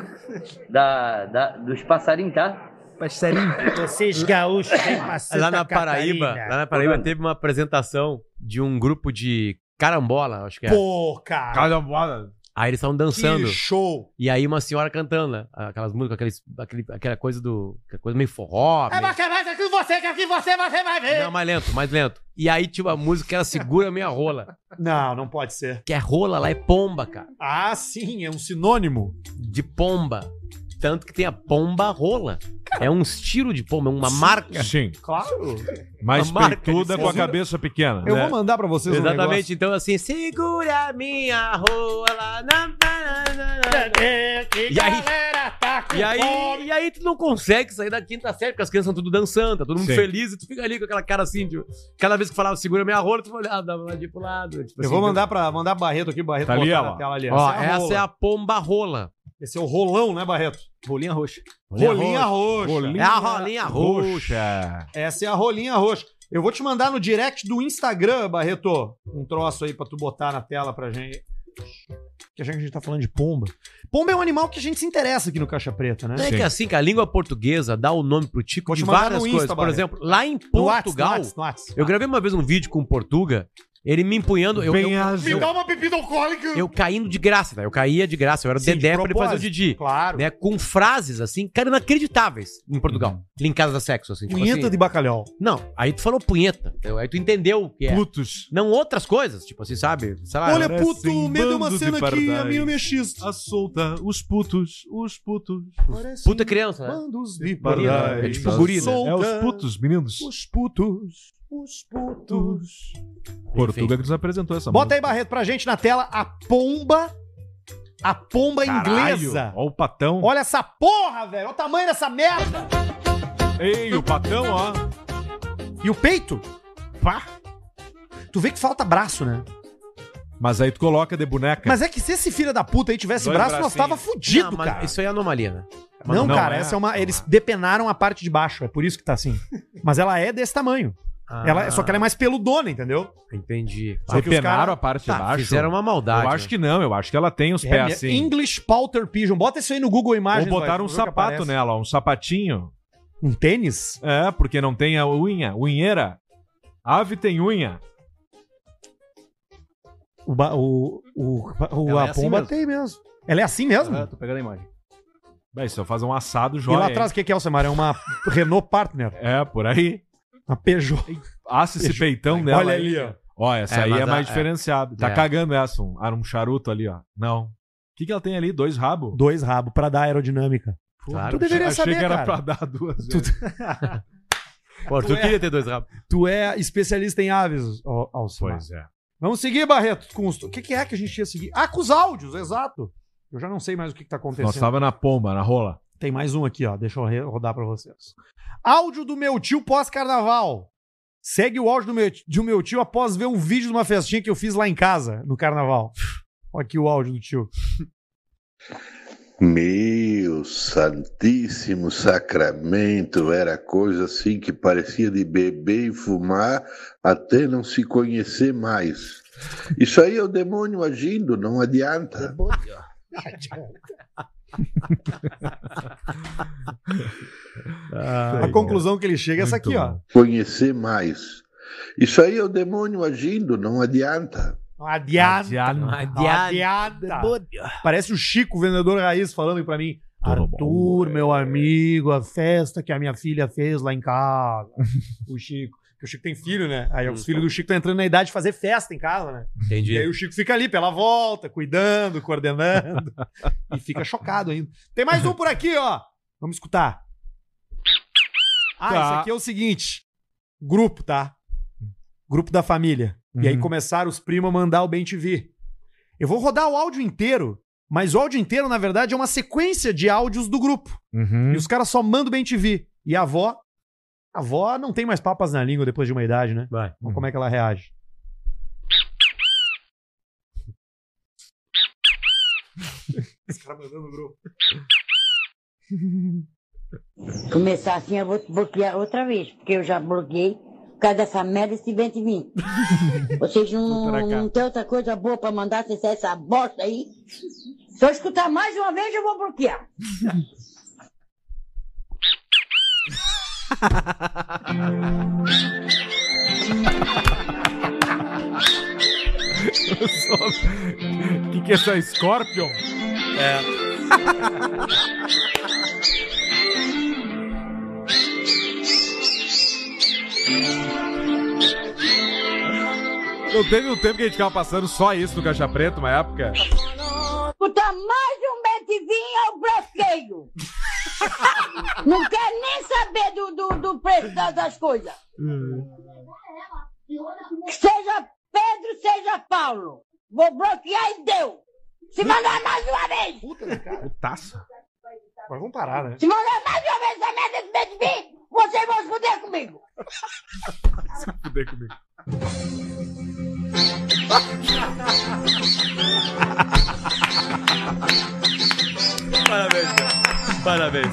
Speaker 12: Da, da, dos passarinhos, tá?
Speaker 5: Passarinho.
Speaker 1: Vocês gaúchos, vem pra Santa
Speaker 3: Lá na Paraíba,
Speaker 1: Catarina.
Speaker 3: lá na Paraíba teve uma apresentação de um grupo de carambola, acho que é.
Speaker 1: Pô, cara.
Speaker 2: Caramba,
Speaker 3: Aí eles estavam
Speaker 1: Que
Speaker 3: dançando.
Speaker 1: show.
Speaker 3: E aí uma senhora cantando, né? Aquelas músicas, aqueles, aquele, aquela coisa do. Aquela coisa
Speaker 1: É
Speaker 3: meio forró. meio-
Speaker 1: bacana que você, que aqui você, você vai
Speaker 3: Não, mais lento, mais lento. E aí tinha uma música que ela segura a minha rola.
Speaker 1: Não, não pode ser.
Speaker 3: Que é rola lá, é pomba, cara.
Speaker 1: Ah, sim, é um sinônimo.
Speaker 3: De pomba. Tanto que tem a pomba rola. é um estilo de pomba, é uma marca.
Speaker 2: Sim.
Speaker 1: Claro.
Speaker 2: Mais
Speaker 3: Uma marca
Speaker 2: peituda
Speaker 3: de
Speaker 2: com a
Speaker 3: censura.
Speaker 2: cabeça pequena.
Speaker 1: Eu
Speaker 2: né?
Speaker 1: vou mandar pra vocês um
Speaker 3: Exatamente, então assim, segura a minha rola. na- na- na- na-
Speaker 1: É,
Speaker 3: na- E aí,
Speaker 1: tá
Speaker 3: e aí, e aí tu não consegue sair da quinta série, porque as crianças estão tudo dançando, tá todo mundo
Speaker 1: Sim.
Speaker 3: feliz, e tu fica ali com aquela cara assim, tipo, cada vez que falava segura minha rola, tu olhava, dava uma olhadinha pro lado. tipo
Speaker 1: Eu
Speaker 3: assim,
Speaker 1: vou mandar pra mandar Barreto aqui, Barreto
Speaker 3: Tá ali,
Speaker 1: botar
Speaker 3: ó.
Speaker 1: na tela ali.
Speaker 3: Ó, essa é a pomba rola.
Speaker 1: Esse é o rolão, né, Barreto?
Speaker 3: Rolinha roxa.
Speaker 1: Rolinha roxa.
Speaker 3: É a rolinha roxa.
Speaker 1: Essa é a rolinha roxa. Eu vou te mandar no direct do Instagram, Barreto, um troço aí pra tu botar na tela pra gente. Que já que a gente tá falando de pomba. Pomba é um animal que a gente se interessa aqui no Caixa Preta, né?
Speaker 3: Não é que assim que a língua portuguesa dá o nome pro tico
Speaker 1: Vou
Speaker 3: de
Speaker 1: te mandar
Speaker 3: várias
Speaker 1: no Insta,
Speaker 3: coisas. Por
Speaker 1: Barreto.
Speaker 3: exemplo, lá em
Speaker 1: No Whats, no
Speaker 3: Portugal,
Speaker 1: Whats, no Whats.
Speaker 3: eu gravei uma vez um vídeo com um portuga, ele me empunhando, eu, eu, eu,
Speaker 1: uma bebida alcoólica.
Speaker 3: eu caindo de graça, tá? eu caía de graça, eu era o
Speaker 1: Sim, de
Speaker 3: Dedé pra ele fazer o
Speaker 1: propósito,
Speaker 3: Didi.
Speaker 1: Claro.
Speaker 3: Né? Com frases assim, cara, inacreditáveis em Portugal, linkadas a sexo. Assim, tipo
Speaker 1: Uhum. Punheta
Speaker 3: assim.
Speaker 1: de bacalhau.
Speaker 3: Não, aí tu falou punheta, entendeu? aí tu entendeu o que é.
Speaker 2: Putos.
Speaker 3: Não outras coisas, tipo assim, sabe? Sei lá,
Speaker 1: Olha,
Speaker 2: parece
Speaker 1: puto,
Speaker 2: um
Speaker 1: me deu uma
Speaker 2: bando de
Speaker 1: cena aqui, a
Speaker 2: pardais.
Speaker 1: minha mexista.
Speaker 2: A solta, os putos, os putos.
Speaker 3: puta criança, né?
Speaker 1: Bandos de
Speaker 2: Barulho,
Speaker 1: pardais.
Speaker 2: É tipo guri, né?
Speaker 1: Solta
Speaker 2: É os putos, meninos.
Speaker 1: Os putos. Os putos.
Speaker 2: Portuga que nos apresentou essa
Speaker 1: tá Bota aí, Barreto, pra gente na tela a pomba. A pomba inglesa.
Speaker 2: Ó o patão.
Speaker 1: Olha essa porra, velho. Olha o tamanho dessa merda.
Speaker 2: Ei, o patão, ó.
Speaker 1: E o peito? Pá. Tu vê que falta braço, né?
Speaker 2: Mas aí tu coloca de boneca.
Speaker 1: Mas é que se esse filho da puta aí tivesse
Speaker 2: Dois
Speaker 1: braço, nós
Speaker 2: bracinhos.
Speaker 1: tava fudido,
Speaker 3: Não, mas
Speaker 1: cara.
Speaker 3: Isso aí é anomalia, né?
Speaker 2: Mas
Speaker 1: Não,
Speaker 2: não
Speaker 1: cara,
Speaker 2: é.
Speaker 1: essa é uma. Eles depenaram a parte de baixo, é por isso que tá assim. Mas ela é desse tamanho. Ela, só que ela é mais peludona, entendeu?
Speaker 3: Ah, Entendi.
Speaker 1: Só que os
Speaker 2: Depenaram
Speaker 1: cara-
Speaker 2: a parte
Speaker 3: Tá,
Speaker 2: de baixo.
Speaker 3: fizeram uma maldade.
Speaker 2: Eu acho
Speaker 3: né?
Speaker 2: que não, eu acho que ela tem os
Speaker 1: É,
Speaker 2: pés
Speaker 1: minha-
Speaker 2: assim.
Speaker 1: English Pouter Pigeon. Bota isso aí no Google
Speaker 2: Ou
Speaker 1: Imagens.
Speaker 2: botaram
Speaker 1: vai,
Speaker 2: um
Speaker 1: tu viu que
Speaker 2: sapato
Speaker 1: aparece.
Speaker 2: nela, um sapatinho.
Speaker 1: Um tênis?
Speaker 2: É, porque não tem a unha, unheira. Ave tem unha.
Speaker 1: O, ba- o, o, o-
Speaker 11: Ela
Speaker 1: a
Speaker 11: é assim
Speaker 1: pomba
Speaker 11: mesmo?
Speaker 1: tem mesmo. Ela é assim mesmo?
Speaker 11: Ah, tô pegando a imagem.
Speaker 2: Bem, se eu fazer um assado,
Speaker 1: e lá
Speaker 2: joia. hein?
Speaker 1: atrás, o que que é, Alcemar? É uma Renault Partner.
Speaker 2: É, por aí.
Speaker 1: Uma Peugeot.
Speaker 2: Aça esse
Speaker 1: Beijo.
Speaker 2: peitão dela.
Speaker 1: Olha
Speaker 2: aí.
Speaker 1: ali, ó.
Speaker 2: Ó, essa
Speaker 3: É,
Speaker 2: aí
Speaker 3: mas
Speaker 2: é
Speaker 3: a-
Speaker 2: mais
Speaker 3: é.
Speaker 2: diferenciada. Tá
Speaker 3: É.
Speaker 2: cagando essa. Um, era um charuto ali, ó. Não. O que, que ela tem ali? Dois rabos?
Speaker 1: Dois rabos pra dar aerodinâmica.
Speaker 3: Claro.
Speaker 1: tu deveria
Speaker 2: Achei
Speaker 1: saber,
Speaker 2: que era
Speaker 1: cara.
Speaker 2: pra dar duas
Speaker 1: Tu-
Speaker 2: vezes.
Speaker 3: Pô,
Speaker 1: é-
Speaker 3: tu queria ter dois rabos.
Speaker 1: Tu é especialista em aves, Al- Alcemar.
Speaker 2: Pois é.
Speaker 1: Vamos seguir, Barreto. Com os- O que, que é que a gente ia seguir? Ah, com os áudios, exato. Eu já não sei mais o que, que tá acontecendo.
Speaker 2: Nós tava na pomba, na rola.
Speaker 1: Tem mais um aqui, ó. Deixa eu re- rodar pra vocês. Áudio do meu tio pós-carnaval. Segue o áudio do meu, do meu tio após ver um vídeo de uma festinha que eu fiz lá em casa, no carnaval. Olha aqui o áudio do tio.
Speaker 13: Meu santíssimo sacramento, era coisa assim que parecia de beber e fumar até não se conhecer mais. Isso aí é o demônio agindo, não adianta.
Speaker 1: Ah, A conclusão que ele chega é essa aqui, ó.
Speaker 13: Conhecer mais. Isso aí é o demônio agindo, não adianta.
Speaker 1: Não Adianta.
Speaker 2: Diana.
Speaker 1: não Adianta. Parece o Chico, vendedor raiz, falando pra mim. Arthur, meu amigo, a festa que a minha filha fez lá em casa. O Chico. Porque o Chico tem filho, né? Aí os filhos do Chico estão entrando na idade de fazer festa em casa, né? E aí
Speaker 3: Entendi.
Speaker 1: o Chico fica ali pela volta, cuidando, coordenando. e fica chocado ainda. Tem mais um por aqui, ó. Vamos escutar. Ah,
Speaker 2: Tá.
Speaker 1: isso aqui é o seguinte. Grupo, tá? Grupo da família. E aí
Speaker 2: Uhum.
Speaker 1: começaram os primos a mandar o Bem TV. Eu vou rodar o áudio inteiro, mas o áudio inteiro, na verdade, é uma sequência de áudios do grupo.
Speaker 2: Uhum.
Speaker 1: E os caras só mandam o Bem TV. E a avó... A avó não tem mais papas na língua depois de uma idade, né?
Speaker 3: Vai.
Speaker 1: Vamos como é que ela reage. Esse cara Tá mandando no grupo.
Speaker 14: Começar assim, eu vou te bloquear outra vez, porque eu já bloqueei por causa dessa merda esse vento em mim. Vocês não, não tem outra coisa boa pra mandar se é essa bosta aí. Se eu escutar mais uma vez, eu vou bloquear.
Speaker 2: O que, que é essa Scorpion? É. Não teve um tempo que a gente ficava passando só isso no Caixa Preto, uma época.
Speaker 14: Escutar mais um vento em mim, eu bloqueio. é Não quer nem saber do, do, do preço da- das
Speaker 15: É.
Speaker 14: coisas. Seja Pedro, seja Paulo. Vou bloquear e deu. Se mandar mais uma vez.
Speaker 2: Putaça.
Speaker 1: Agora vamos parar, né?
Speaker 14: Se mandar mais uma vez essa merda que dentro de mim, vocês vão se fuder comigo.
Speaker 2: Se fuder comigo.
Speaker 5: Parabéns, cara. Parabéns.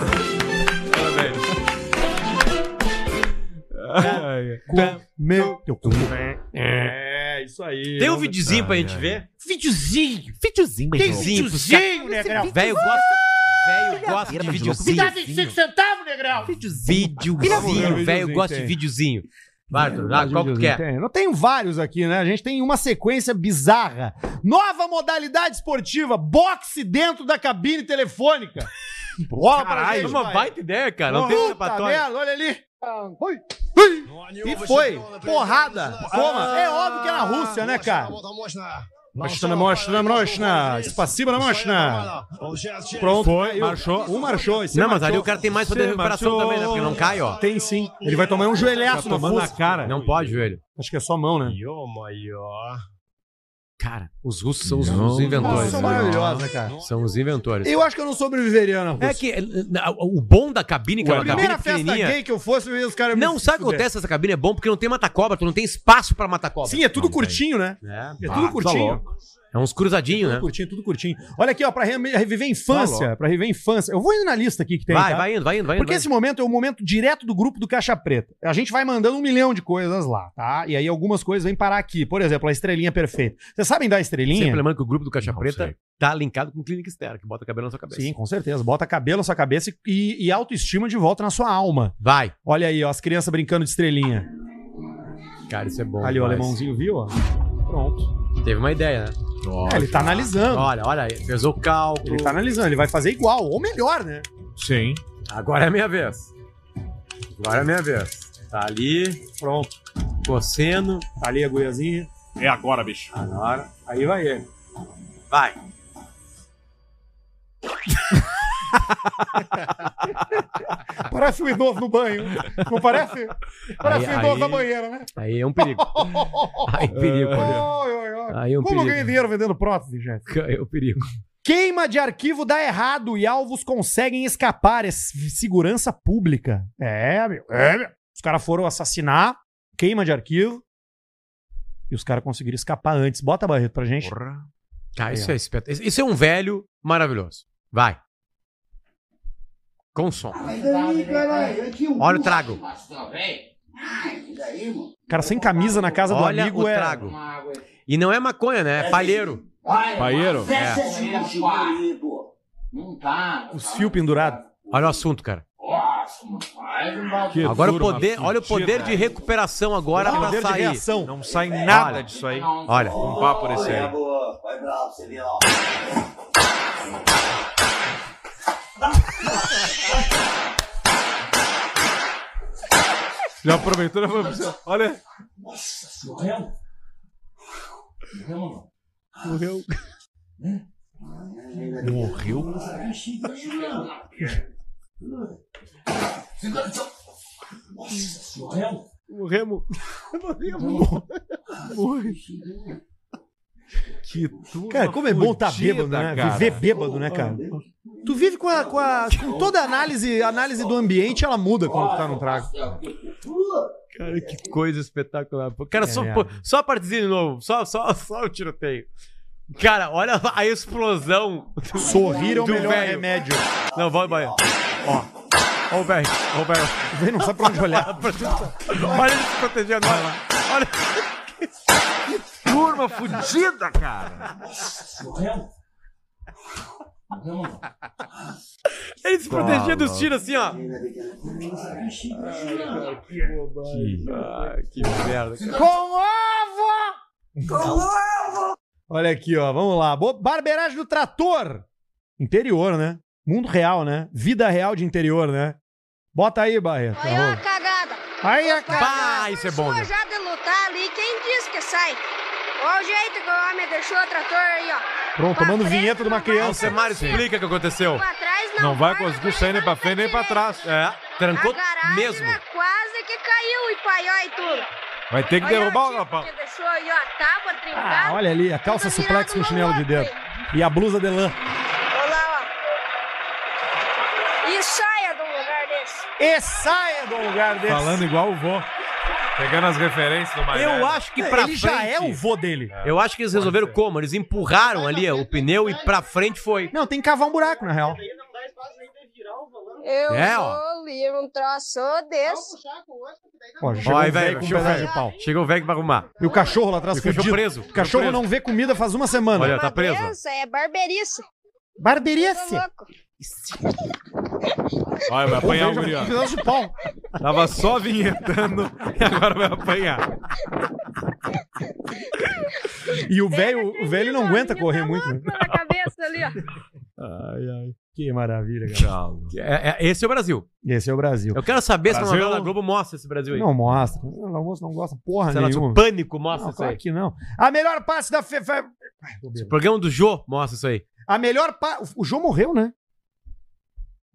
Speaker 5: Parabéns.
Speaker 1: Meu teu cu. É, isso aí.
Speaker 3: Tem um videozinho pra gente ver? Videozinho! Videozinho, Tem
Speaker 1: videozinho,
Speaker 3: videozinho, negrão! Velho gosta, velho gosta de videozinho.
Speaker 1: centavos, negrão!
Speaker 3: Videozinho, velho gosta de videozinho. Bardo, ah, qual que tu quer?
Speaker 1: Tem. Eu tenho vários aqui, né? A gente tem uma sequência bizarra. Nova modalidade esportiva, boxe dentro da cabine telefônica. Ó,
Speaker 3: Caralho,
Speaker 1: parabéns,
Speaker 3: é uma
Speaker 1: pai.
Speaker 3: baita ideia, cara. É, Não tem
Speaker 1: Puta
Speaker 3: escapatória.
Speaker 1: merda, olha ali. Ui, ui. E foi. Porrada. Toma. É óbvio que é na Rússia, né, cara? Mostra, mostra, mostra. Espaciba na mostra. Pronto. Foi, marchou. Um marchou. esse
Speaker 3: Não, mas
Speaker 1: marchou.
Speaker 3: ali o cara tem mais poder
Speaker 1: Esse
Speaker 3: de recuperação
Speaker 1: marchou.
Speaker 3: também, né? Porque não cai, ó.
Speaker 1: Tem sim. Ele vai tomar um joelhaço
Speaker 3: Tá tomando
Speaker 1: fuça.
Speaker 3: na cara. Não pode, joelho.
Speaker 1: Acho que é só mão, né?
Speaker 3: Cara, os russos são os,
Speaker 1: Não.
Speaker 3: os inventores.
Speaker 1: Nossa, são
Speaker 3: né?
Speaker 1: maravilhosos, né, cara?
Speaker 3: São os inventores.
Speaker 1: Eu acho que eu não sobreviveria na Rússia.
Speaker 3: É que eh, na- o bom da cabine, que é
Speaker 1: a
Speaker 3: uma cabine
Speaker 1: primeira festa
Speaker 3: pequenininha...
Speaker 1: gay que eu fosse, eu ia os caras me
Speaker 3: Não, sabe o que
Speaker 1: fuder.
Speaker 3: acontece? Essa cabine é bom porque não tem mata-cobra, tu não tem espaço pra matar cobra.
Speaker 1: Sim, é tudo curtinho, né? É,
Speaker 3: Ah,
Speaker 1: tudo
Speaker 3: tá
Speaker 1: curtinho.
Speaker 3: louco. É uns cruzadinhos, né?
Speaker 1: Curtinho, tudo curtinho. Olha aqui, ó, pra re- reviver a infância,
Speaker 3: Falou.
Speaker 1: pra reviver a infância. Eu vou indo na lista aqui que tem,
Speaker 3: Vai,
Speaker 1: tá?
Speaker 3: vai indo, vai indo, vai indo.
Speaker 1: Porque
Speaker 3: vai
Speaker 1: esse
Speaker 3: indo.
Speaker 1: momento é o momento direto do grupo do Caixa Preta. A gente vai mandando um milhão de coisas lá, tá? E aí algumas coisas vêm parar aqui. Por exemplo, a estrelinha perfeita. Vocês sabem da estrelinha?
Speaker 3: Sempre é lembrando que o grupo do Caixa Preta tá linkado com clínica externa, que bota cabelo na sua cabeça.
Speaker 1: Sim, com certeza. Bota cabelo na sua cabeça e, e autoestima de volta na sua alma.
Speaker 3: Vai.
Speaker 1: Olha aí, ó, as crianças brincando de estrelinha.
Speaker 3: Cara, isso é bom.
Speaker 1: Ali, ó, o
Speaker 3: demais.
Speaker 1: alemãozinho viu, ó. Pronto.
Speaker 3: Teve uma ideia, né?
Speaker 1: É, ele tá analisando.
Speaker 3: Olha, olha aí, fez o cálculo.
Speaker 1: Ele tá analisando, ele vai fazer igual, ou melhor, né?
Speaker 2: Sim.
Speaker 3: Agora é a minha vez. Agora é a minha vez. Tá ali.
Speaker 1: Pronto.
Speaker 3: Cosseno.
Speaker 1: Tá ali a goiazinha.
Speaker 2: É agora, bicho.
Speaker 1: Agora. Aí vai ele.
Speaker 3: Vai.
Speaker 1: Parece um idoso no banho. Não parece? Parece
Speaker 3: Aí-
Speaker 1: um idoso
Speaker 3: aí-
Speaker 1: na banheira, né?
Speaker 3: Aí é um perigo. Aí é um perigo. olha.
Speaker 1: Oi, oi, oi.
Speaker 3: Aí é um
Speaker 1: Como eu ganhei
Speaker 3: perigo.
Speaker 1: dinheiro vendendo prótese, gente?
Speaker 3: Aí é um perigo.
Speaker 1: Queima de arquivo dá errado e alvos conseguem escapar. É s- segurança pública. É, meu. É, meu. Os caras foram assassinar, queima de arquivo. E os caras conseguiram escapar antes. Bota a barreto pra gente.
Speaker 3: Cara,
Speaker 1: Aí,
Speaker 3: isso
Speaker 1: ó.
Speaker 3: é espetacular. Isso é um velho maravilhoso. Vai. Com som. né? Olha o trago.
Speaker 1: Cara sem camisa na casa do
Speaker 3: Olha
Speaker 1: amigo
Speaker 3: o
Speaker 1: é.
Speaker 3: trago. E não é maconha, né? É palheiro. É.
Speaker 2: Paeiro?
Speaker 1: Os fios pendurados.
Speaker 3: Olha o assunto, cara. agora o poder, olha o poder de recuperação agora
Speaker 1: Poder
Speaker 3: pra
Speaker 1: de
Speaker 3: sair.
Speaker 1: reação.
Speaker 2: Não sai nada
Speaker 3: Olha.
Speaker 2: disso aí.
Speaker 3: Olha.
Speaker 2: Um papo por esse aí. Já aproveitou, né? foi- Olha.
Speaker 11: Morreu.
Speaker 3: Morreu.
Speaker 11: Morremos. Morremos.
Speaker 2: Que tudo.
Speaker 1: Cara, como é bom tá bêbado, né?
Speaker 2: Cara.
Speaker 1: Viver bêbado, né, cara? Tu vive com, a, com, a- com toda a análise, a análise do ambiente, ela muda quando tu tá no trago.
Speaker 3: Cara, que coisa espetacular. pô. Cara, só,
Speaker 1: É,
Speaker 3: pô, só a partezinha de novo. Só, só, só o tiroteio. Cara, olha a explosão. do-
Speaker 1: Sorrir é o
Speaker 3: do
Speaker 1: melhor
Speaker 3: velho.
Speaker 1: remédio.
Speaker 3: Não, vai, vai. Ó. Ó o velho. Ó o velho.
Speaker 1: Vem, não sabe pra onde olhar.
Speaker 3: Olha ele se protegendo. Olha. Olha.
Speaker 2: Turma fudida, cara.
Speaker 3: Ele se protegia dos tiros assim, ó. Que merda.
Speaker 1: Com ovo! Olha aqui, ó. Vamos lá. Bo- Barbeiragem do trator. Interior, né? Mundo real, né? Vida real de interior, né? Bota aí, Barreto. arroba.
Speaker 15: Tá cagada.
Speaker 1: Aí a cara.
Speaker 3: Pá, isso é bom, né?
Speaker 15: Forjado de lutar ali, quem disse que sai? Olha o jeito que o homem deixou o trator aí, ó.
Speaker 1: Pronto, tomando vinheta de uma criança.
Speaker 3: Você, Mário, explica o que aconteceu.
Speaker 15: Atrás
Speaker 2: Não vai conseguir sair nem pra
Speaker 15: tá
Speaker 2: frente nem pra trás.
Speaker 3: É, trancou mesmo.
Speaker 15: é
Speaker 14: é
Speaker 15: quase que caiu e paió e tudo.
Speaker 2: Vai ter que
Speaker 15: Olha
Speaker 2: derrubar
Speaker 15: o
Speaker 2: o
Speaker 15: tipo
Speaker 2: rapaz.
Speaker 15: que deixou aí, ó, a tábua trincada.
Speaker 1: Ah, olha ali, a calça suplex
Speaker 15: um
Speaker 1: com chinelo de dedo. E a blusa de lã.
Speaker 15: E saia de um lugar desse.
Speaker 1: E saia de um lugar desse.
Speaker 2: Falando igual o vô. Pegando as referências do Maia.
Speaker 3: Eu acho que pra
Speaker 1: Ele já
Speaker 3: frente-
Speaker 1: é o vô dele.
Speaker 3: Eu acho que eles resolveram como? Eles empurraram ali ó, o pneu e pra frente foi.
Speaker 1: Não, tem que cavar um buraco, na real.
Speaker 15: Eu
Speaker 3: É, ó.
Speaker 15: vou ler um troço desse.
Speaker 1: Ó,
Speaker 3: Ó,
Speaker 1: chegou
Speaker 3: aí,
Speaker 1: o velho
Speaker 3: velho,
Speaker 1: com um
Speaker 3: chegou o
Speaker 1: pedaço
Speaker 3: velho.
Speaker 1: de pau.
Speaker 3: Chegou o velho pra arrumar.
Speaker 1: E o cachorro lá atrás
Speaker 3: E o cachorro
Speaker 1: fudido.
Speaker 3: preso,
Speaker 1: O cachorro
Speaker 3: preso.
Speaker 1: não vê comida faz uma semana. é
Speaker 3: Olha, tá preso.
Speaker 15: Isso é barbeirice.
Speaker 1: Barbeirice.
Speaker 15: Tô louco.
Speaker 2: Olha, vai apanhar o
Speaker 1: Veja,
Speaker 2: guri, ó.
Speaker 1: um pedaço de pau.
Speaker 2: Tava só vinhetando e agora vai apanhar.
Speaker 1: E o velho, o velho não aguenta correr muito. né?
Speaker 15: Na cabeça ali, ó.
Speaker 1: Ai, ai. Que maravilha, cara.
Speaker 2: Tchau.
Speaker 3: É, é- esse é o Brasil.
Speaker 1: Esse é o Brasil.
Speaker 3: Eu quero saber se a
Speaker 2: Brasil.
Speaker 3: novela da Globo mostra esse Brasil aí.
Speaker 1: Não mostra. O almoço não gosta porra
Speaker 3: Sei lá,
Speaker 2: tipo,
Speaker 3: se é o
Speaker 1: nenhuma.
Speaker 3: Pânico mostra
Speaker 1: Não,
Speaker 3: isso aí.
Speaker 1: claro que não. A melhor parte da... Fe... fe- Ai, tô
Speaker 3: O
Speaker 1: bêbado.
Speaker 3: programa do Jô mostra isso aí.
Speaker 1: A melhor parte... O João morreu, né?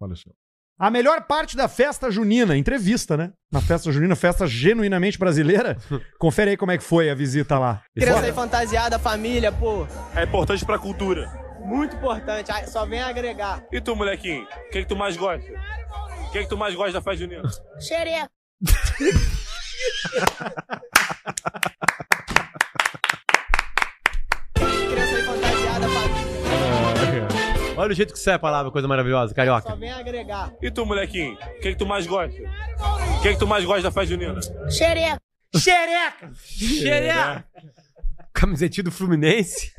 Speaker 2: Olha só.
Speaker 1: A melhor parte da festa junina, entrevista, né? Na festa junina, festa genuinamente brasileira. Confere aí como é que foi a visita lá.
Speaker 16: Criança aí fantasiada, família, pô. É importante pra cultura. Muito importante, ah, só vem agregar.
Speaker 17: E tu, molequinho? O que, que tu mais gosta? O que, que tu mais gosta da festa junina?
Speaker 15: Xereca.
Speaker 16: Criança aí fantasiada, família,
Speaker 3: Olha o jeito que sai a palavra, coisa maravilhosa,
Speaker 16: só
Speaker 3: carioca.
Speaker 16: vem agregar.
Speaker 17: E tu, molequinho? O que, que tu mais gosta? O que, que tu mais gosta da festa junina?
Speaker 15: Xereca.
Speaker 1: Xereca.
Speaker 3: Xereca. Camisetinho do Fluminense.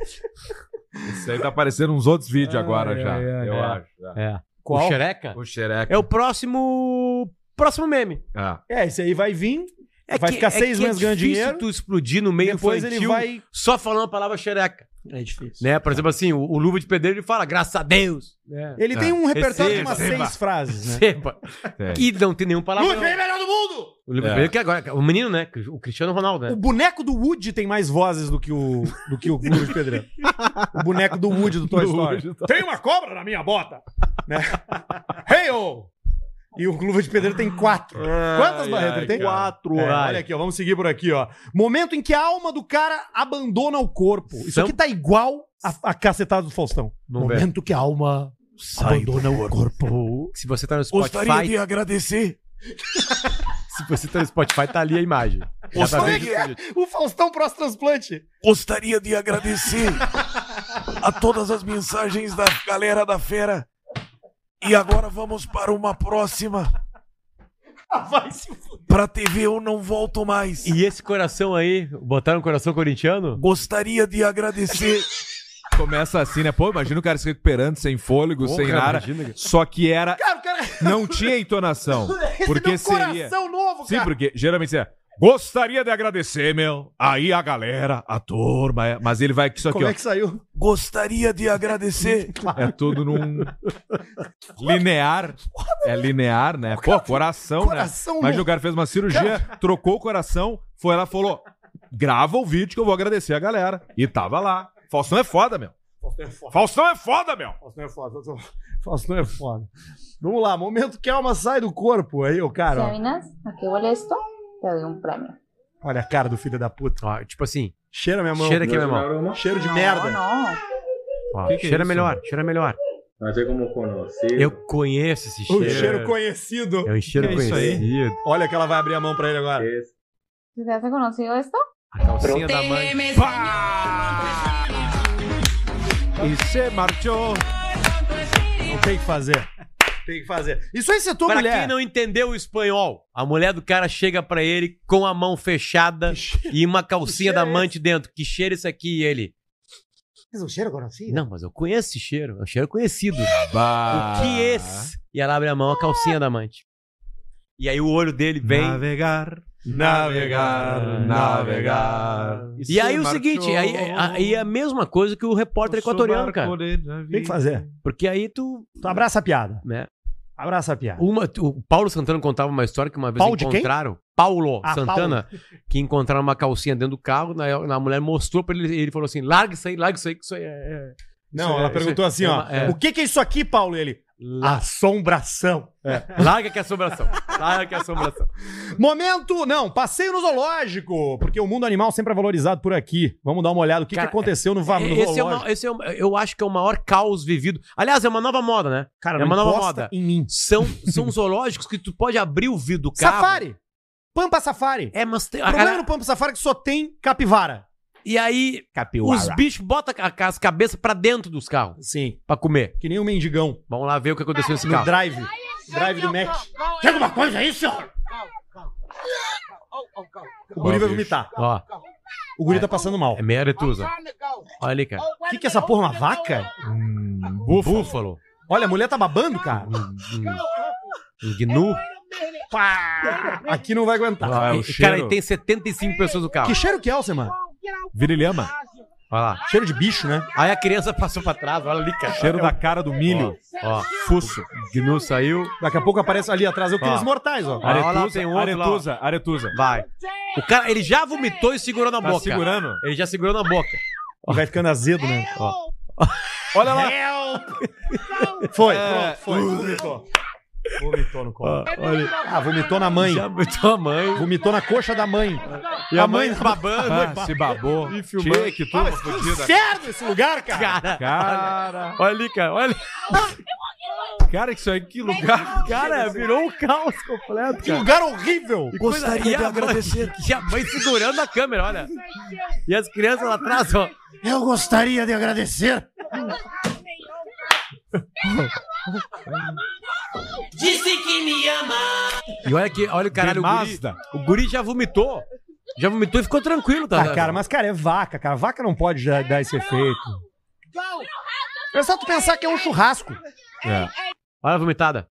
Speaker 2: Isso aí tá aparecendo uns outros vídeos agora já. eu
Speaker 3: é.
Speaker 2: acho. é.
Speaker 3: É.
Speaker 1: Qual?
Speaker 3: O xereca?
Speaker 2: O xereca.
Speaker 3: É o próximo. Próximo meme. É
Speaker 2: Ah.
Speaker 1: É, esse aí vai vir, vai
Speaker 3: que-
Speaker 1: ficar seis
Speaker 3: que
Speaker 1: meses ganhando
Speaker 3: difícil
Speaker 1: dinheiro.
Speaker 3: tu explodir no meio
Speaker 1: Depois
Speaker 3: infantil
Speaker 1: ele vai-
Speaker 3: só falando a palavra xereca.
Speaker 9: É difícil.
Speaker 3: Né? Por exemplo, assim, o, o Luva de Pedreiro ele fala, graças a Deus.
Speaker 1: Ele
Speaker 2: É.
Speaker 1: tem um repertório de umas
Speaker 3: Receba.
Speaker 1: seis frases, né?
Speaker 3: Seba.
Speaker 2: Tem.
Speaker 3: Que não tem nenhum palavra.
Speaker 1: Luiz Felipe é melhor do mundo!
Speaker 3: O Luva de
Speaker 2: É.
Speaker 3: Pedreiro que agora. O menino, né? O Cristiano Ronaldo,
Speaker 1: O
Speaker 3: né?
Speaker 1: boneco do Woody tem mais vozes do que o do que o Lula de Pedreiro. O boneco do Woody do Toy
Speaker 2: Do
Speaker 1: Story.
Speaker 2: Woody do-
Speaker 1: Tem uma cobra na minha bota. né? hey -oh! E o Luva de Pedreiro tem quatro. Quantas
Speaker 2: Ai,
Speaker 1: barretas
Speaker 2: ai,
Speaker 1: ele tem?
Speaker 2: cara.
Speaker 1: Quatro. É,
Speaker 3: ai.
Speaker 1: olha aqui, ó, vamos seguir por aqui, ó. Momento em que a alma do cara abandona o corpo. Isso
Speaker 3: Sam-
Speaker 1: aqui tá igual a, a cacetada do Faustão.
Speaker 3: Vamos ver.
Speaker 1: Momento que a alma abandona o corpo.
Speaker 3: Se você tá no Spotify,
Speaker 1: agradecer.
Speaker 3: se você tá no Spotify, tá ali a imagem. Dá pra ver
Speaker 1: Gostaria- é O Faustão pós-transplante.
Speaker 18: Gostaria de agradecer a todas as mensagens da galera da fera. E agora vamos para uma próxima. Pra TV eu não volto mais.
Speaker 3: E esse coração aí, botaram um coração corintiano?
Speaker 18: Gostaria de agradecer.
Speaker 2: Começa assim, né? Pô, imagina o cara se recuperando sem fôlego,
Speaker 3: Pô,
Speaker 2: sem
Speaker 3: cara,
Speaker 2: nada.
Speaker 3: imagina, cara.
Speaker 2: Só que era.
Speaker 1: Cara, o cara.
Speaker 2: Não tinha entonação.
Speaker 1: Esse
Speaker 2: Porque
Speaker 1: deu
Speaker 2: seria.
Speaker 1: coração novo,
Speaker 2: Sim,
Speaker 1: cara.
Speaker 2: porque geralmente você é. Gostaria de agradecer, meu. Aí a galera, a turma. é- Mas ele vai aqui, só aqui,
Speaker 1: Como
Speaker 2: ó.
Speaker 1: é que saiu?
Speaker 18: Gostaria de agradecer.
Speaker 2: É tudo num. linear. É linear, né? Pô,
Speaker 3: Então,
Speaker 2: coração, né?
Speaker 1: Coração
Speaker 2: Mas
Speaker 1: no-
Speaker 2: o cara fez uma cirurgia, trocou o coração, foi lá e falou: grava o vídeo que eu vou agradecer a galera. E tava lá. Faustão é foda, meu. Faustão é foda, meu.
Speaker 1: Faustão é foda. Faustão- Faustão é foda. Vamos lá, momento que a alma sai do corpo. Aí, o cara. ó.
Speaker 19: ¿Sabes a qué huele esto? Te doy un premio.
Speaker 1: Olha a cara do filho da puta.
Speaker 3: Ó, tipo assim,
Speaker 1: Cheira minha mão.
Speaker 3: cheira aqui, meu irmão.
Speaker 1: Cheiro de
Speaker 19: no,
Speaker 1: merda.
Speaker 19: no.
Speaker 3: Ó,
Speaker 1: Que que é
Speaker 3: cheira
Speaker 1: isso?
Speaker 3: melhor, cheira melhor.
Speaker 20: Não tem como conhecer.
Speaker 3: Eu conheço esse
Speaker 1: O
Speaker 3: cheiro.
Speaker 1: cheiro conhecido.
Speaker 3: É um cheiro
Speaker 1: Que é isso aí?
Speaker 3: conhecido.
Speaker 1: Olha que ela vai abrir a mão pra ele agora.
Speaker 19: ¿Te has conocido esto?
Speaker 3: A calcinha da mãe.
Speaker 2: E você marchou.
Speaker 1: Não tem o que fazer. Tem que fazer. Isso aí se é tua
Speaker 3: Pra
Speaker 1: mulher.
Speaker 3: quem não entendeu o espanhol, a mulher do cara chega pra ele com a mão fechada e uma calcinha da amante dentro. Que é cheiro isso aqui? E ele.
Speaker 1: Mas o cheiro é conhecido?
Speaker 3: Não, mas eu conheço esse cheiro. É um cheiro conhecido.
Speaker 2: Bah.
Speaker 3: O que é esse? E ela abre a mão, a calcinha da amante. E aí o olho dele vem.
Speaker 2: Navegar, navegar, navegar.
Speaker 3: E aí o seguinte, aí, aí é a mesma coisa que o repórter equatoriano, cara.
Speaker 1: Tem que fazer.
Speaker 3: Porque aí tu.
Speaker 1: Tu Então abraça a piada.
Speaker 3: Né?
Speaker 1: Abraça a piada.
Speaker 3: Uma, o Paulo Santana contava uma história que uma vez
Speaker 1: Paulo de quem?
Speaker 3: encontraram. Paulo
Speaker 1: Ah,
Speaker 3: Santana, que encontraram uma calcinha dentro do carro, na, na mulher mostrou pra ele, ele falou assim: larga isso aí, larga isso aí, que isso aí é, é-
Speaker 21: Não,
Speaker 3: Isso é-
Speaker 21: ela
Speaker 3: isso
Speaker 21: perguntou
Speaker 3: é-
Speaker 21: assim,
Speaker 3: é
Speaker 21: ó.
Speaker 3: uma- é.
Speaker 21: O que, que é isso aqui, Paulo? E ele. Assombração.
Speaker 1: Ah.
Speaker 3: Larga que é assombração. Larga que é assombração.
Speaker 1: Momento, não, passeio no zoológico, porque o mundo animal sempre é valorizado por aqui. Vamos dar uma olhada o que, que aconteceu no, va- Tá no
Speaker 3: Esse, é o
Speaker 1: zoológico.
Speaker 3: ma- esse é o- eu acho que é o maior caos vivido. Aliás, é uma nova moda, né?
Speaker 1: Cara,
Speaker 3: é
Speaker 1: não
Speaker 3: uma nova
Speaker 1: encosta
Speaker 3: moda.
Speaker 1: em mim.
Speaker 3: São, são zoológicos que tu pode abrir o vidro do carro.
Speaker 1: Safari. Pampa Safari.
Speaker 3: É, mas tem,
Speaker 1: o problema no Pampa Safari é que só tem capivara.
Speaker 3: E aí, os bichos botam a- a- as cabeças pra dentro dos carros.
Speaker 1: Sim.
Speaker 3: Pra comer.
Speaker 1: Que nem o mendigão.
Speaker 3: Vamos lá ver o que aconteceu nesse
Speaker 1: No
Speaker 3: carro.
Speaker 1: drive. Drive do Mac.
Speaker 3: Tem alguma coisa aí, senhor?
Speaker 1: O guri vai vomitar.
Speaker 3: Ó.
Speaker 1: O guri tá passando mal.
Speaker 3: É meia aretusa. Olha ali, cara.
Speaker 1: O que, que é essa porra? Uma vaca?
Speaker 3: Hum, búfalo.
Speaker 1: Olha, a mulher tá babando, cara.
Speaker 3: Um gnu.
Speaker 1: Pá! Aqui não vai aguentar.
Speaker 3: Ah, e, cara, e tem 75 pessoas no carro.
Speaker 1: Que cheiro que é, Alcemar?
Speaker 2: Virilhama.
Speaker 3: Olha lá.
Speaker 1: Cheiro de bicho, né?
Speaker 3: Aí a criança passou pra trás, olha ali, cara. é
Speaker 2: Cheiro da cara do milho.
Speaker 3: Ó.
Speaker 2: Fusso.
Speaker 3: Gnu saiu.
Speaker 1: Daqui a pouco aparece ali atrás é eu
Speaker 2: Ó.
Speaker 1: crimes mortais, ó.
Speaker 2: Aretusa,
Speaker 3: Olha lá, tem outro lá, ó.
Speaker 2: aretusa, aretusa.
Speaker 3: Vai. O cara, ele já vomitou e segurou na
Speaker 2: Tá
Speaker 3: boca.
Speaker 2: segurando?
Speaker 3: Ele já segurou na boca.
Speaker 1: E vai ficando azedo, né?
Speaker 3: Ó.
Speaker 2: Olha lá.
Speaker 1: Foi,
Speaker 2: É.
Speaker 1: pronto, foi. Vomitou. Vomitou no colo.
Speaker 2: Ah, olha.
Speaker 1: Ah, vomitou na mãe.
Speaker 3: Já vomitou a mãe.
Speaker 1: Vomitou na coxa da mãe.
Speaker 2: E a mãe
Speaker 3: babando.
Speaker 2: Ah, se babou.
Speaker 1: E filmando.
Speaker 2: Tchê, que turma fodida.
Speaker 1: Inferno esse lugar, cara.
Speaker 3: Cara,
Speaker 2: Cara.
Speaker 3: olha ali, cara. Olha.
Speaker 2: Cara, que isso aí, que lugar.
Speaker 3: Cara, virou um caos completo,
Speaker 1: Que
Speaker 3: cara.
Speaker 1: lugar horrível.
Speaker 3: E coisa-
Speaker 18: Gostaria de
Speaker 3: e a mãe-
Speaker 18: agradecer.
Speaker 3: E a mãe segurando a câmera, olha. E as crianças lá atrás, ó.
Speaker 1: Eu gostaria de agradecer.
Speaker 6: Disse que me ama.
Speaker 3: E olha que, olha o caralho, o
Speaker 2: De
Speaker 3: guri,
Speaker 2: Mazda.
Speaker 3: o guri já vomitou. Já vomitou e ficou tranquilo, tá?
Speaker 1: Ah, cara, mas cara, é vaca, cara. Vaca não pode já dar esse efeito. É só tu pensar que é um churrasco.
Speaker 3: Olha a vomitada.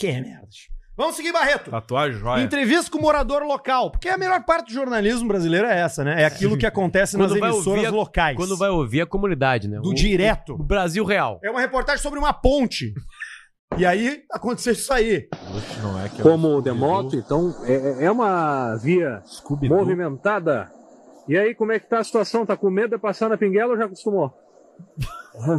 Speaker 1: Que merda. Vamos seguir, Barreto.
Speaker 3: Tá
Speaker 2: Tatuagem
Speaker 3: Ah, é.
Speaker 2: joia.
Speaker 1: Entrevista com o morador local. Porque a melhor parte do jornalismo brasileiro é essa, né? É aquilo que acontece nas emissoras
Speaker 3: a,
Speaker 1: locais.
Speaker 3: Quando vai ouvir a comunidade, né?
Speaker 1: Do
Speaker 3: O-
Speaker 1: direto.
Speaker 3: O Brasil real.
Speaker 1: É uma reportagem sobre uma ponte. E aí aconteceu isso aí.
Speaker 2: Então, é
Speaker 22: como de moto, então é, é uma via movimentada. E aí, como é que tá a situação? Tá com medo de passar na pinguela ou já acostumou? Ah,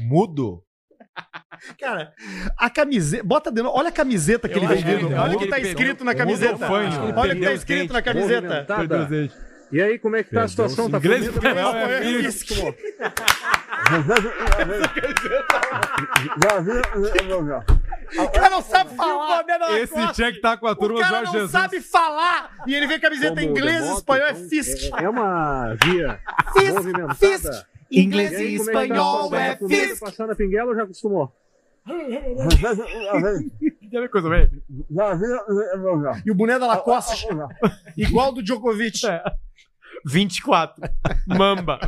Speaker 2: Mudo.
Speaker 1: Cara, a camiseta. Bota dentro. Olha a camiseta que
Speaker 3: Eu
Speaker 1: ele
Speaker 3: acho que
Speaker 1: vendeu.
Speaker 3: ele-
Speaker 1: Olha o que
Speaker 3: eu acho
Speaker 1: tá
Speaker 3: que ele
Speaker 1: escrito
Speaker 3: pegou- um
Speaker 1: na
Speaker 3: eu
Speaker 1: camiseta.
Speaker 2: vou- eu vou-
Speaker 3: né?
Speaker 1: Olha o que tá
Speaker 2: perdeu os
Speaker 1: escrito
Speaker 2: dentes,
Speaker 1: na camiseta.
Speaker 22: Movimentada. E aí, como é que tá a situação? Tá com
Speaker 2: Inglês
Speaker 22: medo?
Speaker 2: espanhol é
Speaker 1: Isso.
Speaker 3: um
Speaker 1: O cara não
Speaker 3: um
Speaker 1: sabe falar.
Speaker 2: Esse tinha que tá com a turma
Speaker 1: o cara
Speaker 2: Jorge
Speaker 1: não
Speaker 2: Jesus.
Speaker 1: sabe falar. E ele vê
Speaker 22: Como
Speaker 1: camiseta
Speaker 22: de
Speaker 1: inglesa,
Speaker 22: moto,
Speaker 1: espanhol, é
Speaker 22: então,
Speaker 1: Fisk.
Speaker 22: É, é uma via movimentada.
Speaker 1: Fisk. Inglês
Speaker 22: E
Speaker 1: e
Speaker 22: aí, como é que tá a
Speaker 1: espanhol
Speaker 22: situação?
Speaker 1: é
Speaker 22: Tá com medo de
Speaker 1: Fisk.
Speaker 22: passar na pinguela ou já acostumou?
Speaker 3: Já viu coisa bem?
Speaker 1: E o boné da Lacoste, igual do Djokovic.
Speaker 2: É.
Speaker 3: 24. Mamba.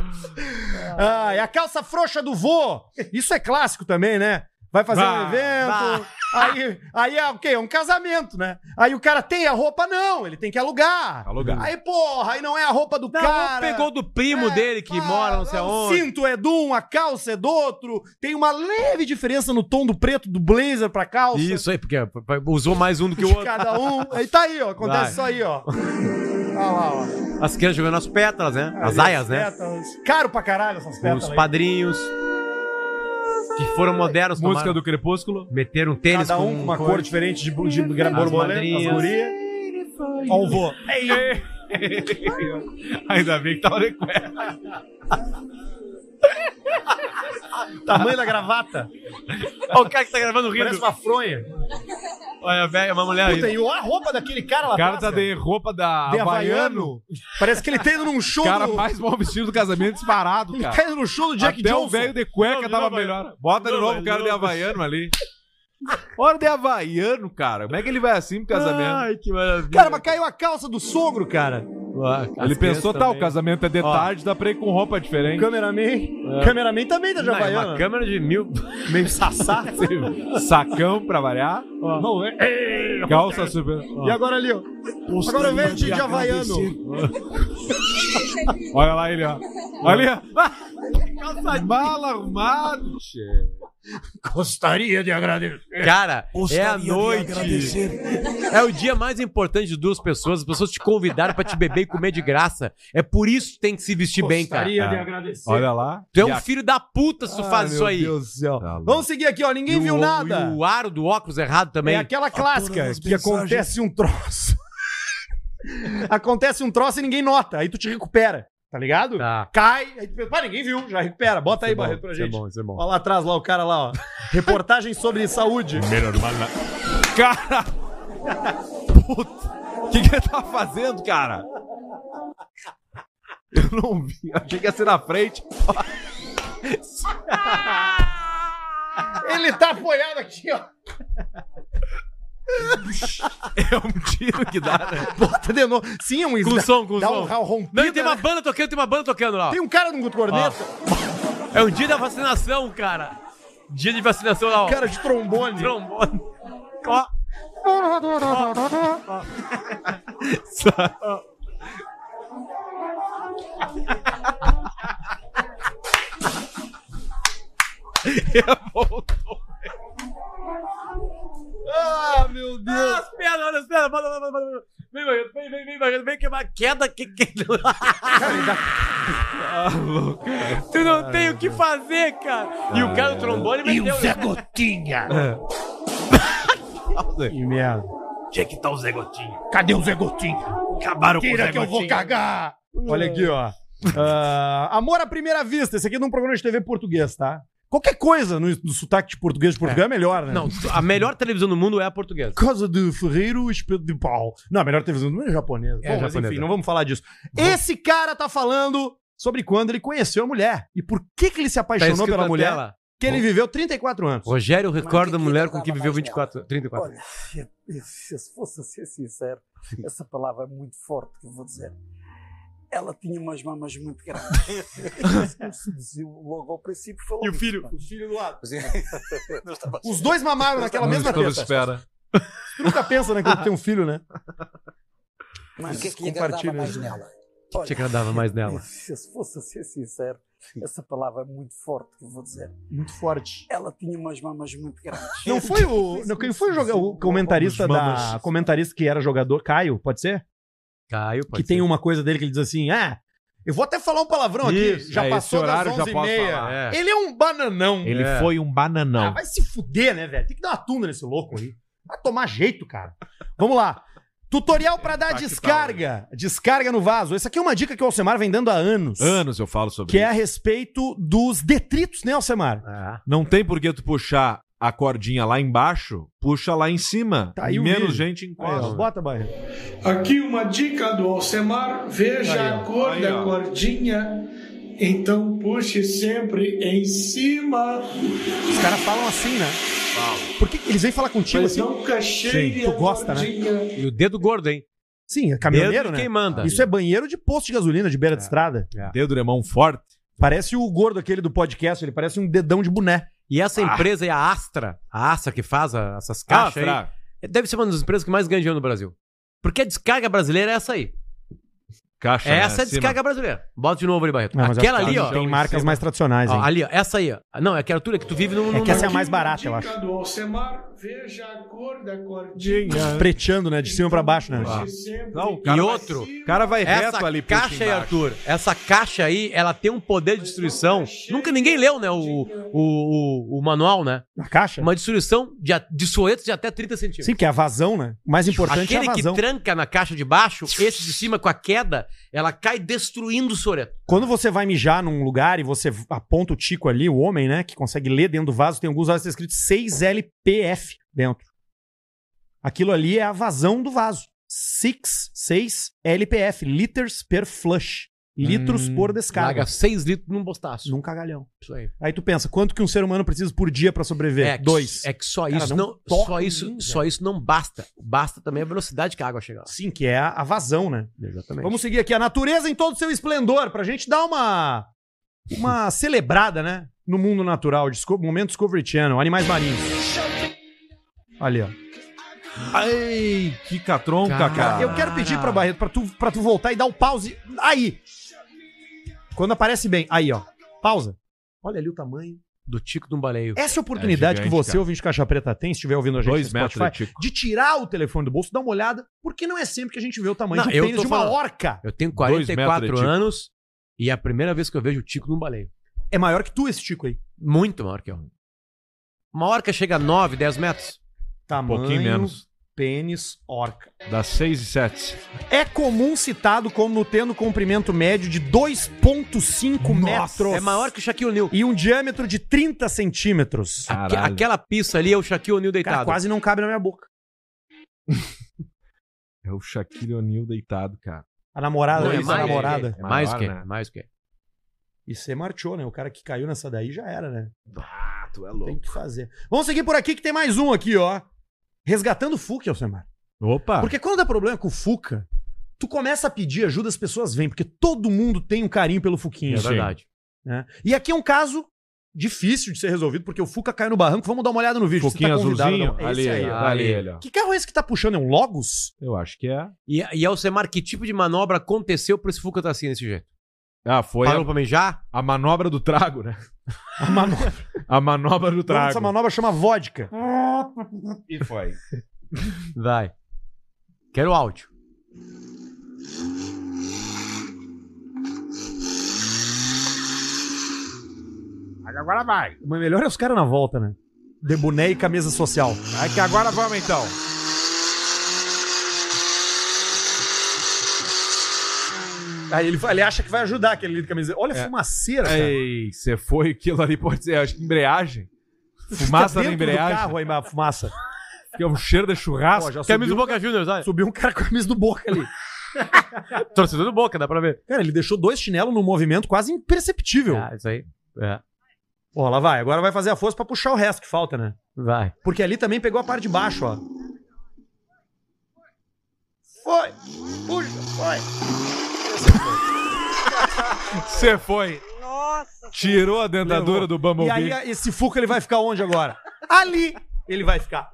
Speaker 1: Ah, e a calça frouxa do vô. Isso é clássico também, né? Vai fazer
Speaker 2: Bah,
Speaker 1: um evento. Aí, aí é o quê? É um casamento, né? Aí o cara tem a roupa, não. Ele tem que alugar.
Speaker 2: Alugar.
Speaker 1: Aí, porra, aí não é a roupa do
Speaker 3: Não,
Speaker 1: cara.
Speaker 3: pegou do primo dele que mora não sei
Speaker 1: O
Speaker 3: aonde.
Speaker 1: Ah, cinto é de um, a calça é do outro. Tem uma leve diferença no tom do preto do blazer pra calça.
Speaker 3: Isso aí, porque usou mais um do que o
Speaker 1: De
Speaker 3: outro.
Speaker 1: cada um. Aí tá aí, ó. Acontece
Speaker 3: Vai.
Speaker 1: isso aí, ó. Olha lá, ó.
Speaker 3: As crianças jogando as pétalas, né? As
Speaker 1: Aí,
Speaker 3: aias, né?
Speaker 1: pétalas. Caro pra caralho essas pétalas.
Speaker 3: Os
Speaker 1: aí.
Speaker 3: padrinhos. Que foram modernos.
Speaker 2: Música
Speaker 3: tomaram-
Speaker 2: do Crepúsculo.
Speaker 3: Meteram tênis
Speaker 1: Cada um com uma cor diferente de, de, de
Speaker 3: As
Speaker 1: borboleta, É,
Speaker 3: madrinhas.
Speaker 1: guria. Ó o vô.
Speaker 2: Ainda bem que tava de cueca.
Speaker 1: Tamanho da gravata.
Speaker 3: Olha o cara que tá gravando rindo.
Speaker 1: Parece uma fronha.
Speaker 3: Olha, velho, é uma mulher
Speaker 1: Puta,
Speaker 3: rindo.
Speaker 1: e a roupa daquele cara lá
Speaker 2: O cara
Speaker 1: atrás,
Speaker 2: tá de roupa da
Speaker 1: De
Speaker 2: Havaiano.
Speaker 1: havaiano. Parece que ele tá indo num
Speaker 2: O
Speaker 1: show
Speaker 2: cara
Speaker 1: do...
Speaker 2: mais mal vestido do casamento disparado,
Speaker 1: Ele
Speaker 2: cara.
Speaker 1: tá indo num show do Jack
Speaker 2: Até
Speaker 1: Johnson.
Speaker 2: o velho de cueca
Speaker 3: Não, de
Speaker 2: tava
Speaker 3: novo,
Speaker 2: melhor. Bota de
Speaker 3: Não,
Speaker 2: novo o
Speaker 3: mas
Speaker 2: cara
Speaker 3: não.
Speaker 2: de Havaiano ali. Olha de Havaiano, cara. Como é que ele vai assim pro casamento?
Speaker 3: Ai, que maravilha.
Speaker 1: Cara, mas caiu a calça do sogro, cara.
Speaker 3: Ah, as
Speaker 2: ele pensou,
Speaker 3: crianças
Speaker 2: tá, o
Speaker 3: também.
Speaker 2: casamento é de
Speaker 3: Ó.
Speaker 2: tarde, dá pra ir com roupa
Speaker 1: O
Speaker 2: diferente.
Speaker 1: cameraman... O cameraman também tá de
Speaker 3: Não, é uma
Speaker 1: havaiana.
Speaker 3: câmera de mil.
Speaker 1: Meio sassá.
Speaker 2: Sacão pra variar.
Speaker 1: Não, é- Ei,
Speaker 2: Calça super.
Speaker 1: E agora ali, ó. Agora vem de havaiano.
Speaker 2: Olha lá ele, ó. Olha ali, ó. Mal arrumado, che.
Speaker 3: Gostaria de agradecer. Cara, é a
Speaker 11: Gostaria de
Speaker 3: noite.
Speaker 11: agradecer.
Speaker 3: É o dia mais importante de duas pessoas. As pessoas te convidaram pra te beber e comer de graça. É por isso que tem que se vestir bem, cara.
Speaker 1: Gostaria de agradecer.
Speaker 2: Olha lá.
Speaker 3: Tu é
Speaker 2: E
Speaker 3: um
Speaker 2: a-
Speaker 3: filho da puta se tu
Speaker 1: Ah,
Speaker 3: faz isso
Speaker 1: meu
Speaker 3: aí.
Speaker 1: Deus do céu. Vamos seguir aqui, ó. Ninguém
Speaker 3: E
Speaker 1: viu
Speaker 3: o-
Speaker 1: nada.
Speaker 3: E o aro do óculos errado também.
Speaker 1: É aquela clássica que acontece um troço. acontece um troço e ninguém nota. Aí tu te recupera, tá ligado? Cai, aí tu pensa, "Pá, ninguém viu, já recupera. Bota aí, Barreto, pra
Speaker 2: isso é
Speaker 1: gente.
Speaker 2: bom, isso é bom.
Speaker 1: Olha lá atrás, lá o cara lá, ó. Reportagem sobre saúde.
Speaker 2: Cara! Puta! O que, que ele tá fazendo, cara? Eu não vi. Eu achei que ia ser na frente.
Speaker 1: Ele tá apoiado aqui, ó.
Speaker 2: É um tiro que dá, né?
Speaker 1: Bota de novo. Sim, é um
Speaker 3: Com som, com
Speaker 1: dá
Speaker 3: som.
Speaker 1: um ra- rompida,
Speaker 3: Não, e tem uma
Speaker 1: né?
Speaker 3: banda tocando, tem uma banda tocando lá. ó.
Speaker 1: Tem um cara no Guto Corneta.
Speaker 3: Ó. É o dia da vacinação, cara. Dia de vacinação lá, ó.
Speaker 1: Cara de trombone.
Speaker 3: Trombone. Ó.
Speaker 1: Ah, meu Deus.
Speaker 3: as pernas, olha as pernas. Bota, bota, bota, bota. Vem, Barreto, vem, vem, vem, Barreto. Vem que é uma queda que... que... tu não tem o que fazer, cara. E o cara do trombone
Speaker 11: E o
Speaker 3: meteu-
Speaker 11: Zé Gotinha?
Speaker 1: que merda.
Speaker 11: Onde é que tá o Zé Gotinha? Cadê o Zé Gotinha? Acabaram
Speaker 1: Tira
Speaker 11: com o Zé
Speaker 1: que eu vou
Speaker 11: Gotinha.
Speaker 1: cagar. Olha aqui, ó. Ah, amor à primeira vista. Esse aqui é de um programa de TV português, tá? Qualquer coisa no, no sotaque de português de Portugal é, melhor, né?
Speaker 3: Não, a melhor televisão do mundo é a portuguesa.
Speaker 1: Casa de Ferreiro, espeto de pau. Não, a melhor televisão do mundo é japonesa.
Speaker 3: É,
Speaker 1: Bom, mas
Speaker 3: japonesa.
Speaker 1: enfim, não vamos falar disso. Esse cara tá falando sobre quando ele conheceu a mulher e por que que ele se apaixonou
Speaker 3: Tá escrito
Speaker 1: pela
Speaker 3: na
Speaker 1: mulher
Speaker 3: tela.
Speaker 1: que ele
Speaker 3: Bom.
Speaker 1: viveu 34 anos.
Speaker 3: Rogério recorda a mulher com que viveu 24, 34
Speaker 7: Olha, se se fosse ser sincero, essa palavra é muito forte que eu vou dizer. Ela tinha umas mamas muito grandes. Isso me seduziu logo ao princípio. Falou
Speaker 1: E o
Speaker 7: nisso,
Speaker 1: filho?
Speaker 7: mano.
Speaker 1: O filho do lado.
Speaker 7: Não estava-
Speaker 1: Os dois mamaram naquela
Speaker 2: Não
Speaker 1: mesma
Speaker 2: estava
Speaker 1: teta.
Speaker 2: à espera.
Speaker 1: Tu nunca pensa, né, quando tem um filho, né?
Speaker 7: Mas o que é que lhe
Speaker 1: Compartilha
Speaker 7: agradava mais
Speaker 1: isso.
Speaker 7: nela?
Speaker 3: O que agradava mais nela?
Speaker 7: Se se fosse ser sincero, essa palavra é muito forte que eu vou dizer.
Speaker 1: Muito forte.
Speaker 7: Ela tinha umas mamas muito grandes.
Speaker 1: Não foi o. Não, quem foi o, joga- o comentarista
Speaker 3: Vamos,
Speaker 1: da.
Speaker 3: vamos.
Speaker 1: Comentarista que era jogador, Caio, pode ser?
Speaker 3: Caio,
Speaker 1: que tem uma coisa dele que ele diz assim: ah, eu vou até falar um palavrão aqui.
Speaker 2: Isso,
Speaker 1: Já
Speaker 2: é,
Speaker 1: passou
Speaker 2: esse horário
Speaker 1: das
Speaker 2: já
Speaker 1: 11
Speaker 2: posso
Speaker 1: meia.
Speaker 2: falar, é.
Speaker 1: Ele é um bananão.
Speaker 2: Ele
Speaker 1: É.
Speaker 2: foi um bananão.
Speaker 1: Ah, vai se fuder, né, velho? Tem que dar uma tunda nesse louco aí. Vai tomar jeito, cara. Vamos lá. Tutorial pra
Speaker 2: Tá
Speaker 1: dar descarga. Descarga no vaso. Essa aqui é uma dica que o Alcemar vem dando há anos.
Speaker 2: Anos eu falo sobre
Speaker 1: Que é a respeito dos detritos, né, Alcemar?
Speaker 2: Não tem por que tu puxar a cordinha lá embaixo, puxa lá em cima.
Speaker 1: Tá aí o
Speaker 2: menos
Speaker 1: vídeo.
Speaker 2: gente
Speaker 1: Aí, ó,
Speaker 2: encosta.
Speaker 1: bota, Barreto.
Speaker 8: Aqui uma dica do Alcemar: veja
Speaker 1: Aí, ó.
Speaker 8: a cor
Speaker 1: Aí,
Speaker 8: da
Speaker 1: ó.
Speaker 8: cordinha, então puxe sempre em cima.
Speaker 1: Os caras falam assim, né? Por que que eles vêm falar contigo
Speaker 8: Mas
Speaker 1: assim?
Speaker 3: então,
Speaker 8: nunca cheire
Speaker 1: Sim, tu
Speaker 8: a
Speaker 1: gosta, né?
Speaker 8: gordinha.
Speaker 3: E o dedo gordo, hein?
Speaker 1: Sim, é caminhoneiro,
Speaker 3: Dedo de
Speaker 1: né?
Speaker 3: quem manda. É.
Speaker 1: Isso é banheiro de posto de gasolina, de beira de estrada.
Speaker 2: Dedo de mão forte.
Speaker 1: Parece o gordo aquele do podcast, ele parece um dedão de boné.
Speaker 3: E essa
Speaker 1: Ah.
Speaker 3: empresa é a Astra, a Astra que faz a- essas caixas
Speaker 2: Astra.
Speaker 3: aí. Deve ser uma das empresas que mais ganha dinheiro no Brasil. Porque a descarga brasileira é essa aí.
Speaker 2: Caixa né,
Speaker 3: essa é a
Speaker 2: acima.
Speaker 3: descarga brasileira. Bota de novo ali, Barreto.
Speaker 1: Não, mas
Speaker 3: aquela
Speaker 1: acho que
Speaker 3: ali, ó.
Speaker 1: Tem marcas mais tradicionais, hein?
Speaker 3: Ó, ali, ó. Essa aí, ó. Não, é aquela altura que tu vive no.
Speaker 1: É que essa é a
Speaker 3: no-
Speaker 1: mais barata, eu acho.
Speaker 8: Dica do Alcemar: veja a cor da cordinha.
Speaker 1: Preteando, né? De cima pra baixo, né?
Speaker 8: Puxe sempre.
Speaker 2: Não,
Speaker 3: E outro,
Speaker 2: O cara vai
Speaker 3: essa
Speaker 2: reto ali, puxa
Speaker 3: caixa é aí,
Speaker 2: embaixo.
Speaker 3: Arthur, essa caixa aí, ela tem um poder de destruição. Nunca ninguém leu, né, o, o, o, o manual, né?
Speaker 1: Na caixa?
Speaker 3: Uma destruição de, a- de soletos de até 30 centímetros.
Speaker 1: Sim, porque é a vazão, né? O mais importante
Speaker 3: Aquele
Speaker 1: é a
Speaker 3: que
Speaker 1: vazão.
Speaker 3: tranca na caixa de baixo, esse de cima com a queda, ela cai destruindo o soreto.
Speaker 1: Quando você vai mijar num lugar e você aponta o tico ali, o homem, né? Que consegue ler dentro do vaso, tem alguns vasos que tá escrito 6LPF dentro. Aquilo ali é a vazão do vaso. 6, 6 LPF, liters per flush. Litros por descarga.
Speaker 3: Hum, Larga 6 litros num bostaço.
Speaker 1: Num cagalhão.
Speaker 3: Isso aí.
Speaker 1: Aí tu pensa, quanto que um ser humano precisa por dia pra sobreviver?
Speaker 3: É que-
Speaker 1: Dois.
Speaker 3: É que só
Speaker 1: Cara,
Speaker 3: isso
Speaker 1: dá um
Speaker 3: não,
Speaker 1: toque
Speaker 3: só isso, só isso não basta. Basta também a velocidade que a água chega lá.
Speaker 1: Sim, que é a, a vazão, né?
Speaker 3: Exatamente.
Speaker 1: Vamos seguir aqui. A natureza em todo o seu esplendor, pra gente dar uma. Uma celebrada, né? No mundo natural. Disco- momento Discovery Channel. Animais marinhos. Ali, ó.
Speaker 2: Ai, que catronca, cara.
Speaker 1: Eu quero pedir pra Barreto, pra tu, pra tu voltar e dar o pause. Aí! Quando aparece bem. Aí, ó. Pausa. Olha ali o tamanho
Speaker 3: do Tico de um baleio.
Speaker 1: Essa oportunidade
Speaker 3: É
Speaker 1: que
Speaker 3: gigante,
Speaker 1: você,
Speaker 3: cara.
Speaker 1: ouvinte de Caixa Preta, tem, se estiver ouvindo a gente
Speaker 3: Dois
Speaker 1: no
Speaker 3: metros de
Speaker 1: Spotify, de tirar o telefone do bolso, dá uma olhada, porque não é sempre que a gente vê o tamanho
Speaker 3: Não,
Speaker 1: do
Speaker 3: eu
Speaker 1: pênis
Speaker 3: tô
Speaker 1: de uma
Speaker 3: falando-
Speaker 1: orca.
Speaker 3: Eu tenho
Speaker 1: É. Dois metros de
Speaker 3: 44
Speaker 1: tico.
Speaker 3: anos e é a primeira vez que eu vejo o Tico num baleio.
Speaker 1: É maior que tu esse Tico aí?
Speaker 3: Muito maior que eu. Uma orca chega a 9, 10 metros.
Speaker 1: Tamanho,
Speaker 3: pouquinho menos.
Speaker 1: pênis, orca.
Speaker 2: Um Dá 6 e 7.
Speaker 1: É comum citado como tendo comprimento médio de 2,5 metros.
Speaker 3: É maior que o Shaquille O'Neal.
Speaker 1: E um diâmetro de 30 centímetros.
Speaker 3: Que- Aquela pista ali é o Shaquille O'Neal deitado.
Speaker 1: Cara, quase não cabe na minha boca.
Speaker 2: É o Shaquille O'Neal deitado, cara.
Speaker 1: A namorada,
Speaker 2: Não,
Speaker 1: a
Speaker 2: é mais,
Speaker 1: namorada.
Speaker 2: é, é, é Mais maior, que, né?
Speaker 3: mais que.
Speaker 1: E você marchou, né? O cara que caiu nessa daí já era, né?
Speaker 2: Ah, tu é
Speaker 1: Tem que fazer. Vamos seguir por aqui que tem mais um aqui, ó. Resgatando o Fuca, Alcemar.
Speaker 3: Tá.
Speaker 2: Opa!
Speaker 1: Porque quando dá problema com o Fuca, tu começa a pedir ajuda, as pessoas vêm, porque todo mundo tem um carinho pelo Fuquinha.
Speaker 3: É verdade.
Speaker 1: Né? E aqui é um caso difícil de ser resolvido, porque o Fuca caiu no barranco. Vamos dar uma olhada no vídeo. tá
Speaker 2: Fuquinha
Speaker 1: convidado a dar
Speaker 2: azulzinho,
Speaker 1: uma- É esse
Speaker 2: ali,
Speaker 1: aí, ó.
Speaker 2: ali, ele, ó.
Speaker 1: Que carro é esse que tá puxando? É um Logos?
Speaker 2: Eu acho que é.
Speaker 3: E, e Alcemar, que tipo de manobra aconteceu pra esse Fuca estar assim desse jeito?
Speaker 2: Ah, foi
Speaker 3: Parou
Speaker 2: a,
Speaker 3: pra mijar?
Speaker 2: a manobra do trago, né?
Speaker 1: A manobra,
Speaker 2: A manobra do
Speaker 1: O nome
Speaker 2: trago.
Speaker 1: dessa manobra chama vodka.
Speaker 2: E foi.
Speaker 3: Vai. Quero áudio.
Speaker 1: Mas agora vai. Mas melhor é os caras na volta, né? De boné e camisa social.
Speaker 2: Vai que agora vamos então.
Speaker 1: Aí ele, ele acha que vai ajudar aquele líder de camisa. Olha
Speaker 2: É.
Speaker 1: a fumaceira, cara.
Speaker 2: Ei, você foi aquilo ali, pode ser, acho que embreagem.
Speaker 1: Fica
Speaker 2: Fumaça na
Speaker 1: dentro do
Speaker 2: embreagem.
Speaker 1: carro aí, a fumaça.
Speaker 2: Que é um cheiro de churrasco.
Speaker 1: Ó, já
Speaker 2: Camisa
Speaker 1: subiu-
Speaker 2: do
Speaker 3: Boca Juniors, olha.
Speaker 1: Subiu um cara com a camisa do Boca ali.
Speaker 3: Torcedor do Boca, dá pra ver.
Speaker 1: Cara, ele deixou dois chinelos num movimento quase imperceptível.
Speaker 3: Ah, isso aí. É.
Speaker 1: Ó, lá vai. Agora vai fazer a força pra puxar o resto que falta, né?
Speaker 3: Vai.
Speaker 1: Porque ali também pegou a parte de baixo, ó. Foi! Puxa, foi!
Speaker 2: Você foi. Nossa. Tirou a dentadura
Speaker 1: Levou.
Speaker 2: do
Speaker 1: E
Speaker 2: Bumblebee.
Speaker 1: aí esse Fuca ele vai ficar onde agora? Ali ele vai ficar.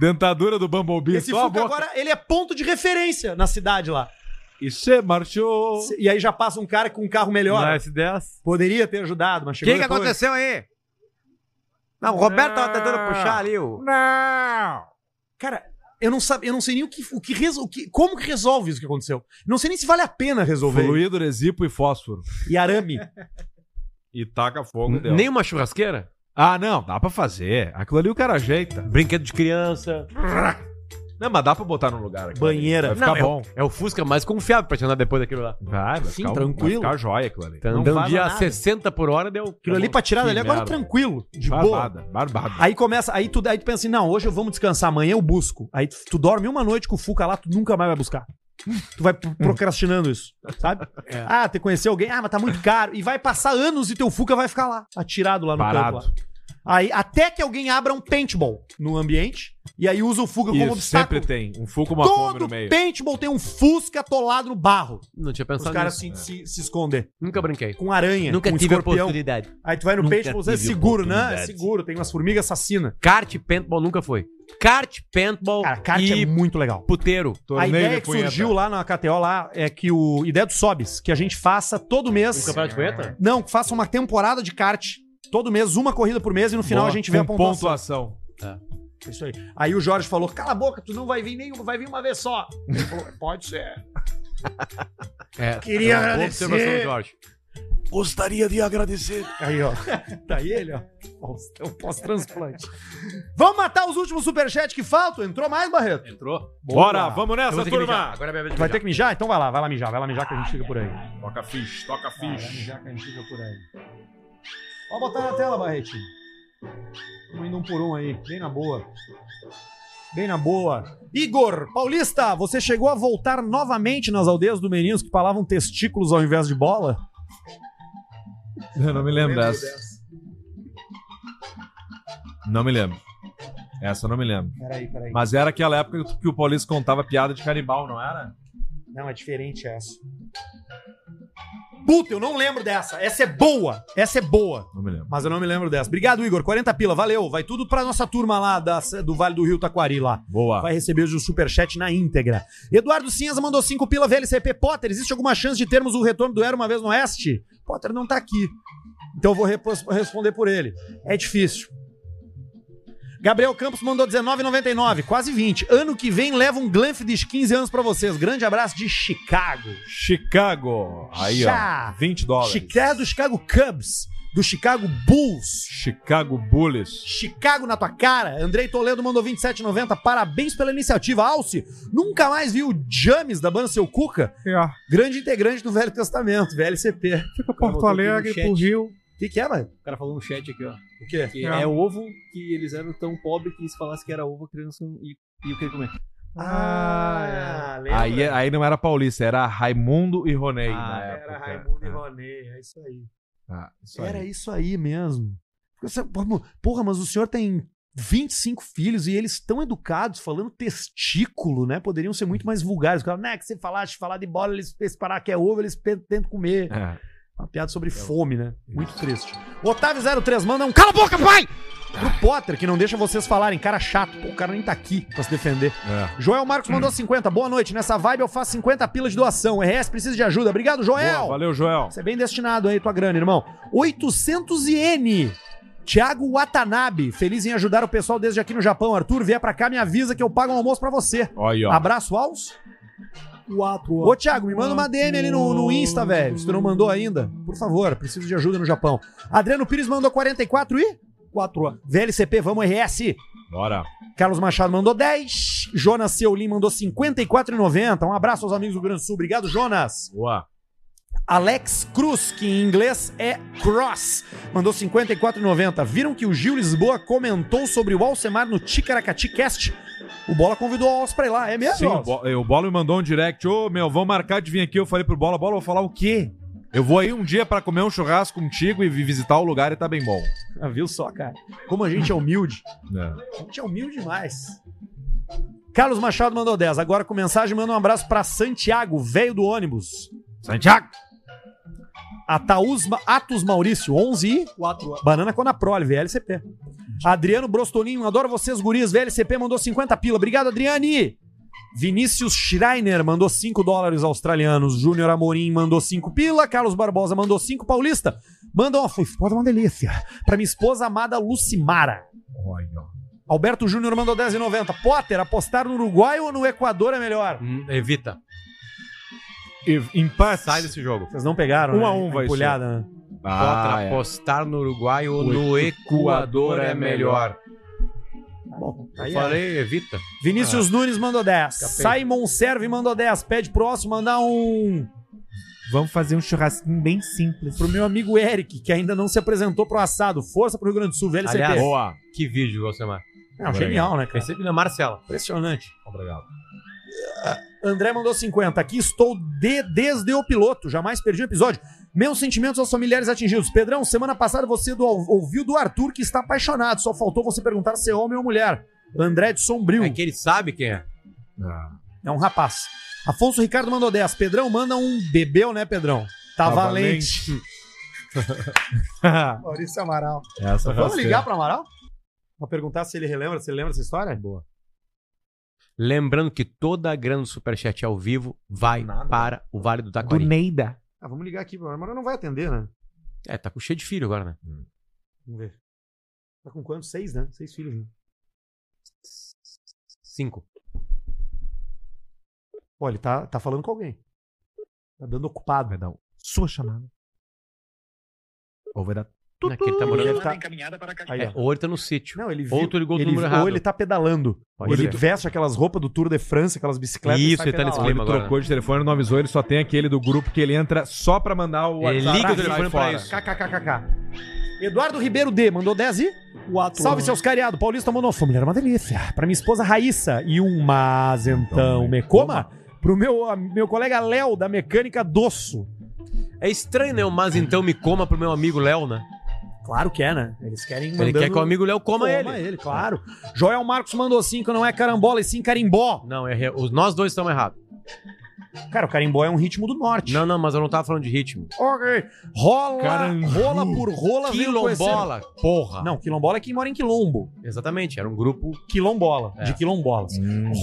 Speaker 2: Dentadura do Bumblebee.
Speaker 1: Esse
Speaker 2: só a
Speaker 1: Fuca
Speaker 2: boca.
Speaker 1: agora ele é ponto de referência na cidade lá.
Speaker 2: E você marchou.
Speaker 1: E aí já passa um cara com um carro melhor.
Speaker 21: Na S10.
Speaker 1: Poderia ter ajudado, mas
Speaker 3: O que,
Speaker 1: chegou
Speaker 3: que
Speaker 1: depois. Ah.
Speaker 3: aconteceu aí? Não, o Roberto tava tentando puxar ali o.
Speaker 2: Não!
Speaker 1: Cara, eu não sabia, eu não sei nem o que, o que, reso- o que- como que resolve isso que aconteceu. Não sei nem se vale a pena resolver.
Speaker 2: Fluido, resipo e fósforo.
Speaker 1: E arame.
Speaker 2: E taca fogo dela.
Speaker 3: Nem uma churrasqueira?
Speaker 2: Ah, não, dá pra fazer. Aquilo ali o cara ajeita.
Speaker 3: Brinquedo de criança.
Speaker 2: Não, mas dá pra botar num lugar aqui.
Speaker 1: Banheira.
Speaker 2: Vai ficar
Speaker 3: Não, é
Speaker 2: bom.
Speaker 3: É o Fusca mais confiável pra te andar depois daquilo lá.
Speaker 2: Vai, vai
Speaker 1: Sim,
Speaker 2: ficar, um-
Speaker 1: tranquilo.
Speaker 2: Vai ficar joia aquilo ali.
Speaker 3: Tá
Speaker 1: Não
Speaker 3: andando
Speaker 1: vaza
Speaker 3: dia
Speaker 1: nada.
Speaker 3: 60 por hora, deu.
Speaker 1: Aquilo ali pra tirar
Speaker 2: Tá Que
Speaker 1: dali agora é
Speaker 2: merda.
Speaker 1: tranquilo, de boa. Tá
Speaker 2: barbada, barbada.
Speaker 1: Aí começa, aí tu, aí tu pensa assim, não, hoje eu vamos descansar, amanhã eu busco. Aí tu, tu dorme uma noite com o Fuca lá, tu nunca mais vai buscar. Tu vai pro- procrastinando isso, sabe?
Speaker 2: É.
Speaker 1: Ah, te conhecer alguém, ah, mas tá muito caro. E vai passar anos e teu Fuca vai ficar lá, atirado lá no
Speaker 2: Parado.
Speaker 1: canto lá. Aí, até que alguém abra um paintball no ambiente e aí usa o Fuca como
Speaker 2: Isso,
Speaker 1: obstáculo.
Speaker 2: sempre tem. Um fuco uma Kombi
Speaker 1: Todo
Speaker 2: no meio.
Speaker 1: paintball tem um Fusca atolado no barro.
Speaker 3: Não tinha
Speaker 1: Os
Speaker 3: pensado
Speaker 1: caras
Speaker 3: nisso.
Speaker 1: se, se, se esconder.
Speaker 3: Nunca brinquei.
Speaker 1: Com aranha,
Speaker 3: Nunca
Speaker 1: com
Speaker 3: tive
Speaker 1: escorpião.
Speaker 3: oportunidade.
Speaker 1: Aí tu vai no
Speaker 3: Nunca
Speaker 1: paintball, é
Speaker 3: tive
Speaker 1: seguro, né? É
Speaker 3: oportunidade.
Speaker 1: seguro, tem umas formigas assassinas.
Speaker 3: Kart e paintball nunca foi. Kart, paintball
Speaker 1: Cara, kart
Speaker 3: e
Speaker 1: é muito legal.
Speaker 3: puteiro.
Speaker 1: A
Speaker 2: Torneio
Speaker 1: ideia é
Speaker 2: de
Speaker 1: que
Speaker 2: punheta.
Speaker 1: surgiu lá na KTO lá é que o ideia do Sobis, que a gente faça todo mês.
Speaker 3: Um de punheta?
Speaker 1: Não, que faça uma temporada de kart. Todo mês, uma corrida por mês e no final
Speaker 2: Boa,
Speaker 1: a gente vê a
Speaker 2: com
Speaker 1: pontuação.
Speaker 2: pontuação.
Speaker 1: Isso aí. Aí o Jorge falou: cala a boca, tu não vai vir nenhum, vai vir uma vez só. Ele falou, Pode ser.
Speaker 3: É,
Speaker 1: Queria
Speaker 3: é uma boa
Speaker 1: agradecer.
Speaker 3: observação, Jorge.
Speaker 18: Gostaria de agradecer.
Speaker 1: Aí, ó. Tá aí ele, ó. É o pós-transplante. Vamos matar os últimos superchats que faltam? Entrou mais, Barreto?
Speaker 3: Entrou.
Speaker 2: Bora, vamos
Speaker 3: Eu vou
Speaker 2: nessa,
Speaker 3: ter que mijar.
Speaker 2: turma.
Speaker 3: Agora é minha vez de
Speaker 1: Vai
Speaker 3: mijar.
Speaker 1: ter que mijar? Então vai lá, vai lá mijar, vai lá mijar que a gente fica por aí.
Speaker 2: Toca fish, toca fish.
Speaker 1: Já cantiga por aí. Pode botar na tela, Barretinho. Vamos indo um por um aí, bem na boa. Bem na boa. Igor, Paulista, você chegou a voltar novamente nas aldeias do Meninos que falavam testículos ao invés de bola?
Speaker 2: Eu não me lembro dessa. Não me lembro. Essa eu não me lembro.
Speaker 1: Peraí, peraí.
Speaker 2: Mas era aquela época que o- que o Paulista contava piada de canibal, não era?
Speaker 1: Não, é diferente essa. Puta, eu não lembro dessa. Essa é boa. Essa é boa.
Speaker 2: Não me lembro.
Speaker 1: Mas eu não me lembro dessa. Obrigado, Igor. 40 pila, valeu. Vai tudo pra nossa turma lá da- do Vale do Rio Taquari lá.
Speaker 2: Boa.
Speaker 1: Vai receber o superchat na íntegra. Eduardo Cinza mandou 5 pila, VLCP. Potter, existe alguma chance de termos o retorno do Era Uma Vez no Oeste? Potter não tá aqui. Então eu vou repos- responder por ele. É difícil. Gabriel Campos mandou 19,99, quase 20. Ano que vem leva um Glanf dos 15 anos pra vocês. Grande abraço de Chicago.
Speaker 2: Chicago. Aí,
Speaker 1: Já.
Speaker 2: ó. 20 dólares.
Speaker 1: Chicago, do Chicago Cubs, do Chicago Bulls.
Speaker 2: Chicago Bulls.
Speaker 1: Chicago na tua cara. Andrei Toledo mandou 27,90. Parabéns pela iniciativa. Alce, nunca mais viu o James da banda Seu Cuca? Grande integrante do Velho Testamento, VLCP. Fica
Speaker 4: É. Porto Alegre, pro Rio.
Speaker 1: O que, que é, mano?
Speaker 4: O cara falou no chat aqui, ó. O
Speaker 1: quê?
Speaker 4: Que
Speaker 1: Ah.
Speaker 4: é ovo que eles eram tão pobres que se falasse que era ovo, a criança não- e, e eu queria comer. é.
Speaker 1: Ah,
Speaker 2: Aí, aí não era paulista, era Raimundo e Ronei.
Speaker 3: Ah,
Speaker 2: na época.
Speaker 1: Ah, Raimundo e Ronei, é isso aí.
Speaker 2: Ah, isso aí.
Speaker 1: Era isso aí mesmo. Você- pô, Porra, mas o senhor tem 25 filhos e eles tão educados, falando testículo, né? Poderiam ser
Speaker 2: Uhum.
Speaker 1: muito mais vulgares. Claro, né? Que você falaste, falar de bola, eles eles parar que é ovo, eles pe- tentam comer.
Speaker 2: É.
Speaker 1: Uma piada sobre fome, né? Muito triste. Otávio03 manda um cala a boca, pai! Pro Potter, que não deixa vocês falarem. Cara chato. Pô, o cara nem tá aqui pra se defender.
Speaker 2: é.
Speaker 1: Joel Marcos mandou 50. Boa noite. Nessa vibe eu faço 50 pilas de doação. RS precisa de ajuda. Obrigado, Joel.
Speaker 2: Boa, valeu, Joel.
Speaker 1: Você é bem destinado aí, tua grana, irmão. 800 iene. Tiago Watanabe, feliz em ajudar o pessoal desde aqui no Japão. Arthur, vier pra cá, me avisa que eu pago um almoço pra você.
Speaker 2: Olha aí, ó.
Speaker 1: Abraço aos. Ô, Thiago, me manda uma DM ali no, no Insta, velho. Se tu não mandou ainda, por favor, preciso de ajuda no Japão. Adriano Pires mandou 44 e? 4. VLCP, vamos RS.
Speaker 2: Bora.
Speaker 1: Carlos Machado mandou 10. Jonas Seolim mandou 54,90. Um abraço aos amigos do Grande Sul. Obrigado, Jonas.
Speaker 2: Boa.
Speaker 1: Alex Cruz, que em inglês é Cross, mandou 54,90. Viram que o Gil Lisboa comentou sobre o Alcemar no Ticaracati Cast? O Bola convidou o Alce pra ir lá, é mesmo?
Speaker 2: Sim, o,
Speaker 1: Alce?
Speaker 2: Bo- eh, o Bola me mandou um direct. Ô, meu, vamos marcar de vir aqui. Eu falei pro Bola, Bola, eu vou falar o quê? Eu vou aí um dia pra comer um churrasco contigo e vi- visitar o lugar e tá bem bom.
Speaker 1: Ah, viu só, cara? Como a gente é humilde. A
Speaker 2: É.
Speaker 1: gente é humilde demais. Carlos Machado mandou 10. Agora com mensagem, manda um abraço pra Santiago, velho do ônibus.
Speaker 2: Santiago!
Speaker 1: Ataús, Ma- Atos Maurício, 11 e... 4. Banana Conaprole, VLCP. Adriano Brostolinho, adoro vocês, guris. VLCP mandou 50 pila. Obrigado, Adriane. Vinícius Schreiner mandou 5 dólares australianos. Júnior Amorim mandou 5 pila. Carlos Barbosa mandou 5 paulista. Manda uma... Foi foda, uma delícia. Pra minha esposa amada Lucimara.
Speaker 2: Olha, ó.
Speaker 1: Alberto Júnior mandou 10,90. Potter, apostar no Uruguai ou no Equador é melhor?
Speaker 3: Hum, Evita.
Speaker 2: Empate.
Speaker 3: Sai desse jogo.
Speaker 1: Vocês não pegaram,
Speaker 3: Um
Speaker 1: né?
Speaker 3: a um vai ser.
Speaker 1: Empolhada, né?
Speaker 2: Ah,
Speaker 3: Contra
Speaker 2: é.
Speaker 3: apostar no Uruguai ou no Equador é melhor.
Speaker 1: Bom,
Speaker 3: Eu
Speaker 1: aí é.
Speaker 3: falei, evita.
Speaker 2: Ah.
Speaker 1: Vinícius Nunes mandou 10.
Speaker 3: Escapei.
Speaker 1: Simon Serve mandou 10. Pede pro Osso mandar um...
Speaker 2: Vamos fazer um churrasquinho bem simples.
Speaker 1: Pro meu amigo Eric, que ainda não se apresentou pro assado. Força pro Rio Grande do Sul, velho
Speaker 3: Aliás,
Speaker 1: CP.
Speaker 3: que vídeo, Alcemar.
Speaker 1: Não, genial, né, cara?
Speaker 3: Recebi na Marcela.
Speaker 1: Impressionante. Ah,
Speaker 2: Obrigado.
Speaker 1: André mandou 50. Aqui estou de- desde o piloto. Jamais perdi o episódio. Meus sentimentos aos familiares atingidos. Pedrão, semana passada você do- ouviu do Arthur que está apaixonado. Só faltou você perguntar se é homem ou mulher. André de Sombrio.
Speaker 3: É que ele sabe quem é.
Speaker 1: É um rapaz. Afonso Ricardo mandou 10. Pedrão, manda um bebeu, né, Pedrão? Tá,
Speaker 2: Tá
Speaker 1: valente. Maurício Amaral.
Speaker 3: Tá
Speaker 2: Essa
Speaker 1: Vamos
Speaker 2: foi
Speaker 1: ligar
Speaker 2: a
Speaker 1: pro Amaral? Pra perguntar se ele relembra, se ele lembra dessa história? É Boa.
Speaker 3: Lembrando que toda a grana do Superchat ao vivo vai para o Vale do Taquari.
Speaker 1: Neida. Ah, vamos ligar aqui, o Amaral não vai atender, né?
Speaker 3: É, tá com cheio de filho agora, né?
Speaker 1: Hum. Vamos ver. Tá com quantos? Seis, né? Seis filhos, né?
Speaker 3: Cinco.
Speaker 1: Pô, ele tá, tá falando com alguém. Tá dando ocupado. Vai
Speaker 2: dar sua chamada. Ou vai dar...
Speaker 3: Não, é que ele tá morando...
Speaker 1: Ele tá- Aí, ó.
Speaker 3: É, ou ele tá no sítio.
Speaker 1: Não, ele viu-
Speaker 3: Ou tu ligou
Speaker 1: ele-
Speaker 3: no número errado.
Speaker 1: Ou ele tá pedalando.
Speaker 3: Pode
Speaker 1: ele tá
Speaker 3: ser.
Speaker 1: veste aquelas roupas do Tour de France, aquelas bicicletas.
Speaker 3: Isso,
Speaker 1: sai
Speaker 3: ele tá nesse
Speaker 1: pedalando.
Speaker 3: clima
Speaker 2: Ele
Speaker 3: agora,
Speaker 2: trocou de telefone, não avisou, ele só tem aquele do grupo que ele entra só pra mandar o
Speaker 3: Ele liga o
Speaker 2: e
Speaker 3: telefone
Speaker 2: sai
Speaker 3: pra
Speaker 2: fora.
Speaker 3: isso.
Speaker 1: KKKKK. Eduardo Ribeiro D mandou 10 e. Salve seus cariados. Paulista mandou. Família era uma delícia. Pra minha esposa Raíssa e um
Speaker 3: Então, né?
Speaker 1: mazentão Mecoma. Pro meu, a- meu colega Léo da Mecânica Dosso.
Speaker 3: É estranho, né? O Mas então me coma pro meu amigo Léo, né?
Speaker 1: Claro que é, né? Eles querem
Speaker 3: Ele quer que o amigo Léo coma,
Speaker 1: Coma
Speaker 3: ele.
Speaker 1: ele, claro. Joel Marcos mandou 5, não é carambola e sim carimbó.
Speaker 3: Não, errei. Os- Nós dois estamos errados.
Speaker 1: Cara, o carimbó é um ritmo do norte.
Speaker 3: Não, não, mas eu não tava falando de ritmo.
Speaker 1: Ok. Rola,
Speaker 3: Carangu.
Speaker 1: rola por rola. veio
Speaker 3: Quilombola,
Speaker 1: conhecer-
Speaker 3: porra.
Speaker 1: Não, quilombola é quem mora em quilombo.
Speaker 3: Exatamente, era um grupo...
Speaker 1: Quilombola, de quilombolas.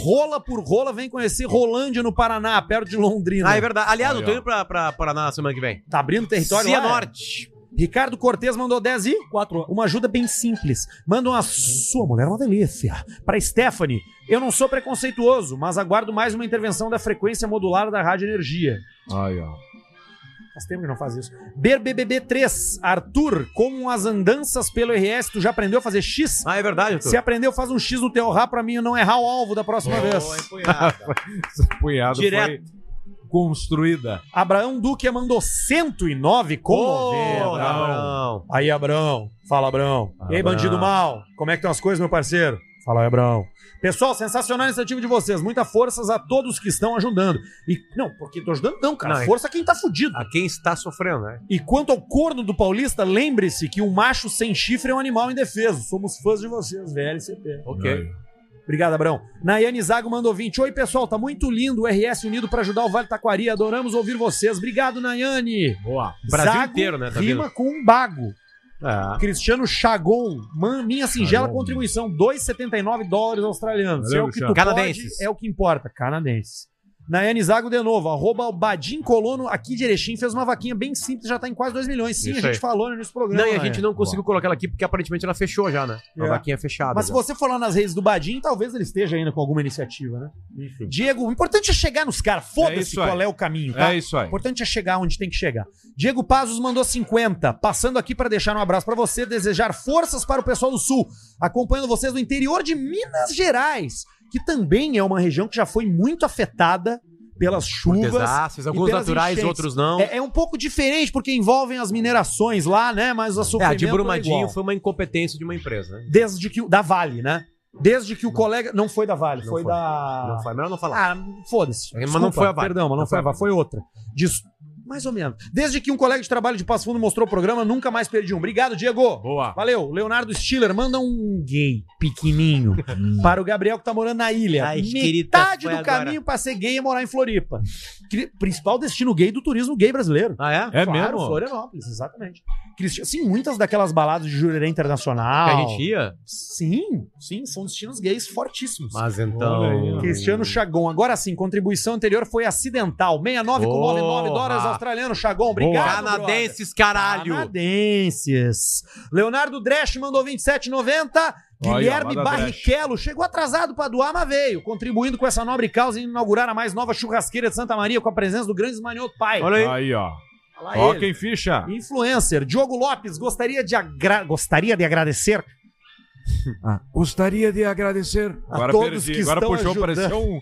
Speaker 1: Rola por rola vem conhecer Rolândia no Paraná, perto de Londrina.
Speaker 3: Ah, é verdade. Aliás,
Speaker 1: Aí,
Speaker 3: eu tô
Speaker 1: ó.
Speaker 3: indo pra, pra Paraná na semana que vem.
Speaker 1: Tá abrindo território lá,
Speaker 3: Cianorte.
Speaker 1: Ricardo Cortez mandou 10 e? 4. Uma ajuda bem simples. Manda uma sua mulher é uma delícia. Para Stephanie, eu não sou preconceituoso, mas aguardo mais uma intervenção da frequência modular da Rádio Energia.
Speaker 2: Ai, ó.
Speaker 1: Faz tempo que não faz isso. BBBB3, Arthur, com as andanças pelo RS, tu já aprendeu a fazer X?
Speaker 3: Ah, é verdade, Arthur.
Speaker 1: Se aprendeu, faz um X no teu rá pra mim não errar o alvo da próxima vez.
Speaker 3: então.
Speaker 2: Essa punhada
Speaker 1: Direto.
Speaker 2: foi construída.
Speaker 1: Abraão Duque mandou 109 comovendo.
Speaker 2: Ô, Abraão.
Speaker 1: Aí, Abraão. Fala, Abraão. E aí,
Speaker 2: Abraão.
Speaker 1: bandido mal? Como é que estão as coisas, meu parceiro? Fala aí, Abraão. Pessoal, sensacional a iniciativa de vocês. Muita forças a todos que estão ajudando. E não, porque tô ajudando não, cara.
Speaker 3: Não, é-
Speaker 1: Força a quem tá fudido.
Speaker 3: A quem está sofrendo, né?
Speaker 1: E quanto ao corno do paulista, lembre-se que o macho sem chifre é um animal indefeso. Somos fãs de vocês, VLCP.
Speaker 3: Ok.
Speaker 1: Obrigado, Abrão. Nayane Zago mandou 20. Oi, pessoal, tá muito lindo o RS unido pra ajudar o Vale Taquari. Adoramos ouvir vocês. Obrigado, Nayane.
Speaker 3: Boa. Brasil inteiro, né? Tá
Speaker 1: rima
Speaker 3: vendo?
Speaker 1: com um bago.
Speaker 3: Ah.
Speaker 1: Cristiano Chagon, man- minha singela contribuição, 2,79 dólares australianos.
Speaker 3: Valeu,
Speaker 1: é o que
Speaker 3: Cristiano.
Speaker 1: tu pode,
Speaker 3: Canadenses.
Speaker 1: é o que importa, canadense. Nayane Zago de novo, arroba Badim Colono aqui de Erechim, fez uma vaquinha bem simples, já tá em quase 2 milhões. Sim,
Speaker 3: Isso
Speaker 1: a gente
Speaker 3: aí.
Speaker 1: falou né, nesse programa.
Speaker 3: Não, e a gente
Speaker 1: né?
Speaker 3: não conseguiu colocar ela aqui porque aparentemente ela fechou já, né? Uma
Speaker 1: É.
Speaker 3: vaquinha fechada.
Speaker 1: Mas se
Speaker 3: já.
Speaker 1: você for lá nas redes do Badim, talvez ele esteja ainda com alguma iniciativa, né? Diego, o importante é chegar nos caras.
Speaker 2: É
Speaker 1: Foda-se
Speaker 2: isso aí.
Speaker 1: qual é o caminho, tá?
Speaker 2: É isso
Speaker 1: O
Speaker 2: aí.
Speaker 1: importante é chegar onde tem que chegar. Diego Pazos mandou 50. Passando aqui para deixar um abraço para você, desejar forças para o pessoal do Sul, acompanhando vocês no interior de Minas Gerais, que também é uma região que já foi muito afetada pelas chuvas.
Speaker 3: desastres,
Speaker 1: e
Speaker 3: alguns
Speaker 1: pelas
Speaker 3: naturais, outros não.
Speaker 1: É, é um pouco diferente porque envolvem as minerações lá, né? Mas a
Speaker 3: É, a
Speaker 1: sofrimento
Speaker 3: de
Speaker 1: é
Speaker 3: Brumadinho
Speaker 1: igual.
Speaker 3: foi uma incompetência de uma empresa, né?
Speaker 1: Desde que o. Da Vale, né? Desde que o colega. Não foi da Vale, foi,
Speaker 3: foi.
Speaker 1: da.
Speaker 3: Não foi, melhor não falar.
Speaker 1: Ah, foda-se.
Speaker 3: Mas
Speaker 1: Desculpa,
Speaker 3: não foi a Vale.
Speaker 1: Perdão, mas não,
Speaker 3: Não
Speaker 1: foi
Speaker 3: foi
Speaker 1: a Vale, foi outra. Diz... Mais ou menos. Desde que um colega de trabalho de Passo Fundo mostrou o programa, nunca mais perdi um. Obrigado, Diego. Boa. Valeu. Leonardo Stiller, manda um gay pequenininho para o Gabriel que tá morando na ilha.
Speaker 3: A esquerita
Speaker 1: Metade do
Speaker 3: foi agora.
Speaker 1: caminho pra ser gay e morar em Floripa. Cri- Principal destino gay do turismo gay brasileiro.
Speaker 3: Ah, é?
Speaker 2: É mesmo?
Speaker 1: Florianópolis, exatamente. Cristi- Sim, muitas daquelas baladas de jurerê internacional.
Speaker 3: Que a gente ia?
Speaker 1: Sim, sim, são destinos gays fortíssimos.
Speaker 3: Mas então-
Speaker 2: Hum.
Speaker 3: Olha aí.
Speaker 1: Cristiano Chagon, agora sim, contribuição anterior foi acidental. 69,99
Speaker 3: Porra.
Speaker 1: dólares australiano, Chagon. Obrigado. brother.
Speaker 3: Canadenses, caralho!
Speaker 1: Canadenses. Leonardo Dresch mandou 27,90.
Speaker 3: Olha,
Speaker 1: Guilherme
Speaker 3: lá da
Speaker 1: Barrichello chegou atrasado para doar, mas veio, contribuindo com essa nobre causa em inaugurar a mais nova churrasqueira de Santa Maria com a presença do grande Esmanioto Pai.
Speaker 2: Olha aí. Aí, ó.
Speaker 1: lá
Speaker 2: Ó
Speaker 1: ele.
Speaker 2: quem ficha.
Speaker 1: Influencer Diogo Lopes gostaria de, agra- gostaria de agradecer
Speaker 3: Ah,
Speaker 2: Gostaria de agradecer. Agora
Speaker 1: todos
Speaker 2: perdi.
Speaker 1: que
Speaker 2: Agora
Speaker 1: estão
Speaker 2: puxou,
Speaker 1: ajudando.
Speaker 2: pareceu um.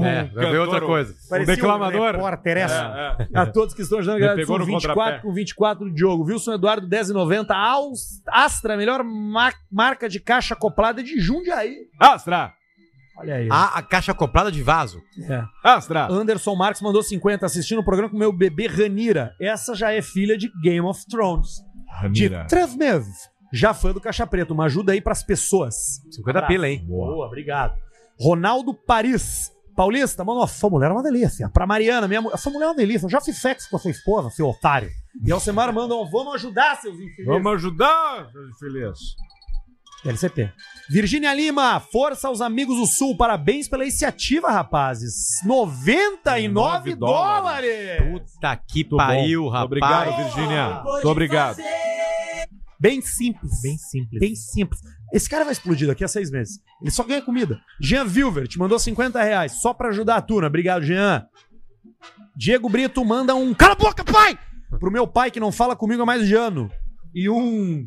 Speaker 2: um
Speaker 3: É, vai ver outra
Speaker 2: um-
Speaker 3: coisa.
Speaker 2: Um
Speaker 1: Parecia
Speaker 2: declamador.
Speaker 1: Um repórter, essa.
Speaker 2: É, é.
Speaker 1: A todos que estão ajudando,
Speaker 2: Me
Speaker 1: agradeço
Speaker 2: pegou no
Speaker 1: 24
Speaker 2: contrapé.
Speaker 1: com 24 do Diogo. Wilson Eduardo, 10,90. Aus- Astra, melhor ma- marca de caixa acoplada é de Jundiaí.
Speaker 2: Astra!
Speaker 1: Olha aí.
Speaker 3: A, a caixa acoplada de vaso.
Speaker 1: É.
Speaker 2: Astra!
Speaker 1: Anderson Marques mandou 50 assistindo o programa com meu bebê Ranira. Essa já é filha de Game of Thrones.
Speaker 2: Ranira.
Speaker 1: Ah, De Trevmev. Já fã do Caixa Preta. Uma ajuda aí pras pessoas.
Speaker 3: 50 pila, hein?
Speaker 1: Boa. obrigado. Ronaldo Paris. Paulista, mano, a sua mulher é uma delícia. Pra Mariana, minha mulher. A sua mulher é uma delícia. Eu já fiz sexo com a sua esposa, seu otário. E Alcemar mandou, vamos ajudar, seus infelizes.
Speaker 2: Vamos ajudar, seus infeliz.
Speaker 1: LCP. Virgínia Lima, força aos amigos do Sul. Parabéns pela iniciativa, rapazes. 99 dólares.
Speaker 3: Puta que
Speaker 2: Muito
Speaker 3: Tá pariu,
Speaker 2: bom.
Speaker 3: rapaz.
Speaker 2: Obrigado, Virgínia. Muito obrigado.
Speaker 1: Bem simples. Bem simples. Bem simples. Esse cara vai explodir daqui a seis meses. Ele só ganha comida. Jean Vilver te mandou 50 reais só pra ajudar a turma. Obrigado, Jean. Diego Brito manda um Cala a boca, pai! Pro meu pai que não fala comigo há mais de ano. E um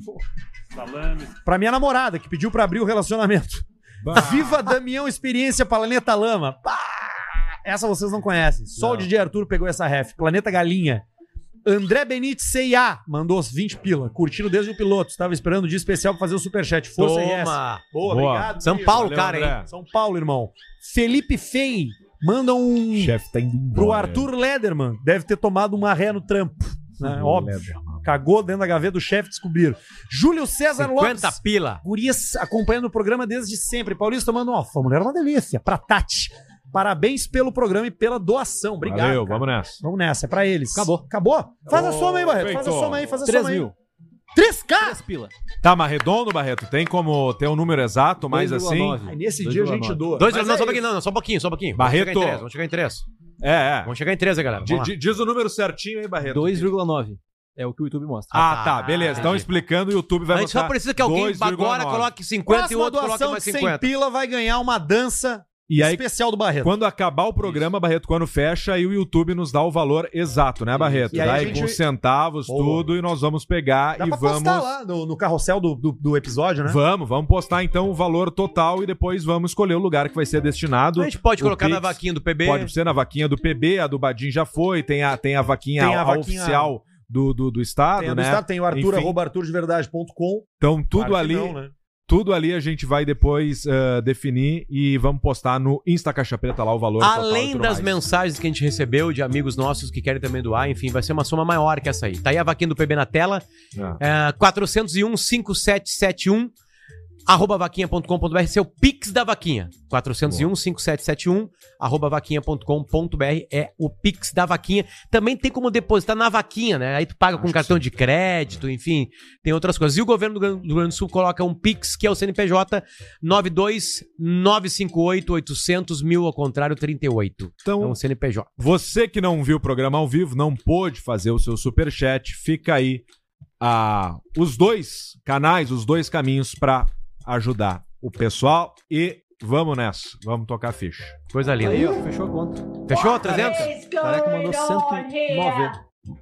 Speaker 1: pra minha namorada que pediu pra abrir o relacionamento. Viva Damião Experiência Planeta Lama. Pá! Essa vocês não conhecem. Só o DJ Arthur pegou essa ref. Planeta Galinha. André Benítez CIA mandou os 20 pila. Curtindo desde o piloto. Estava esperando o dia especial pra fazer o superchat. Força
Speaker 3: Toma.
Speaker 1: RS.
Speaker 3: Boa.
Speaker 1: obrigado.
Speaker 3: São
Speaker 1: Diego.
Speaker 3: Paulo,
Speaker 1: Valeu,
Speaker 3: cara,
Speaker 1: André.
Speaker 3: hein?
Speaker 1: São Paulo, irmão. Felipe Fei manda um
Speaker 2: Chefe tá indo
Speaker 1: pro
Speaker 2: embora.
Speaker 1: Arthur Lederman. Deve ter tomado uma ré no trampo. Né?
Speaker 2: Hum,
Speaker 1: Óbvio.
Speaker 2: Lederman.
Speaker 1: Cagou dentro da gaveta do chefe, descobriram. Júlio César
Speaker 3: 50
Speaker 1: é Lopes.
Speaker 3: pila.
Speaker 1: Gurias acompanhando o programa desde sempre. Paulista tomando uma fã. Mulher é uma delícia. Pra Tati. Parabéns pelo programa e pela doação. Obrigado.
Speaker 2: Valeu,
Speaker 1: cara.
Speaker 2: vamos nessa.
Speaker 1: Vamos nessa, é pra eles. Acabou. Acabou? Faz a soma aí, Barreto. Faz a
Speaker 2: Feito.
Speaker 1: soma aí, faz a
Speaker 2: Três
Speaker 1: soma aí.
Speaker 2: mil.
Speaker 1: 3K? 3
Speaker 4: pila.
Speaker 2: Tá, mas redondo, Barreto, tem como ter um número exato, mais assim?
Speaker 1: Aí nesse dia a gente doa.
Speaker 3: Dois,
Speaker 1: Mas
Speaker 3: não,
Speaker 1: é
Speaker 3: só
Speaker 1: isso.
Speaker 3: um pouquinho, não, não, só um pouquinho, só um pouquinho.
Speaker 2: Barreto.
Speaker 3: Vamos chegar em três, vamos chegar em três.
Speaker 2: É, é.
Speaker 3: Vamos chegar em três, aí, galera.
Speaker 2: Di-
Speaker 3: Vamos lá.
Speaker 2: di- diz o número certinho aí, Barreto.
Speaker 4: 2,9. É o que o YouTube mostra.
Speaker 2: Ah, tá, beleza. Então explicando, o YouTube vai
Speaker 3: A gente só
Speaker 2: botar
Speaker 3: precisa que alguém
Speaker 2: 2,9.
Speaker 3: agora coloque 50 e o
Speaker 1: Próxima
Speaker 3: outro coloque
Speaker 1: doação
Speaker 3: mais
Speaker 1: de
Speaker 3: 50.
Speaker 1: 100 pila vai ganhar uma dança
Speaker 2: E aí,
Speaker 1: especial do Barreto.
Speaker 2: Quando acabar o programa, Barreto, quando fecha, aí o YouTube nos dá o valor exato, né, Barreto?
Speaker 1: E aí a
Speaker 2: Daí
Speaker 1: gente-
Speaker 2: com centavos, tudo, e nós vamos pegar
Speaker 1: Dá
Speaker 2: e
Speaker 1: pra
Speaker 2: vamos.
Speaker 1: postar lá no, no carrossel do, do, do episódio, né?
Speaker 2: Vamos, vamos postar então o valor total e depois vamos escolher o lugar que vai ser destinado.
Speaker 3: A gente pode
Speaker 2: O
Speaker 3: colocar na
Speaker 2: Pix
Speaker 3: vaquinha do PB.
Speaker 2: Pode ser na vaquinha do PB, a do Badin já foi, tem a, tem a vaquinha,
Speaker 1: Tem a
Speaker 2: a
Speaker 1: vaquinha-
Speaker 2: oficial do, do, do Estado,
Speaker 1: Tem, a do
Speaker 2: né?
Speaker 1: Estado, tem o Arthur,
Speaker 2: Enfim,
Speaker 1: arroba arturdeverdade.com.
Speaker 2: Então tudo
Speaker 1: Claro que
Speaker 2: ali,
Speaker 1: não, né?
Speaker 2: tudo ali a gente vai depois eh, definir e vamos postar no Insta Caixa Preta lá o valor total e
Speaker 3: Além
Speaker 2: tudo
Speaker 3: das
Speaker 2: mais.
Speaker 3: mensagens que a gente recebeu de amigos nossos que querem também doar, enfim, vai ser uma soma maior que essa aí. Tá aí a vaquinha do PB na tela. É, 401 5771 arroba vaquinha.com.br, esse é o Pix da Vaquinha. 401-5771, arroba vaquinha.com.br é o Pix da Vaquinha. Também tem como depositar na Vaquinha, né? Aí tu paga com cartão de crédito, enfim, tem outras coisas. E o governo do Gran- do Rio Grande do Sul coloca um Pix, que é o CNPJ 92958 mil, ao contrário, 38.
Speaker 2: Então,
Speaker 3: é um CNPJ.
Speaker 2: Você que não viu o programa ao vivo, não pôde fazer o seu superchat, fica aí ah, os dois canais, os dois caminhos pra ajudar o pessoal e vamos nessa, vamos tocar a ficha.
Speaker 3: Coisa linda.
Speaker 4: Aí, ó, fechou a conta.
Speaker 3: Fechou 300?
Speaker 4: Caraca, mandou 109.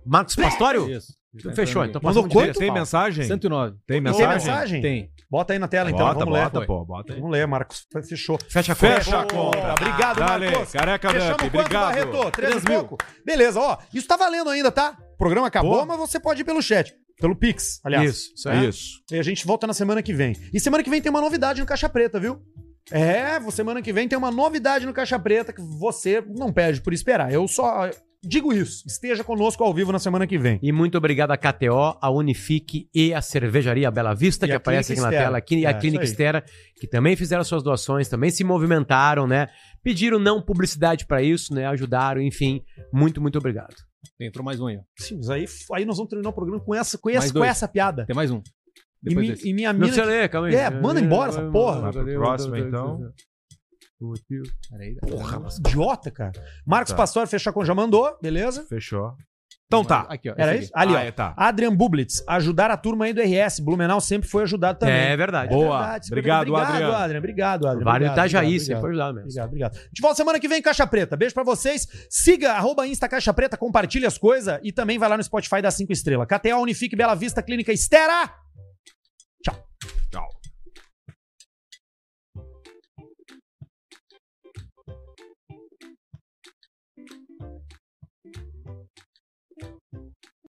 Speaker 3: Marcos Pastório?
Speaker 4: Isso.
Speaker 3: Então fechou, então
Speaker 2: Mandou
Speaker 3: passamos de
Speaker 2: quanto?
Speaker 3: vez.
Speaker 2: Tem mensagem?
Speaker 4: 109.
Speaker 1: Tem
Speaker 2: Tem mensagem?
Speaker 1: mensagem?
Speaker 4: Tem.
Speaker 1: Bota aí na tela, então.
Speaker 2: Bota,
Speaker 1: Vamos ler.
Speaker 2: bota, pô, bota aí.
Speaker 1: Vamos ler, Marcos. Fechou.
Speaker 2: Fecha a conta.
Speaker 1: Fecha a conta. Obrigado,
Speaker 2: Dale,
Speaker 1: Marcos.
Speaker 2: Careca
Speaker 1: Fechamos
Speaker 2: Vamp,
Speaker 1: quanto,
Speaker 2: obrigado.
Speaker 1: Barreto? Três
Speaker 2: Três
Speaker 1: e pouco? Beleza, ó. Isso tá valendo ainda, tá? O programa acabou,
Speaker 2: Pô.
Speaker 1: mas você pode ir pelo chat. Pelo Pix, aliás.
Speaker 2: Isso, isso
Speaker 3: é?
Speaker 2: aí. Isso.
Speaker 1: E a gente volta na semana que vem. E semana que vem tem uma novidade no Caixa Preta, viu? É, semana que vem tem uma novidade no Caixa Preta que você não perde por esperar. Eu só digo isso. Esteja conosco ao vivo na semana que vem.
Speaker 3: E muito obrigado à KTO, à Unifique e à Cervejaria Bela Vista,
Speaker 1: E
Speaker 3: que
Speaker 1: à
Speaker 3: aparece aqui
Speaker 1: Clínica
Speaker 3: na
Speaker 1: Estera.
Speaker 3: tela, aqui, e à
Speaker 1: É,
Speaker 3: Clínica
Speaker 1: isso aí.
Speaker 3: Estera, que também fizeram suas doações, também se movimentaram, né? Pediram não publicidade pra isso, né? Ajudaram, enfim. Muito, muito obrigado.
Speaker 4: Entrou mais um aí, ó.
Speaker 1: Sim, mas aí, aí nós vamos terminar o programa com essa, com
Speaker 4: Mais
Speaker 1: essa, com
Speaker 4: dois.
Speaker 1: essa piada.
Speaker 4: Tem mais um.
Speaker 1: E,
Speaker 4: Depois
Speaker 1: mi-
Speaker 4: desse.
Speaker 1: e minha
Speaker 3: Não
Speaker 1: mina.
Speaker 3: precisa ler, calma aí.
Speaker 1: É, manda embora essa porra.
Speaker 2: Vai pro próximo, então.
Speaker 1: Porra, mas idiota, cara. Marcos Pastor fechar com já mandou, beleza?
Speaker 2: Fechou. Então tá.
Speaker 4: Aqui, ó.
Speaker 1: Era
Speaker 4: esse
Speaker 1: isso? Ali,
Speaker 2: Ah,
Speaker 1: ó.
Speaker 2: é, tá.
Speaker 1: Adrian Bublitz, ajudar a turma aí do RS. Blumenau sempre foi ajudado também.
Speaker 3: É verdade.
Speaker 2: Boa.
Speaker 1: verdade,
Speaker 2: Obrigado,
Speaker 1: obrigado,
Speaker 2: Adrian.
Speaker 1: Obrigado, Adrian.
Speaker 3: Vale tá
Speaker 1: Obrigado,
Speaker 3: o Itajaí,
Speaker 1: obrigado,
Speaker 3: sempre foi
Speaker 1: obrigado.
Speaker 3: ajudado mesmo.
Speaker 1: Obrigado, obrigado. De volta semana que vem, Caixa Preta. Beijo pra vocês. Siga arroba Insta Caixa Preta, compartilha as coisas e também vai lá no Spotify da 5 Estrela. KTA Unifique Bela Vista Clínica Estera.